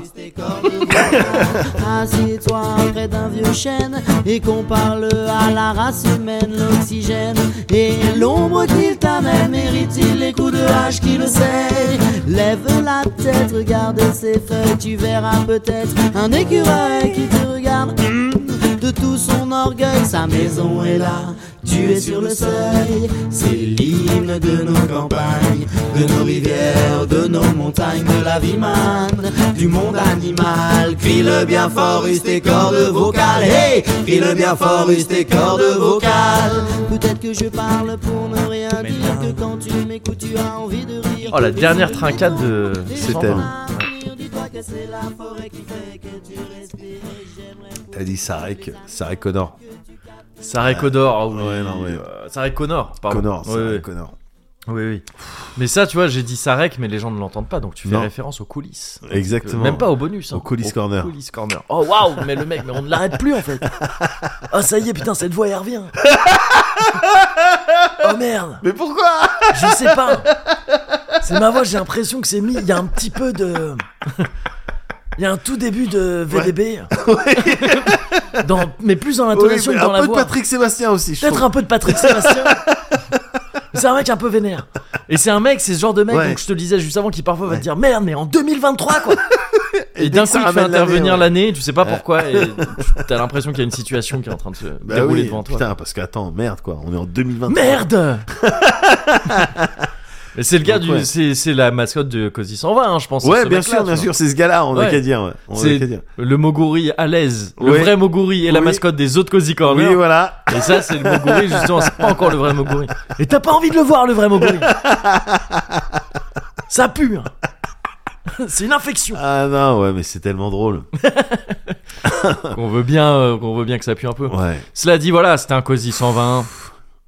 Assieds-toi près d'un vieux chêne et compare-le à la race humaine, l'oxygène et l'ombre qu'il t'amène. Mérite-t-il les coups de hache qui le saignent Lève la tête, regarde ses Mmh. feuilles, tu verras peut-être un écureuil qui te regarde hum, de tout son orgueil, sa maison est là, tu es sur le seuil. C'est l'hymne de nos campagnes, de nos rivières, de nos montagnes, de la vie manne, du monde animal. Crie-le bien fort, use tes cordes vocales. Hey, crie-le bien fort, use tes cordes vocales. Peut-être que je parle pour ne rien dire, que quand tu m'écoutes, tu as envie de rire. Oh, la dernière trincade de. C'est Sandra. elle. Dis-toi que c'est la forêt qui fait que tu respires. J'aimerais T'as dit Sarek, Sarek Connor. Sarah Connor. ah oui. Ouais, non, ouais. Euh, Sarah Connor, pardon. Connor, Ouais, Sarek ouais. Connor. Oui, oui. Mais ça, tu vois, j'ai dit Sarek, mais les gens ne l'entendent pas, donc tu fais Non. référence aux coulisses. Donc, euh, Exactement. Même pas au bonus. hein. Aux coulisses Aux corner. coulisses corner. Oh waouh, mais le mec, mais on ne l'arrête plus en (laughs) fait. Oh ça y est, putain, cette voix elle revient. Oh merde, Mais pourquoi je sais pas. C'est ma voix, j'ai l'impression que c'est mis. Il y a un petit peu de. Il y a un tout début de VDB. (laughs) Dans- mais plus dans l'intonation Oui, mais que dans Un la peu de voix. Patrick Sébastien aussi, je Peut-être trouve. un peu de Patrick Sébastien. C'est un mec un peu vénère. Et c'est un mec, c'est ce genre de mec, Ouais. donc je te le disais juste avant, qui parfois va te dire merde, mais en 2023 (laughs) quoi Et, dès d'un que coup, ça il fait ramène l'année, intervenir ouais. l'année, tu sais pas pourquoi, et tu- t'as l'impression qu'il y a une situation qui est en train de se Bah dérouler oui, devant toi. putain, parce qu'attends, merde quoi, on est en 2020. Merde (laughs) Mais c'est le gars Donc, du. ouais. C'est, c'est la mascotte de Cozy 120, hein, je pense. Ouais, ce bien mec-là, sûr, tu bien vois. sûr, c'est ce gars-là, on a Ouais. qu'à dire. ouais. On a qu'à C'est dire. le Moguri à l'aise. Le Oui. vrai Moguri et la Oui. mascotte des autres Cozy Corner. Oui, voilà. Et ça, c'est le Moguri, justement, c'est pas encore le vrai Moguri. Et t'as pas envie de le voir, le vrai (laughs) Moguri Ça pue hein. (laughs) C'est une infection Ah non, ouais, mais c'est (laughs) tellement drôle. Qu'on veut bien, euh, qu'on veut bien que ça pue un peu. Ouais. Cela dit, voilà, c'était un Cozy 120.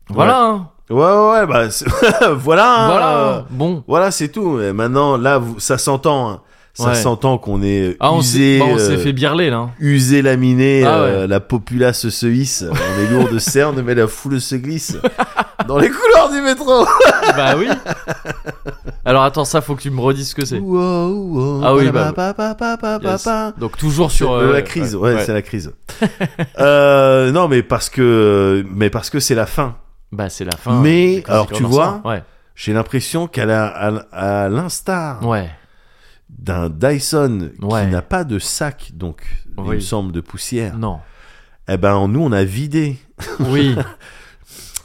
Voilà, hein. Ouais, ouais, ouais, bah c'est- (laughs) voilà. hein, voilà. euh, Bon. Voilà, c'est tout. Et maintenant, là, vous- ça s'entend. hein. Ça Ouais. s'entend qu'on est Ah, on s'est usé, bon, on s'est euh, fait birler là. hein. usé, laminé. Ah euh, la populace se hisse. On est lourd de cernes, mais la foule se glisse dans les couloirs du métro. bah oui. Alors attends, ça faut que tu me redis ce que c'est. Wow, wow, Ah oui, pa- bah, pa- pa- pa- pa- pa- Yes. pa. Donc toujours sur Euh, euh, la crise, ouais, c'est la crise. (laughs) Euh, non, mais parce que, mais parce que c'est la fin. Bah c'est la fin. Mais, des Cozy alors, tu Corner vois- ça. Ouais. J'ai l'impression qu'à la- à, à l'instar Ouais. d'un Dyson Ouais. qui n'a pas de sac, donc il Oui. me semble de poussière. Non. Eh ben, nous, on a vidé. Oui.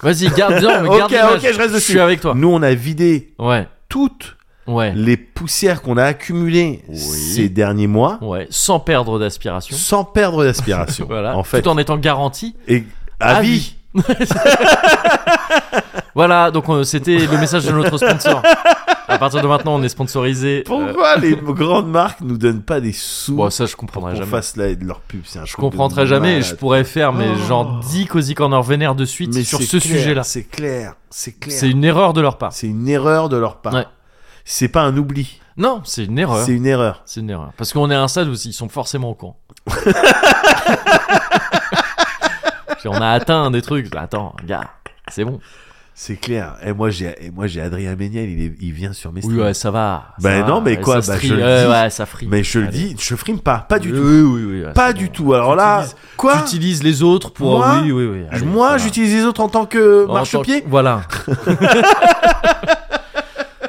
Vas-y, garde bien, mais Ok, garde l'image. ok, je reste Je suis dessus. Mmh. avec toi. Nous, on a vidé Ouais. toutes Ouais. les poussières qu'on a accumulées Oui. ces derniers mois, Ouais, sans perdre d'aspiration. sans perdre d'aspiration. (laughs) Voilà. En fait, Tout en étant garanti. Ah, et à, à vie. vie. (laughs) Voilà, donc euh, c'était le message de notre sponsor. À partir de maintenant, on est sponsorisé. euh, Pourquoi les grandes marques nous donnent pas des sous bon, ça je pour comprendrai qu'on jamais. fasse la, leur pub C'est un Je truc de comprendrai jamais et je malade. pourrais faire mais Oh. genre 10 Cozy Corner vénère de suite Mais sur c'est ce clair, sujet-là. C'est clair, c'est clair. C'est une erreur de leur part. C'est une erreur de leur part. Ouais. Ah C'est pas un oubli, Non, c'est une erreur. c'est une erreur. C'est une erreur. Parce qu'on est à un stade où ils sont forcément au (laughs) courant. Puis on a atteint des trucs. Attends, gars, c'est bon. C'est clair. Et moi j'ai et moi j'ai Adrien Méniel, il, est- il vient sur mes Oui, streams. ouais, ça va. ça Ben va. non, mais Et quoi, ça bah, strie- je le ouais, dis. ouais, ça frie. Mais je le Allez. dis, je frime pas, pas du Oui, tout. Oui, oui, oui, ouais, Pas c'est du bon. tout. Alors là, T'utilises- quoi T'utilises les autres pour. Moi oui, oui, oui. allez, Moi, voilà. j'utilise les autres en tant que En marchepied. tant que- Voilà. (laughs) (laughs)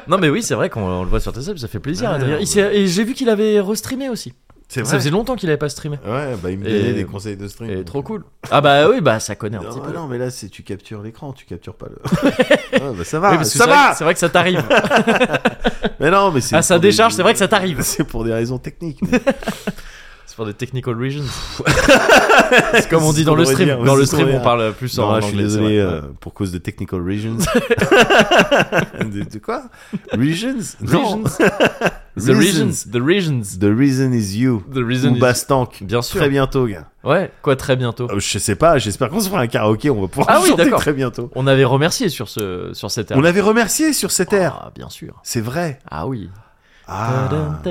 non, mais oui, c'est vrai qu'on on le voit sur tes subs, ça fait plaisir. Ouais, Adrien. Il ouais. s'est- Et j'ai vu qu'il avait restreamé aussi. C'est Ça faisait longtemps qu'il avait pas streamé. Ouais, bah il me Et- donnait des conseils de stream. Et trop cool. Ah bah oui, bah ça connaît un Non, petit peu. non, mais là, c'est tu captures l'écran, tu (laughs) captures pas le. Ouais, bah, ça va, Oui, parce que ça c'est vrai- va. C'est vrai que ça t'arrive. (laughs) Mais non, mais c'est. Ah, ça pour des- décharge, c'est vrai que ça t'arrive. (laughs) C'est pour des raisons techniques. c'est pour des technical reasons. c'est (laughs) comme on dit dans qu'on le devrait stream. dire, dans c'est le ce qu'on stream, on devrait parle plus Non, en là, anglais. je suis c'est désolé vrai. euh, pour cause de technical (laughs) reasons. (laughs) de, de quoi Reasons Non. (laughs) Reasons. The reasons. The reasons. The reason is you. The reason. Ou is- Bastank. Bien sûr. Très bientôt, gars. Ouais, quoi très bientôt. Euh, je sais pas, j'espère qu'on se fera un karaoké, on va pouvoir Ah oui, chanter d'accord. très bientôt. On avait remercié sur ce sur cette On l'avait remercié sur cette air. Ah, bien sûr. C'est vrai. Ah oui. Ah. Je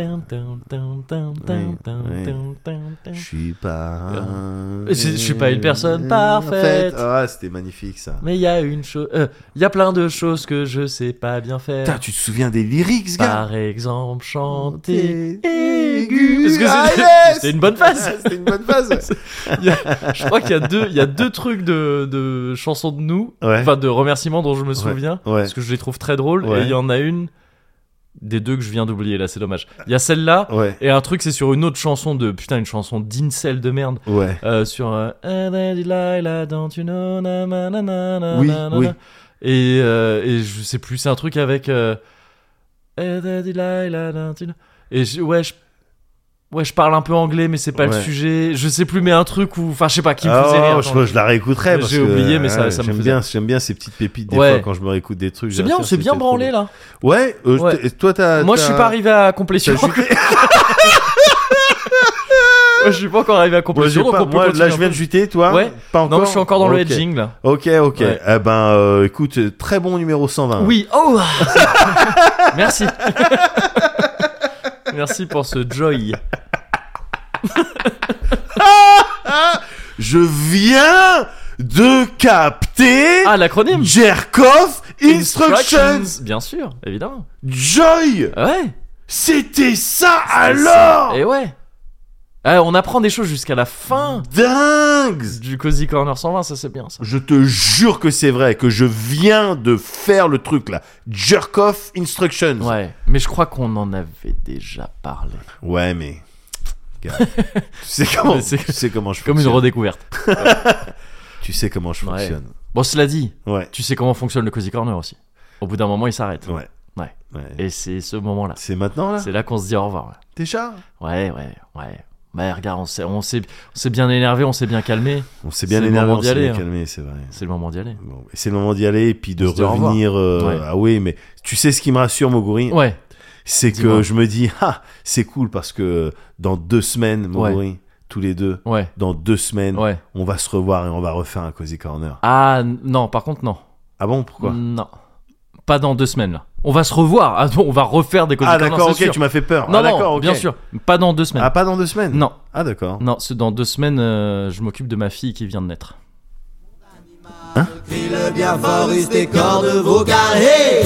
Mais suis pas. Je- Euh, je suis pas une personne parfaite. Ah, c'était magnifique ça. il y a une chose, il y a plein de choses que je sais pas bien Putain, faire. tu te souviens des lyrics, gars Par exemple, chanter aigu. aigu. Parce que Ah, c'était- yes Ah, c'était une bonne phase. C'était une bonne phase. (laughs) ouais. Il y a- je crois qu'il y a deux, il y a deux trucs de, de chansons de nous, Ouais. enfin de remerciements dont je me souviens, ouais. parce que je les trouve très drôles. Ouais. Et il y en a une des deux que je viens d'oublier là, c'est dommage. Il y a celle-là Ouais, et un truc, c'est sur une autre chanson de putain, une chanson d'incel de merde. ouais. Euh, sur euh, And I Delilah, don't you know, na, na, na, na, na, Oui, na, na. oui. Et, euh, et je sais plus, c'est un truc avec euh, And I Delilah, don't you know. Et je- ouais, je, ouais, je parle un peu anglais, mais c'est pas le Ouais. sujet. Je sais plus, mais un truc où, enfin, je sais pas qui me Ah, faisait rire. je, attends. je la réécouterai. Mais parce j'ai que, oublié, mais ça- ouais, ça me j'aime faisait- bien, j'aime bien ces petites pépites des Ouais. fois quand je me réécoute des trucs. C'est bien, on s'est bien branlé là. Ouais, euh, Ouais. t'es- toi t'as. Moi, je t'as- suis pas arrivé à complétion. (laughs) t'as juté- Moi, je suis pas encore arrivé à Moi, j'ai complétion. donc pas- on peut moi, là continuer je viens un de peu. juter, toi. Ouais. Pas encore. Non, je suis encore dans le Ok. edging là. Ok, ok. Ouais. Eh ben, euh, écoute, très bon numéro 120. Oui, (laughs) oh Merci. (laughs) Merci pour ce joy. Je viens de capter Ah, l'acronyme Jerkov Instructions Bien sûr, évidemment. Joy. Ouais, C'était ça alors. et ouais. Ah, on apprend des choses jusqu'à la fin Dingue. du Cozy Corner 120, ça c'est bien ça. Je te jure que c'est vrai, que je viens de faire le truc là. Jerkoff Instructions. Ouais, mais je crois qu'on en avait déjà parlé. Ouais, mais. (laughs) Gars, tu, sais comment, Mais c'est- tu sais comment je Comme une fonctionne. redécouverte. Tu sais comment je Ouais. fonctionne. Bon, cela dit, Ouais. tu sais comment fonctionne le Cozy Corner aussi. Au bout d'un moment, il s'arrête. Ouais. Ouais. Et c'est ce moment-là. C'est maintenant là C'est là qu'on se dit au revoir. ouais. Déjà Ouais, ouais, ouais. Mais regarde, on s'est, on s'est, on s'est bien énervé, on s'est bien calmé. On s'est C'est bien le énervé, moment on d'y s'est aller, bien hein. calmé, c'est vrai. C'est le moment d'y aller. Bon, c'est le moment d'y aller et puis de On se dit au revoir. revenir. euh, Ouais. Ah oui, mais tu sais ce qui me rassure, Moguri Ouais, C'est que Dis-moi. je me dis, ah, c'est cool parce que dans deux semaines, Moguri, tous les deux, ouais, dans deux semaines, ouais. on va se revoir et on va refaire un Cozy Corner. Ah n- non, par contre non. Ah bon, pourquoi Non. Pas dans deux semaines là. On va se revoir. Ah non, on va refaire des causes Ah du Corner, d'accord, c'est ok, sûr. tu m'as fait peur. Non, ah, non, d'accord, ok. bien sûr. Pas dans deux semaines. Ah, pas dans deux semaines Non, Mm. Ah d'accord. non, c'est dans deux semaines, euh, je m'occupe de ma fille qui vient de naître. Crie le bien fort, use tes cordes vocales. Hey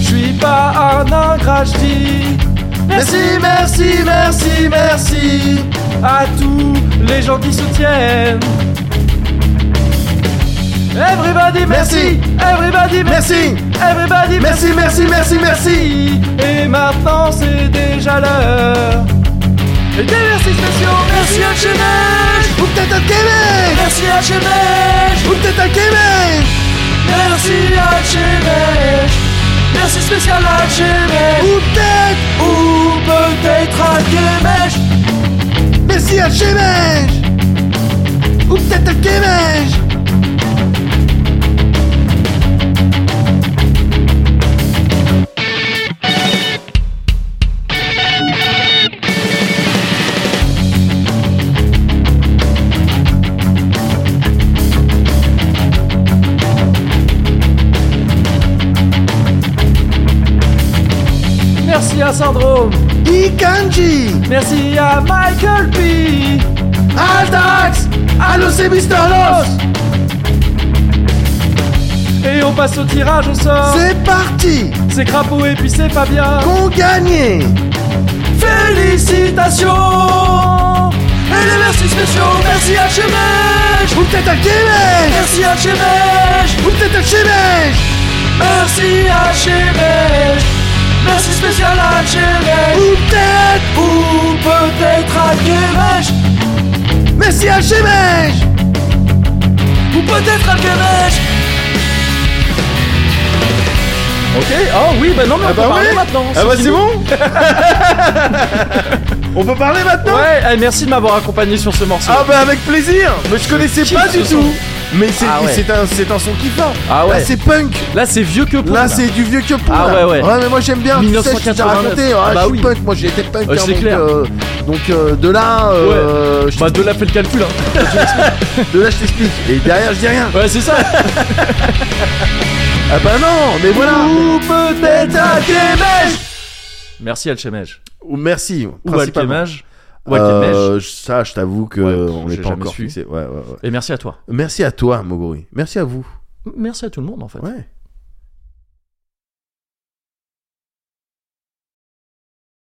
Je suis pas un ingrat, je dis Merci, merci, merci, merci à tous les gens qui soutiennent. Everybody merci, everybody merci, everybody merci, merci, merci, merci. Et maintenant c'est déjà l'heure. Et des merci spéciaux, merci HMH, vous peut-être à Québec, merci HMH, vous peut-être à Québec, merci HMH. Merci spécial à Québec Ou peut-être Ou peut-être à Québec Merci à Québec Ou peut-être à Québec Merci à Sandro. Ikanji, Merci à Michael P. Altax, Allo c'est Mister Los, Et on passe au tirage au sort. c'est parti, C'est Crapaud et puis c'est Fabien. qu'on gagne Félicitations Et les merci spéciaux, merci à Chemège Vous peut-être à Québec, Merci à Chemège vous peut-être à Québec Merci à Chemège Merci spécial à Chemège Ou peut-être, Ou peut-être à Québec merci à Québec Ou peut-être à Québec Ok, oh oui, bah non mais on peut bah parler oui. maintenant Ah bah c'est Sophie. bon (laughs) On peut parler maintenant Ouais, eh, merci de m'avoir accompagné sur ce morceau. Ah bah avec plaisir Mais je connaissais kiffe pas ce du son. tout Mais c'est Ah ouais. c'est un, c'est un son kiffant Ah ouais. Là c'est punk Là c'est vieux que pour. Là c'est du vieux que pour Ah là. ouais, ouais. mais moi j'aime bien 1989. Tu sais, je t'ai raconté, Ah ouais, bah je suis oui. punk, moi j'ai été punk Ouais, hein, c'est donc, clair. euh, donc euh, de là euh, je Bah de là fait le calcul hein. t'explique. de là je t'explique Et derrière je dis rien Ouais c'est ça Ah bah non mais voilà Ou peut-être à Québec Merci Alchemège. Ou merci Ou principalement. Alchemège. Ou Alchemège. Euh, ça, je t'avoue que Ouais, on n'est j'ai pas jamais encore su. fixé. Ouais, ouais, ouais. Et merci à toi. Merci à toi, Mogori. Merci à vous. Merci à tout le monde en fait. Ouais.